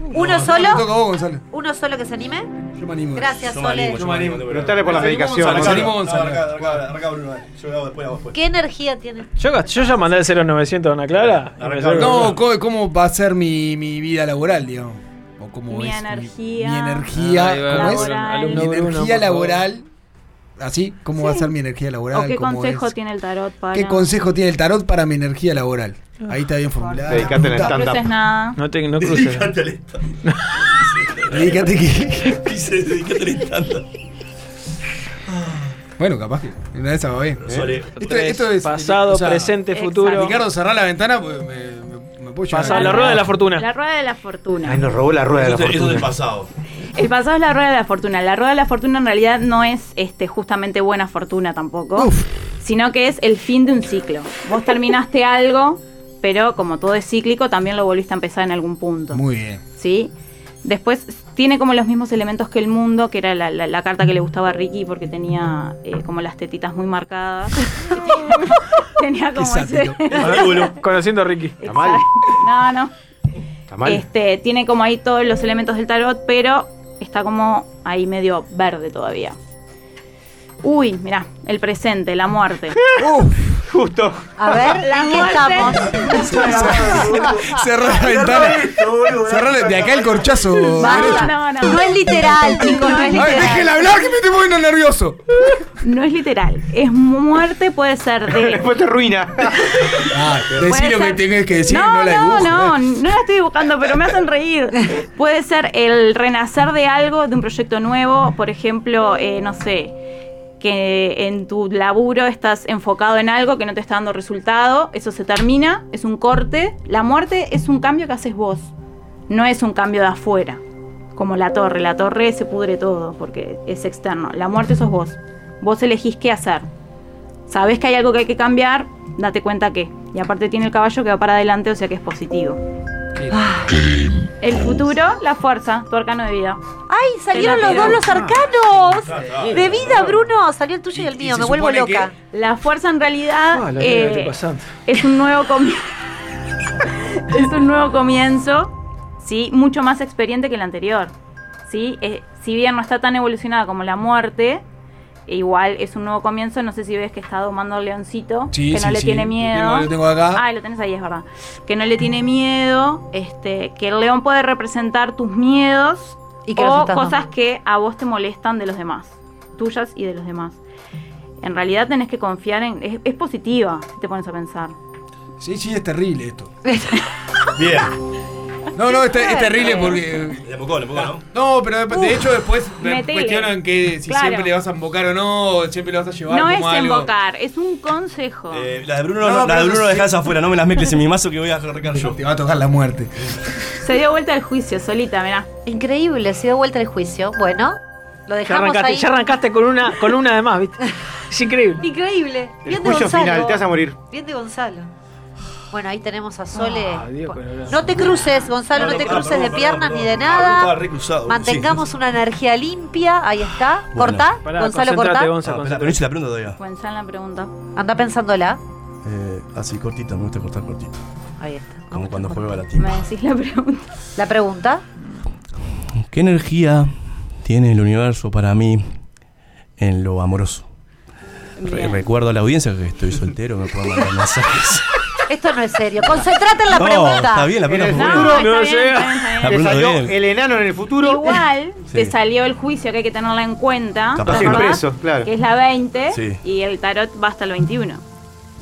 Speaker 5: ¿Uno
Speaker 1: No,
Speaker 5: solo?
Speaker 1: te toca a vos, Gonzalo.
Speaker 5: ¿Uno solo que se anime?
Speaker 1: Yo me animo.
Speaker 5: Gracias, Yo me Sole. animo, yo
Speaker 1: Yo me
Speaker 4: me animo.
Speaker 6: Preguntale por la medicación.
Speaker 1: Gonzalo,
Speaker 6: Gonzalo.
Speaker 1: animo, Gonzalo.
Speaker 4: Arranca Bruno, dale. Yo hago después, hago después.
Speaker 5: ¿Qué energía tiene?
Speaker 3: Yo, yo ya mandé el 0900 a Ana Clara. y me salió-
Speaker 1: No, co- ¿cómo va a ser mi, mi vida laboral, digamos? O cómo
Speaker 18: Mi
Speaker 1: es
Speaker 18: energía
Speaker 1: Mi energía,
Speaker 18: Ahí va,
Speaker 1: ¿cómo es?
Speaker 18: laboral.
Speaker 1: Mi
Speaker 18: Alumno Bruno, por
Speaker 1: energía
Speaker 18: favor.
Speaker 1: laboral. ¿Así? ¿Cómo va a
Speaker 18: Sí.
Speaker 1: ser mi energía laboral?
Speaker 18: ¿O qué
Speaker 1: ¿Cómo
Speaker 18: consejo
Speaker 1: es?
Speaker 18: tiene el tarot para.?
Speaker 1: ¿Qué consejo tiene el tarot para mi energía laboral? Ahí está bien formulada.
Speaker 18: Dedicate
Speaker 1: al
Speaker 18: No cruces nada.
Speaker 3: No, te, no cruces.
Speaker 1: Dedícate que.
Speaker 4: Dice, dedícate al stand-up.
Speaker 1: Bueno, capaz que. Una de esas va bien. Este,
Speaker 4: Sole,
Speaker 1: Esto, esto es.
Speaker 3: Pasado,
Speaker 4: eh,
Speaker 3: presente, futuro.
Speaker 1: Ricardo, cerrá la ventana porque me, me- me puedo llevar.
Speaker 3: Pasá la rueda de la fortuna.
Speaker 18: La rueda de la fortuna.
Speaker 6: Ay, nos robó la rueda de la
Speaker 4: Eso- eso
Speaker 6: fortuna.
Speaker 4: del pasado.
Speaker 18: El pasado es la rueda de la fortuna. La rueda de la fortuna en realidad no es este, justamente buena fortuna tampoco, sino que es el fin de un ciclo. Vos terminaste algo, pero como todo es cíclico, también lo volviste a empezar en algún punto.
Speaker 1: Muy bien.
Speaker 18: ¿sí? Después tiene como los mismos elementos que el mundo, que era la, la- la carta que le gustaba a Ricky porque tenía eh, como las tetitas muy marcadas. tenía como ese...
Speaker 3: Conociendo a Ricky.
Speaker 18: No, no.
Speaker 3: Está
Speaker 5: Eh,
Speaker 3: mal.
Speaker 18: Este, tiene como ahí todos los elementos del tarot, pero está como ahí medio verde todavía. Uy, mirá, el presente, la muerte.
Speaker 6: Justo.
Speaker 5: A ver, ¿en qué estamos?
Speaker 1: Cerrá la ventana. Cerrá la- De acá el corchazo. derecho.
Speaker 18: no, no.
Speaker 5: No es literal, chicos, no es
Speaker 1: Ay,
Speaker 5: literal.
Speaker 1: déjela hablar que me estoy poniendo nervioso.
Speaker 18: No es literal. Es muerte, puede ser de.
Speaker 6: Después te ruina.
Speaker 1: Decí
Speaker 6: Ah,
Speaker 18: Puede
Speaker 1: lo que
Speaker 18: ser-
Speaker 1: tengas que decir, no,
Speaker 18: no,
Speaker 1: la dibujo.
Speaker 18: no, no, no la estoy dibujando, pero me hacen reír. Puede ser el renacer de algo, de un proyecto nuevo, por ejemplo, eh, no sé, que en tu laburo estás enfocado en algo que no te está dando resultado, eso se termina, es un corte. La muerte es un cambio que haces vos, no es un cambio de afuera, como la torre. La torre se pudre todo porque es externo. La muerte sos vos, vos elegís qué hacer. Sabes que hay algo que hay que cambiar, date cuenta que. Y aparte tiene el caballo que va para adelante, o sea que es positivo. Ah. El futuro, la fuerza, tu arcano de vida.
Speaker 5: ¡Ay, salieron
Speaker 18: Te la
Speaker 5: los dos
Speaker 18: tiro.
Speaker 5: los arcanos! De vida, Bruno, salió el tuyo y el mío, me vuelvo loca.
Speaker 18: La fuerza en realidad
Speaker 5: Ah, la
Speaker 18: eh,
Speaker 5: mierda, qué
Speaker 18: es un nuevo comienzo. es un nuevo comienzo, sí, mucho más experiente que el anterior. ¿sí? Eh, si bien no está tan evolucionada como la muerte, igual es un nuevo comienzo. No sé si ves que está domando al leoncito,
Speaker 1: Sí,
Speaker 18: que no
Speaker 1: sí,
Speaker 18: le
Speaker 1: sí.
Speaker 18: tiene
Speaker 1: Lo
Speaker 18: miedo.
Speaker 1: tengo- lo tengo acá.
Speaker 18: Ah, lo tenés ahí, es verdad. Que no le tiene miedo, este, que el león puede representar tus miedos
Speaker 5: Y que los
Speaker 18: o
Speaker 5: estás dando.
Speaker 18: cosas que a vos te molestan de los demás, tuyas y de los demás. En realidad tenés que confiar en. Es, es positiva, si te pones a pensar.
Speaker 1: Sí, sí, es terrible esto.
Speaker 4: Bien.
Speaker 1: No, no, es, te- es terrible porque.
Speaker 4: Le empujó, le empujó, ¿no?
Speaker 1: No, pero de, de hecho después me
Speaker 18: metele.
Speaker 1: cuestionan que si
Speaker 18: Claro.
Speaker 1: siempre le vas a embocar o no, siempre lo vas a llevar
Speaker 18: no es
Speaker 1: como algo.
Speaker 18: invocar, es un consejo.
Speaker 4: Eh, la de Bruno, no,
Speaker 1: No,
Speaker 4: la
Speaker 1: pero
Speaker 4: de Bruno
Speaker 1: no
Speaker 4: la
Speaker 1: sé.
Speaker 4: dejás afuera, no me las mezcles en mi mazo que voy a arrancar yo. Te
Speaker 1: va a tocar la muerte.
Speaker 18: Se dio vuelta el juicio solita, mirá.
Speaker 5: Increíble, se dio vuelta el juicio. Bueno, lo
Speaker 3: Ya
Speaker 5: dejamos
Speaker 3: arrancaste,
Speaker 5: ahí.
Speaker 3: ya arrancaste con una, con una de más, ¿viste? Es increíble.
Speaker 5: Increíble. Bien de
Speaker 6: Juicio
Speaker 5: Gonzalo.
Speaker 6: final, te vas a morir.
Speaker 5: Bien de Gonzalo. Bueno, ahí tenemos a Sole.
Speaker 3: Ah,
Speaker 6: Dios,
Speaker 5: No te cruces, Gonzalo,
Speaker 4: No,
Speaker 5: no te
Speaker 4: no, no,
Speaker 5: cruces de
Speaker 4: perdón,
Speaker 5: piernas ni de
Speaker 4: Ah, estaba
Speaker 5: nada.
Speaker 4: re cruzado.
Speaker 5: Mantengamos una energía limpia, ahí está.
Speaker 4: Bueno.
Speaker 5: Cortá, Gonzalo, cortá.
Speaker 4: Ah, espera, pero no hice la pregunta todavía.
Speaker 18: Gonzalo la pregunta.
Speaker 5: Anda pensándola.
Speaker 4: Eh, así cortita, me gusta cortar cortito.
Speaker 5: Ahí está.
Speaker 4: Como cuando juega la
Speaker 5: Me
Speaker 4: tienda.
Speaker 5: decís
Speaker 18: la pregunta.
Speaker 5: La pregunta.
Speaker 4: ¿Qué energía tiene el universo para mí en lo amoroso? Re- recuerdo a la audiencia que estoy soltero, me pueden mandar mensajes.
Speaker 5: Esto no es serio. Concentrate en la
Speaker 4: No,
Speaker 5: pregunta.
Speaker 4: está bien, la pregunta
Speaker 6: En el
Speaker 4: fue
Speaker 6: futuro
Speaker 4: buena.
Speaker 6: no
Speaker 4: está bien,
Speaker 6: llega.
Speaker 4: está bien, está bien.
Speaker 6: Te
Speaker 4: La pregunta
Speaker 6: salió
Speaker 4: bien.
Speaker 6: el enano en el futuro.
Speaker 18: Igual
Speaker 6: Sí.
Speaker 18: te salió el juicio que hay que tenerla en cuenta.
Speaker 6: Capaz
Speaker 18: ¿te
Speaker 6: que
Speaker 18: acordás?
Speaker 6: preso, claro.
Speaker 18: Que es la 20
Speaker 4: Sí.
Speaker 18: y el tarot va hasta el 21.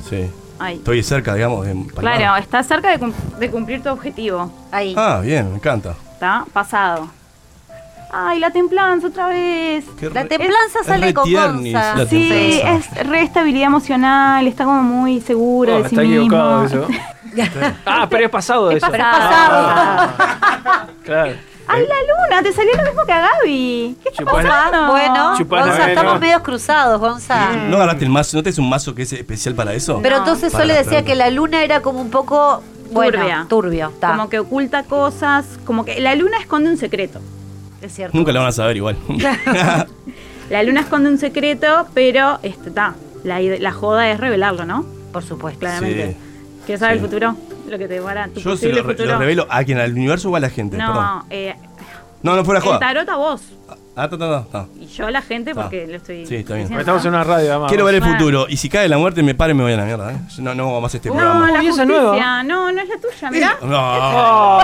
Speaker 4: Sí.
Speaker 18: Ay.
Speaker 4: Estoy cerca, digamos, de palmar.
Speaker 18: Claro, estás cerca de, cum- de cumplir tu objetivo.
Speaker 5: Ahí.
Speaker 4: Ah, bien, me encanta.
Speaker 18: Está pasado. Ay, la templanza otra vez.
Speaker 4: Qué
Speaker 5: La re- templanza
Speaker 4: es sale re con tiernis, Gonza. la
Speaker 18: sí,
Speaker 4: templanza.
Speaker 18: es re estabilidad emocional, está como muy segura
Speaker 3: Oh,
Speaker 18: de sí
Speaker 3: está equivocado
Speaker 18: mismo.
Speaker 3: eso. ah, pero es pasado
Speaker 18: Es
Speaker 3: eso.
Speaker 18: pasado.
Speaker 5: Ah.
Speaker 3: Ah, Claro.
Speaker 4: eh.
Speaker 18: Ay, la luna, te salió lo mismo que a Gaby. ¿Qué está
Speaker 4: Chupala.
Speaker 18: pasando?
Speaker 5: Bueno,
Speaker 4: Chupala. eh,
Speaker 5: Gonza,
Speaker 4: Bueno.
Speaker 5: estamos medios cruzados, Gonza.
Speaker 4: ¿No agarraste el mazo? ¿No tenés un mazo que es especial para eso?
Speaker 5: Pero entonces
Speaker 4: Para
Speaker 5: Sole
Speaker 4: la
Speaker 5: decía
Speaker 4: pregunta.
Speaker 5: que la luna era como un poco bueno,
Speaker 18: Turbia.
Speaker 5: turbio. está.
Speaker 18: Como que oculta cosas, como que la luna esconde un secreto.
Speaker 5: Es cierto.
Speaker 4: Nunca lo van a saber igual.
Speaker 18: La luna esconde un secreto, pero este, ta, la, ide- la joda es revelarlo, ¿no?
Speaker 5: Por supuesto.
Speaker 18: Claramente.
Speaker 4: Sí.
Speaker 18: ¿Quieres saber
Speaker 4: Sí.
Speaker 18: el futuro? Lo que te depara tu
Speaker 4: Yo se
Speaker 18: posible
Speaker 4: lo, re-
Speaker 18: futuro.
Speaker 4: lo revelo a quien, al universo o a la gente. Perdón.
Speaker 18: no, eh,
Speaker 4: No, no fuera
Speaker 18: el
Speaker 4: joda.
Speaker 18: tarot a vos.
Speaker 4: Ah, ta, ta, ta, ta.
Speaker 18: Y yo a la gente porque
Speaker 4: Ah.
Speaker 18: lo estoy.
Speaker 4: Sí, está bien.
Speaker 18: diciendo, ¿no?
Speaker 3: una radio, además.
Speaker 4: Quiero ver el
Speaker 18: Bueno.
Speaker 4: futuro. Y si cae la muerte, me paro y me voy a la mierda. ¿eh? Yo No, no hago más este
Speaker 18: No,
Speaker 4: programa.
Speaker 18: ¡Oh, la
Speaker 3: Uy, esa
Speaker 18: justicia.
Speaker 3: es nueva.
Speaker 18: No, no es la tuya, mirá.
Speaker 4: No. Ah,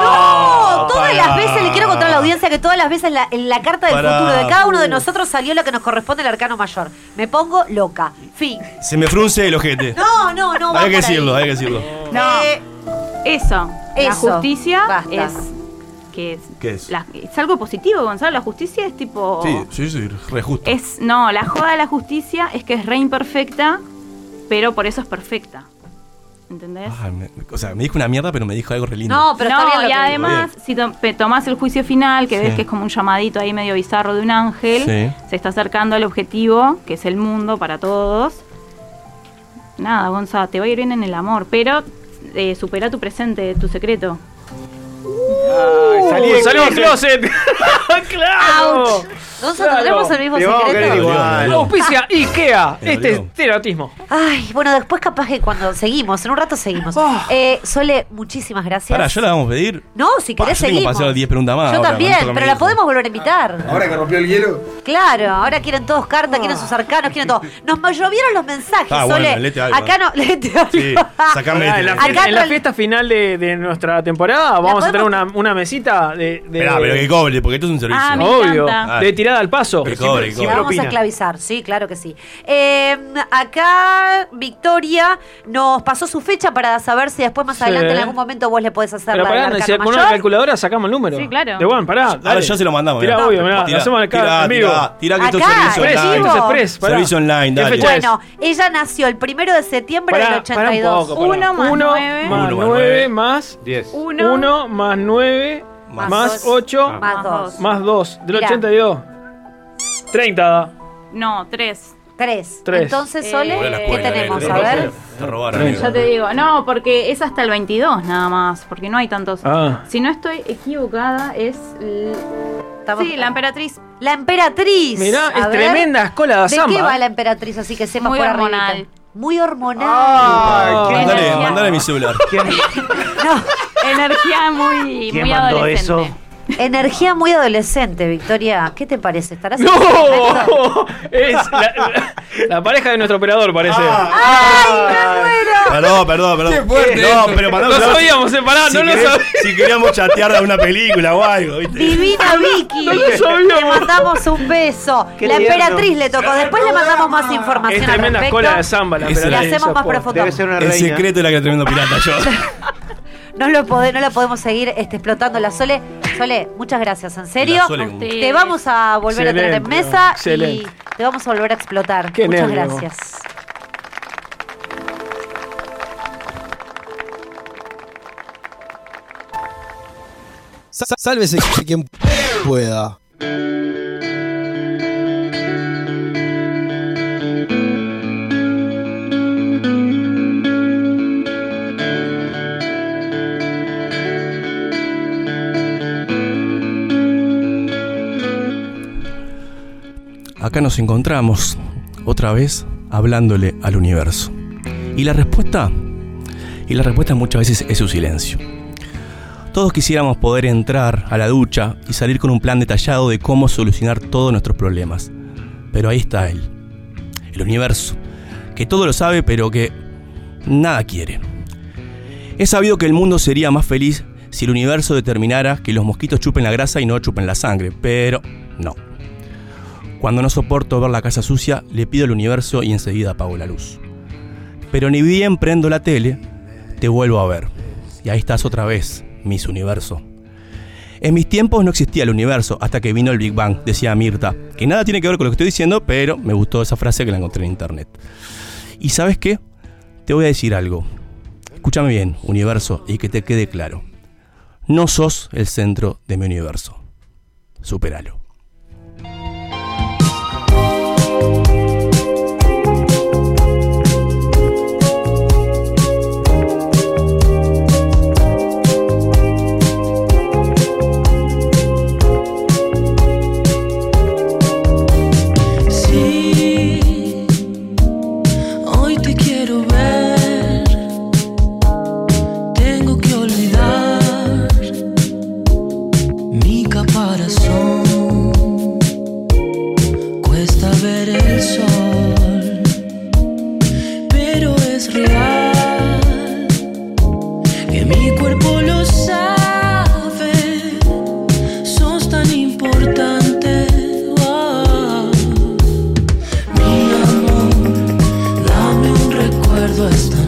Speaker 5: No, Oh, todas las veces, le quiero contar a la audiencia que todas las veces la- en la carta del
Speaker 4: Pará.
Speaker 5: futuro de cada uno de nosotros salió lo que nos corresponde el arcano mayor. Me pongo loca. Fin.
Speaker 4: Se me frunce el ojete.
Speaker 5: No, no, no. va
Speaker 4: hay que
Speaker 5: por ahí.
Speaker 4: decirlo, hay que decirlo.
Speaker 18: No. eso. La
Speaker 5: eso.
Speaker 18: justicia es. Que es,
Speaker 4: ¿Qué es?
Speaker 18: la- es algo positivo, Gonzalo. La justicia es tipo.
Speaker 4: Sí, sí, sí, re justo.
Speaker 18: Es, no, la joda de la justicia es que es re imperfecta, pero por eso es perfecta. ¿Entendés?
Speaker 4: Ah, me- o sea, me dijo una mierda, pero me dijo algo re lindo.
Speaker 18: No, pero
Speaker 5: está bien lo
Speaker 18: y
Speaker 5: que dijo.
Speaker 18: además, si to- pe- tomás el juicio final, que
Speaker 4: Sí.
Speaker 18: ves que es como un llamadito ahí medio bizarro de un ángel,
Speaker 4: Sí.
Speaker 18: se está acercando al objetivo, que es el mundo para todos. Nada, Gonza, te va a ir bien en el amor, pero eh, supera tu presente, tu secreto.
Speaker 3: salí del salí Uh, del closet.
Speaker 18: ¡Claro!
Speaker 5: Nosotros tenemos el mismo secreto.
Speaker 3: Auspicia IKEA. Este es teratismo.
Speaker 5: Ay, bueno, después capaz que cuando seguimos, en un rato seguimos. Eh, Sole, muchísimas gracias.
Speaker 4: Para, Oh. yo la vamos a pedir.
Speaker 5: No, si
Speaker 4: Pa,
Speaker 5: querés
Speaker 4: yo tengo para
Speaker 5: pues seguimos.
Speaker 4: hacer 10 preguntas más.
Speaker 5: Yo
Speaker 4: ahora,
Speaker 5: también,
Speaker 4: con esto que me
Speaker 5: pero la
Speaker 4: dijo.
Speaker 5: podemos volver a invitar.
Speaker 1: Ahora que rompió el hielo.
Speaker 5: Claro, ahora quieren todos cartas, quieren
Speaker 4: Oh.
Speaker 5: sus arcanos, quieren todo. Nos ma- llovieron los mensajes,
Speaker 3: Ah, bueno,
Speaker 5: Sole.
Speaker 3: leete algo,
Speaker 5: Acá
Speaker 3: eh.
Speaker 5: no, leete algo.
Speaker 4: sacame este.
Speaker 3: Pará,
Speaker 4: de-
Speaker 3: en la,
Speaker 4: Acá
Speaker 3: fiesta, en la
Speaker 4: no-
Speaker 3: fiesta final de, de nuestra temporada vamos a tener una, una mesita de. de
Speaker 4: Esperá, pero que cobre, porque esto es un servicio.
Speaker 5: Ah, me
Speaker 3: Obvio.
Speaker 5: encanta.
Speaker 3: De tirada al paso.
Speaker 4: Que cobre, que
Speaker 5: La
Speaker 4: cobre.
Speaker 5: vamos a esclavizar, sí, claro que sí. Eh, acá Victoria nos pasó su fecha para saber si después más
Speaker 3: Sí.
Speaker 5: adelante en algún momento vos le podés hacer
Speaker 3: Pero
Speaker 5: la
Speaker 3: pará,
Speaker 5: del
Speaker 3: no, si
Speaker 5: arcano
Speaker 3: con una
Speaker 5: mayor.
Speaker 3: calculadora sacamos el número.
Speaker 5: Sí, claro.
Speaker 3: De Juan, pará.
Speaker 4: Ahora ya se lo mandamos.
Speaker 3: Tirá,
Speaker 4: mirá.
Speaker 3: obvio, mirá,
Speaker 4: Tirá,
Speaker 3: lo hacemos acá,
Speaker 4: tirá,
Speaker 3: amigo.
Speaker 4: Tirá, tirá que esto es
Speaker 5: Acá,
Speaker 4: servicio
Speaker 3: Express,
Speaker 4: online.
Speaker 3: esto es express, pará.
Speaker 4: Servicio online,
Speaker 3: ¿Qué
Speaker 4: dale.
Speaker 3: fecha es?
Speaker 5: Bueno, ella nació el primero de septiembre del
Speaker 3: Pará, pará un
Speaker 5: 82.
Speaker 3: poco, pará. Uno más
Speaker 4: Uno más nueve.
Speaker 3: 9 más
Speaker 6: Diez.
Speaker 3: 1, más 9
Speaker 4: Más
Speaker 3: más
Speaker 5: dos. Ah.
Speaker 3: 8
Speaker 5: Más dos.
Speaker 3: más 2 del
Speaker 5: Mirá.
Speaker 3: 82. 30 da.
Speaker 18: No, tres. Eh,
Speaker 5: Tres.
Speaker 3: Tres.
Speaker 5: Entonces, Sole, este
Speaker 3: Ahora las
Speaker 5: ¿qué
Speaker 3: cuentas,
Speaker 5: tenemos?
Speaker 3: eh,
Speaker 5: A ver.
Speaker 4: Te robaron, amigo.
Speaker 18: Ya te digo, no, porque es hasta el 22 nada más, porque no hay tantos.
Speaker 4: Ah.
Speaker 18: Si no estoy equivocada, es. l- Sí, la emperatriz. Ah,
Speaker 5: La emperatriz.
Speaker 3: Mirá,
Speaker 5: A
Speaker 3: es
Speaker 5: ver.
Speaker 3: tremenda escuela de ¿eh?
Speaker 5: ¿De qué
Speaker 3: samba.
Speaker 5: va la emperatriz? Así que sepas
Speaker 18: Muy
Speaker 5: por
Speaker 18: hormonal.
Speaker 5: arribita. Muy hormonal.
Speaker 4: Mandale, mandale mi celular.
Speaker 18: Energía muy, muy adolescente.
Speaker 5: Energía muy adolescente, Victoria. ¿Qué te parece? ¿Estarás en ese momento?
Speaker 3: ¡No! es la, la- la pareja de nuestro operador, parece.
Speaker 4: Ah, Perdón, perdón, perdón.
Speaker 3: Qué fuerte
Speaker 4: No,
Speaker 3: eso.
Speaker 4: pero para
Speaker 3: Lo sabíamos, eh, pará, no lo sabía.
Speaker 4: Si queríamos chatear de una película o algo, ¿viste?
Speaker 5: Divina Vicky.
Speaker 4: no lo sabíamos.
Speaker 5: Te mandamos un beso.
Speaker 4: Qué
Speaker 5: la
Speaker 4: tierno.
Speaker 5: emperatriz le tocó. Después le mandamos más
Speaker 3: Es
Speaker 5: información al
Speaker 3: tremenda
Speaker 5: respecto.
Speaker 3: escuela de samba la
Speaker 4: Es
Speaker 5: y
Speaker 4: la-
Speaker 3: emperatriz.
Speaker 5: hacemos más
Speaker 3: Por-
Speaker 5: profundo.
Speaker 4: El secreto era que era tremendo pirata yo.
Speaker 5: No lo, pode- no la podemos seguir este, explotando la Sole. Sole, muchas gracias, en serio.
Speaker 4: La Sole como-
Speaker 5: Te vamos a volver a tener en
Speaker 3: Excelente,
Speaker 5: mesa y
Speaker 3: excelente.
Speaker 5: te vamos a volver a explotar.
Speaker 3: Qué
Speaker 5: muchas
Speaker 3: nervio.
Speaker 5: gracias.
Speaker 8: Sa- Sálvese quien pueda.
Speaker 4: Acá nos encontramos otra vez hablándole al universo. Y la respuesta, y la respuesta muchas veces es su silencio. Todos quisiéramos poder entrar a la ducha y salir con un plan detallado de cómo solucionar todos nuestros problemas. Pero ahí está él, el universo, que todo lo sabe pero que nada quiere. Es sabido que el mundo sería más feliz si el universo determinara que los mosquitos chupen la grasa y no chupen la sangre, pero no. Cuando no soporto ver la casa sucia, le pido al universo y enseguida apago la luz. Pero ni bien prendo la tele, te vuelvo a ver. Y ahí estás otra vez, Miss Universo. En mis tiempos no existía el universo hasta que vino el Big Bang, decía Mirta, que nada tiene que ver con lo que estoy diciendo, pero me gustó esa frase que la encontré en internet. ¿Y sabes qué? Te voy a decir algo. Escúchame bien, universo, y que te quede claro. No sos el centro de mi universo. Superalo.
Speaker 7: ah. todo está